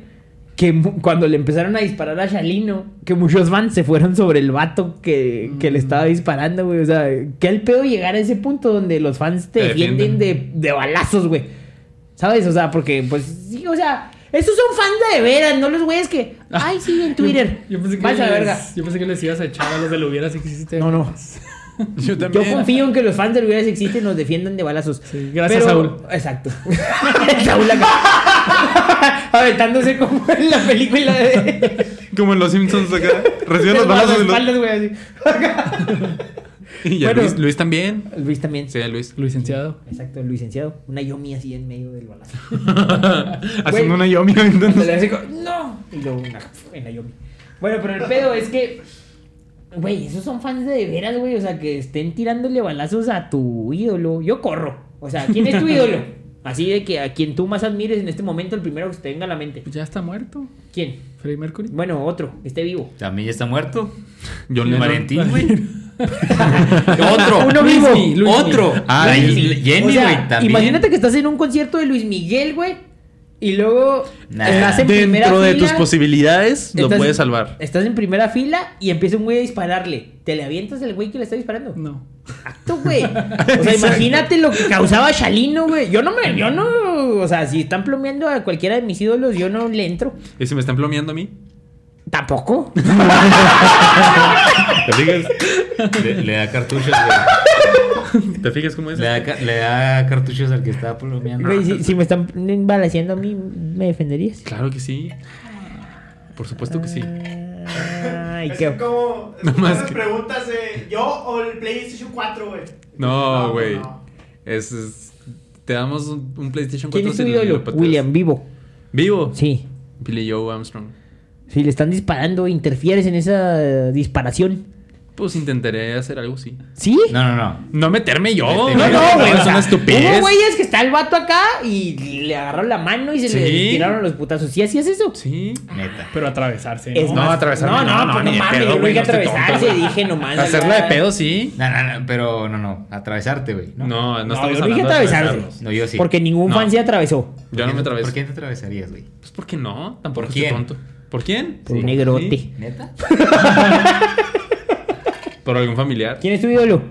[SPEAKER 3] que mu- cuando le empezaron a disparar a Shalino, que muchos fans se fueron sobre el vato que, que le estaba disparando, güey. O sea, que al pedo llegar a ese punto donde los fans te
[SPEAKER 4] Te
[SPEAKER 3] defienden
[SPEAKER 4] defienden.
[SPEAKER 3] de, de balazos, güey. ¿Sabes? O sea, porque, pues, sí, o sea, estos son fans de veras, no los güeyes que. Ay, sí, en Twitter.
[SPEAKER 2] Ah. Yo, yo pensé que
[SPEAKER 3] Vas a la
[SPEAKER 2] les-
[SPEAKER 3] verga.
[SPEAKER 2] Yo pensé que les ibas a echar a los del hubiera si existe.
[SPEAKER 3] No, no.
[SPEAKER 4] Yo
[SPEAKER 3] Yo confío en que los fans del Hubieras existen y nos defiendan de balazos.
[SPEAKER 2] Sí, gracias, Saúl.
[SPEAKER 3] Exacto. Saúl acá. Aventándose como en la película de.
[SPEAKER 4] Como en los Simpsons acá. Reciben los balazos de los...
[SPEAKER 3] espaldas, güey, así.
[SPEAKER 4] Y ya
[SPEAKER 3] Bueno.
[SPEAKER 4] Luis, Luis también.
[SPEAKER 3] Luis también.
[SPEAKER 4] Sí, Luis.
[SPEAKER 2] Licenciado.
[SPEAKER 3] Exacto, el licenciado. Una yomi así en medio del balazo.
[SPEAKER 4] Haciendo una yomi.
[SPEAKER 3] Se le hace como, ¡No! Y luego una en la yomi. Bueno, pero el pedo es que. Güey, esos son fans de, de veras, güey. O sea, que estén tirándole balazos a tu ídolo. Yo corro. O sea, ¿quién es tu ídolo? Así de que a quien tú más admires en este momento, el primero que se te venga a la mente.
[SPEAKER 2] Pues ya está muerto.
[SPEAKER 3] ¿Quién?
[SPEAKER 2] Freddie Mercury.
[SPEAKER 3] Bueno, otro, que esté vivo.
[SPEAKER 1] También ya está muerto.
[SPEAKER 4] John
[SPEAKER 1] Lennon.
[SPEAKER 4] Lennon.
[SPEAKER 1] Valentín, güey. Otro.
[SPEAKER 3] Uno
[SPEAKER 2] Luis
[SPEAKER 3] vivo.
[SPEAKER 2] Mi, Luis
[SPEAKER 1] Otro.
[SPEAKER 4] Ah,
[SPEAKER 1] La
[SPEAKER 4] Luis
[SPEAKER 1] Ye- Jenny,
[SPEAKER 3] O
[SPEAKER 1] güey,
[SPEAKER 3] sea,
[SPEAKER 1] también.
[SPEAKER 3] Imagínate que estás en un concierto de Luis Miguel, güey. Y luego
[SPEAKER 1] Nah.
[SPEAKER 3] estás en primera
[SPEAKER 4] Dentro de
[SPEAKER 3] fila,
[SPEAKER 4] tus posibilidades, lo
[SPEAKER 3] estás-
[SPEAKER 4] puedes salvar.
[SPEAKER 3] Estás en primera fila y empieza un güey a dispararle. ¿Te le avientas al güey que le está disparando?
[SPEAKER 2] No.
[SPEAKER 3] Exacto, güey. O sea, imagínate lo que causaba Shalino, güey. Yo no me, yo no, o sea, si están plomeando a cualquiera de mis ídolos, yo no le entro.
[SPEAKER 4] ¿Y si me están plomeando a mí?
[SPEAKER 3] Tampoco.
[SPEAKER 1] ¿Te fijas? Le, le da cartuchos, güey.
[SPEAKER 4] ¿Te fijas cómo es?
[SPEAKER 1] Le da, ca- le da cartuchos al que está polomeando.
[SPEAKER 3] Güey, si, si me están balaseando a mí, ¿me defenderías?
[SPEAKER 4] Claro que sí. Por supuesto que sí.
[SPEAKER 3] Ah. Ay,
[SPEAKER 5] Es
[SPEAKER 3] qué.
[SPEAKER 5] como.
[SPEAKER 4] No
[SPEAKER 5] No
[SPEAKER 4] más
[SPEAKER 5] más
[SPEAKER 4] que-
[SPEAKER 5] preguntas de yo o el PlayStation 4, güey.
[SPEAKER 4] No,
[SPEAKER 5] No, pues
[SPEAKER 4] güey.
[SPEAKER 5] no.
[SPEAKER 4] Es, es- Te damos un, un PlayStation 4.
[SPEAKER 3] ¿Quién es tu
[SPEAKER 4] si lo-
[SPEAKER 3] ídolo?
[SPEAKER 4] lo pateas.
[SPEAKER 3] William, vivo.
[SPEAKER 4] ¿Vivo?
[SPEAKER 3] Sí.
[SPEAKER 4] Billy Joe Armstrong.
[SPEAKER 3] Si le están disparando, interfieres en esa disparación.
[SPEAKER 4] Pues intentaré hacer algo, sí.
[SPEAKER 3] ¿Sí?
[SPEAKER 1] No, no, no.
[SPEAKER 4] No meterme yo.
[SPEAKER 1] Vete,
[SPEAKER 3] No, no, güey. o
[SPEAKER 4] eso es
[SPEAKER 3] sea,
[SPEAKER 4] una estupidez.
[SPEAKER 3] Hubo güeyes que está el vato acá y le agarraron la mano y se le
[SPEAKER 4] Sí.
[SPEAKER 3] tiraron los putazos. ¿Sí hacías eso?
[SPEAKER 4] Sí.
[SPEAKER 1] Neta.
[SPEAKER 2] Pero atravesarse.
[SPEAKER 3] Es
[SPEAKER 2] ¿no?
[SPEAKER 4] No,
[SPEAKER 3] más-
[SPEAKER 4] atravesarme,
[SPEAKER 3] No, no,
[SPEAKER 4] no, no,
[SPEAKER 3] pues no
[SPEAKER 4] ni de
[SPEAKER 3] mames.
[SPEAKER 4] pedo,
[SPEAKER 3] yo
[SPEAKER 4] güey,
[SPEAKER 3] dije
[SPEAKER 4] no estoy
[SPEAKER 3] atravesarse,
[SPEAKER 4] tonto, güey.
[SPEAKER 3] dije nomás.
[SPEAKER 4] Hacerla de
[SPEAKER 3] ya.
[SPEAKER 4] pedo, sí.
[SPEAKER 1] No, no, no, pero no, no. Atravesarte, güey. No,
[SPEAKER 4] No, no,
[SPEAKER 3] No,
[SPEAKER 4] estamos
[SPEAKER 3] yo no dije
[SPEAKER 4] hablando de
[SPEAKER 3] atravesarse.
[SPEAKER 4] atravesarnos.
[SPEAKER 1] No, yo sí.
[SPEAKER 3] Porque ningún
[SPEAKER 4] No.
[SPEAKER 3] fan se atravesó.
[SPEAKER 4] Yo no
[SPEAKER 1] atravesé.
[SPEAKER 4] me atravesé.
[SPEAKER 1] ¿Por qué te atravesarías, güey?
[SPEAKER 4] Pues porque no,
[SPEAKER 1] ¿Por
[SPEAKER 4] tampoco estoy
[SPEAKER 1] quién?
[SPEAKER 4] tonto. ¿Por quién?
[SPEAKER 3] Por
[SPEAKER 1] Sí.
[SPEAKER 3] un negrote.
[SPEAKER 4] Sí.
[SPEAKER 1] ¿Neta?
[SPEAKER 4] Por algún familiar.
[SPEAKER 3] ¿Quién es tu ídolo?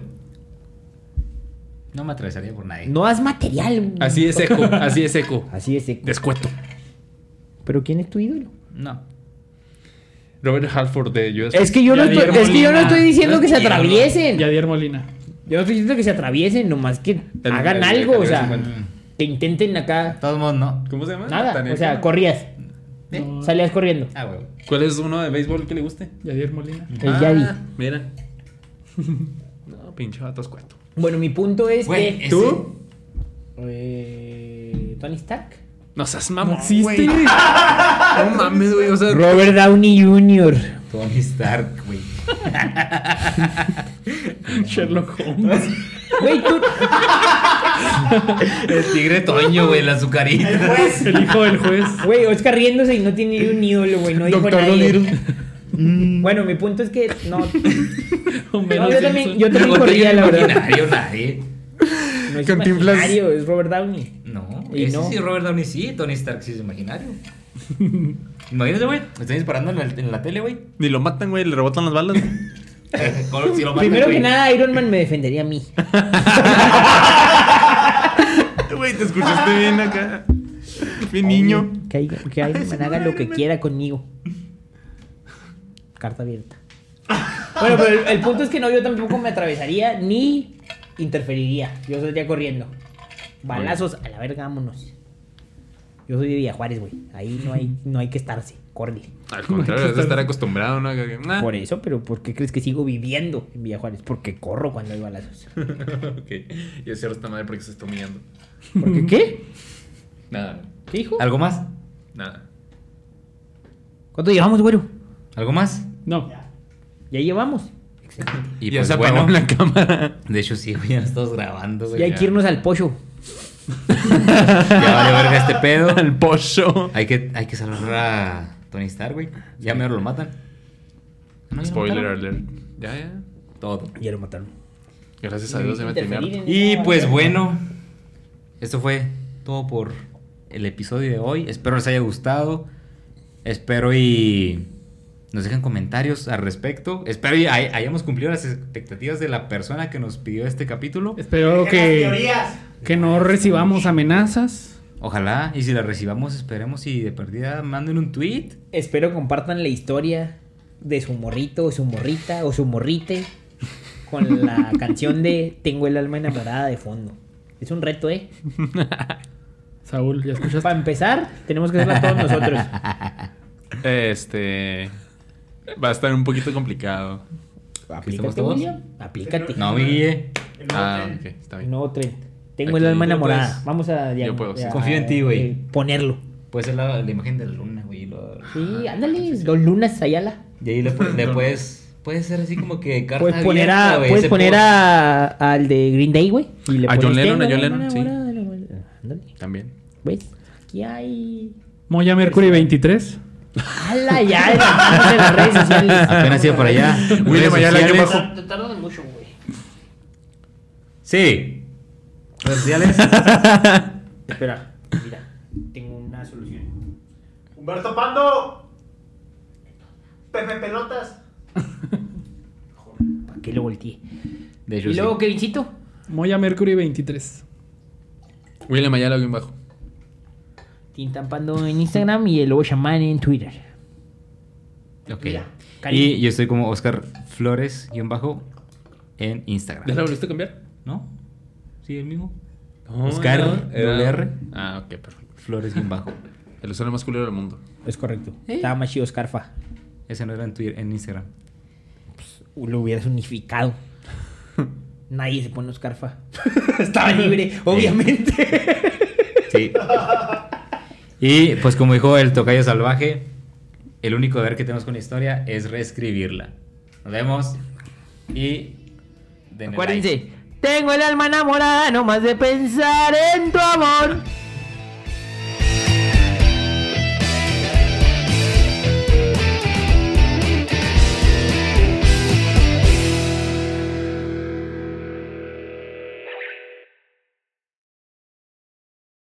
[SPEAKER 1] No me atravesaría por nadie.
[SPEAKER 3] No haz material.
[SPEAKER 4] Así es seco, así es seco.
[SPEAKER 3] Así es. seco.
[SPEAKER 4] Descueto.
[SPEAKER 3] Pero ¿quién es tu ídolo?
[SPEAKER 1] No.
[SPEAKER 4] Robert Halford de US.
[SPEAKER 3] Es que yo, no
[SPEAKER 2] Yadier
[SPEAKER 3] estoy, es que yo no
[SPEAKER 2] Molina.
[SPEAKER 3] estoy diciendo que se
[SPEAKER 4] Yadier Molina.
[SPEAKER 3] atraviesen.
[SPEAKER 2] Yadier Molina.
[SPEAKER 3] Yo no estoy diciendo que se atraviesen, nomás que
[SPEAKER 4] El-
[SPEAKER 3] hagan
[SPEAKER 4] el-
[SPEAKER 3] algo,
[SPEAKER 4] el-
[SPEAKER 3] o
[SPEAKER 4] el-
[SPEAKER 3] sea,
[SPEAKER 4] el-
[SPEAKER 3] que intenten
[SPEAKER 1] De
[SPEAKER 3] acá
[SPEAKER 1] Mm, todos modos, no.
[SPEAKER 4] ¿Cómo se llama?
[SPEAKER 3] nada.
[SPEAKER 4] Tan-
[SPEAKER 3] O sea, corrías,
[SPEAKER 1] ¿Eh?
[SPEAKER 2] No.
[SPEAKER 3] salías corriendo.
[SPEAKER 1] Ah, güey.
[SPEAKER 4] ¿Cuál es uno de béisbol que le guste? Ah,
[SPEAKER 2] Yadier Molina.
[SPEAKER 3] El Yadi.
[SPEAKER 4] Mira. No, pinche vato escueto.
[SPEAKER 3] Bueno, mi punto es
[SPEAKER 1] Güey,
[SPEAKER 3] que.
[SPEAKER 1] ese-
[SPEAKER 4] ¿Tú?
[SPEAKER 3] Eh, Tony Stark.
[SPEAKER 4] No seas
[SPEAKER 2] No
[SPEAKER 4] mamón,
[SPEAKER 2] existe.
[SPEAKER 4] güey. No mames, güey. O sea,
[SPEAKER 3] Robert Downey Jr.
[SPEAKER 1] Tony Stark, güey.
[SPEAKER 2] Sherlock Holmes.
[SPEAKER 3] Güey, tú.
[SPEAKER 1] El tigre Toño, güey, la
[SPEAKER 5] El
[SPEAKER 1] azucarita.
[SPEAKER 5] juez.
[SPEAKER 2] El hijo del juez.
[SPEAKER 3] Güey, Oscar riéndose y no tiene ni un ídolo, güey. No dijo
[SPEAKER 4] Doctor
[SPEAKER 3] nadie.
[SPEAKER 4] Dolittle.
[SPEAKER 3] Bueno, mi punto es que no.
[SPEAKER 2] Homero
[SPEAKER 3] No, yo también,
[SPEAKER 2] Simpson.
[SPEAKER 3] yo también
[SPEAKER 1] Luego
[SPEAKER 3] corría,
[SPEAKER 1] te-
[SPEAKER 3] la verdad.
[SPEAKER 1] imaginario, nadie.
[SPEAKER 3] No es
[SPEAKER 4] Cantinflas.
[SPEAKER 3] imaginario, es Robert Downey.
[SPEAKER 1] No,
[SPEAKER 3] Y
[SPEAKER 1] ese
[SPEAKER 3] no.
[SPEAKER 1] sí, Robert Downey sí, Tony Stark sí es imaginario. Imagínate, güey, me están disparando en la, en la tele, güey.
[SPEAKER 4] Ni lo matan, güey. Le rebotan las balas.
[SPEAKER 1] Con- si lo matan,
[SPEAKER 3] Primero
[SPEAKER 1] güey.
[SPEAKER 3] que nada, Iron Man me defendería a mí.
[SPEAKER 4] Pues Güey, te escuchaste este bien acá. Bien niño.
[SPEAKER 3] Que Iron que Iron Man haga lo que quiera conmigo. Carta abierta. Bueno, pero el, el punto es que no, yo tampoco me atravesaría ni interferiría. Yo saldría corriendo. Balazos, a la verga, vámonos. Yo soy de Villa Juárez, güey. Ahí no hay, no hay que estarse. Córrele.
[SPEAKER 4] Al contrario, es de estar acostumbrado, ¿no? Que- que- ah.
[SPEAKER 3] Por eso, pero ¿por qué crees que sigo viviendo en Villa Juárez? Porque corro cuando hay balazos.
[SPEAKER 4] ok. Yo cierro esta madre porque se está humillando.
[SPEAKER 3] ¿Por qué qué?
[SPEAKER 4] Nada,
[SPEAKER 3] ¿Qué dijo?
[SPEAKER 1] ¿Algo más?
[SPEAKER 4] nada.
[SPEAKER 3] ¿Cuánto llevamos, güero?
[SPEAKER 1] ¿Algo más?
[SPEAKER 2] No.
[SPEAKER 3] Ya llevamos. Excelente.
[SPEAKER 1] Y
[SPEAKER 4] ya
[SPEAKER 1] pues
[SPEAKER 4] se apagó
[SPEAKER 1] bueno,
[SPEAKER 4] la cámara.
[SPEAKER 1] de hecho sí, güey, ya nos estamos grabando, güey.
[SPEAKER 3] Ya hay que irnos al pollo.
[SPEAKER 1] Ya vale verga este pedo.
[SPEAKER 4] El pollo.
[SPEAKER 1] Hay que, hay que salvar a Tony Stark, güey. Ya mejor lo matan. No, ya lo
[SPEAKER 4] Spoiler
[SPEAKER 1] mataron.
[SPEAKER 4] alert. Ya, ya.
[SPEAKER 1] Todo.
[SPEAKER 3] Ya lo mataron.
[SPEAKER 4] Gracias a Dios se me tiene
[SPEAKER 3] Interferir
[SPEAKER 4] harto.
[SPEAKER 3] en
[SPEAKER 1] Y
[SPEAKER 3] esa
[SPEAKER 1] pues
[SPEAKER 3] batalla.
[SPEAKER 1] bueno, esto fue todo por el episodio de hoy. Espero les haya gustado. Espero y nos dejen comentarios al respecto. Espero y hay- hayamos cumplido las expectativas de la persona que nos pidió este capítulo.
[SPEAKER 2] Espero
[SPEAKER 5] Dejen las
[SPEAKER 2] que,
[SPEAKER 5] teorías.
[SPEAKER 2] que no recibamos amenazas.
[SPEAKER 1] Ojalá, y si la recibamos, esperemos y de perdida manden un tweet.
[SPEAKER 3] Espero compartan la historia de su morrito o su morrita o su morrite con la canción de Tengo el alma enamorada de fondo. Es un reto, ¿eh?
[SPEAKER 2] Saúl, ¿ya escuchaste?
[SPEAKER 3] Para empezar, tenemos que hacerla todos nosotros.
[SPEAKER 4] Este. Va a estar un poquito complicado.
[SPEAKER 1] estamos
[SPEAKER 3] Aplícate,
[SPEAKER 1] todos?
[SPEAKER 3] William. Aplícate.
[SPEAKER 1] No, Guille.
[SPEAKER 5] El otro,
[SPEAKER 4] Ah, ok, está bien.
[SPEAKER 3] No, Trent. Tengo
[SPEAKER 4] Aquí
[SPEAKER 3] el alma
[SPEAKER 4] yo, pues,
[SPEAKER 3] enamorada. Vamos a,
[SPEAKER 4] yo puedo, sí.
[SPEAKER 3] a-
[SPEAKER 1] Confío en ti, güey.
[SPEAKER 3] eh, Ponerlo.
[SPEAKER 1] Puede ser la, la imagen de la luna, güey. y lo-
[SPEAKER 3] Sí, ándale. Dos lunas, Ayala.
[SPEAKER 1] Y ahí le, pu- le puedes. Puede ser así como que carta
[SPEAKER 3] Puedes poner,
[SPEAKER 1] abierta,
[SPEAKER 3] a,
[SPEAKER 1] güey,
[SPEAKER 3] puedes
[SPEAKER 1] ese
[SPEAKER 3] poner
[SPEAKER 1] post.
[SPEAKER 3] a, al de Green Day, güey. y le
[SPEAKER 4] A John
[SPEAKER 3] pones,
[SPEAKER 4] Lennon, a
[SPEAKER 3] "Tengo el
[SPEAKER 4] John
[SPEAKER 3] alma
[SPEAKER 4] Lennon, sí.
[SPEAKER 3] enamorada de la mujer". Ándale.
[SPEAKER 4] También.
[SPEAKER 3] ¿Ves? Aquí hay.
[SPEAKER 2] Moya Mercury 23.
[SPEAKER 3] ¡Hala! Ya en las- en las redes sociales.
[SPEAKER 1] Apenas iba por allá.
[SPEAKER 4] William
[SPEAKER 1] Redes
[SPEAKER 4] Ayala, aquí
[SPEAKER 1] sociales.
[SPEAKER 4] abajo.
[SPEAKER 5] Te tardan mucho, güey.
[SPEAKER 1] Sí. Redes sociales.
[SPEAKER 3] Espera, mira. Tengo una solución.
[SPEAKER 5] Humberto Pando. Pepe Pelotas.
[SPEAKER 3] ¿Para qué lo volteé?
[SPEAKER 1] De hecho,
[SPEAKER 3] ¿Y luego
[SPEAKER 1] sí.
[SPEAKER 3] qué Kevincito?
[SPEAKER 2] Moya Mercury 23.
[SPEAKER 4] William Ayala, bien bajo.
[SPEAKER 3] Tintampando en Instagram y el lobo chamán en Twitter.
[SPEAKER 1] Ok.
[SPEAKER 3] Mira,
[SPEAKER 1] y
[SPEAKER 3] cariño.
[SPEAKER 1] yo estoy como Oscar Flores, guión bajo, en Instagram.
[SPEAKER 4] ¿Ya la volviste a cambiar?
[SPEAKER 1] ¿No? Sí, el mismo.
[SPEAKER 4] No,
[SPEAKER 1] Oscar,
[SPEAKER 4] era- era-
[SPEAKER 1] doble R.
[SPEAKER 4] Ah, ok, perfecto.
[SPEAKER 1] Flores, guión bajo.
[SPEAKER 4] El usuario más culero del mundo.
[SPEAKER 3] Es correcto. Estaba más chido Scarfa.
[SPEAKER 1] Ese no era en Twitter, en Instagram.
[SPEAKER 3] Lo hubieras unificado. Nadie se pone Oscarfa. Estaba libre, obviamente.
[SPEAKER 1] Sí. Y pues como dijo el tocayo salvaje, el único deber que tenemos con la historia es reescribirla. Nos vemos y... denle like.
[SPEAKER 3] Acuérdense, tengo el alma enamorada nomás de pensar en tu amor.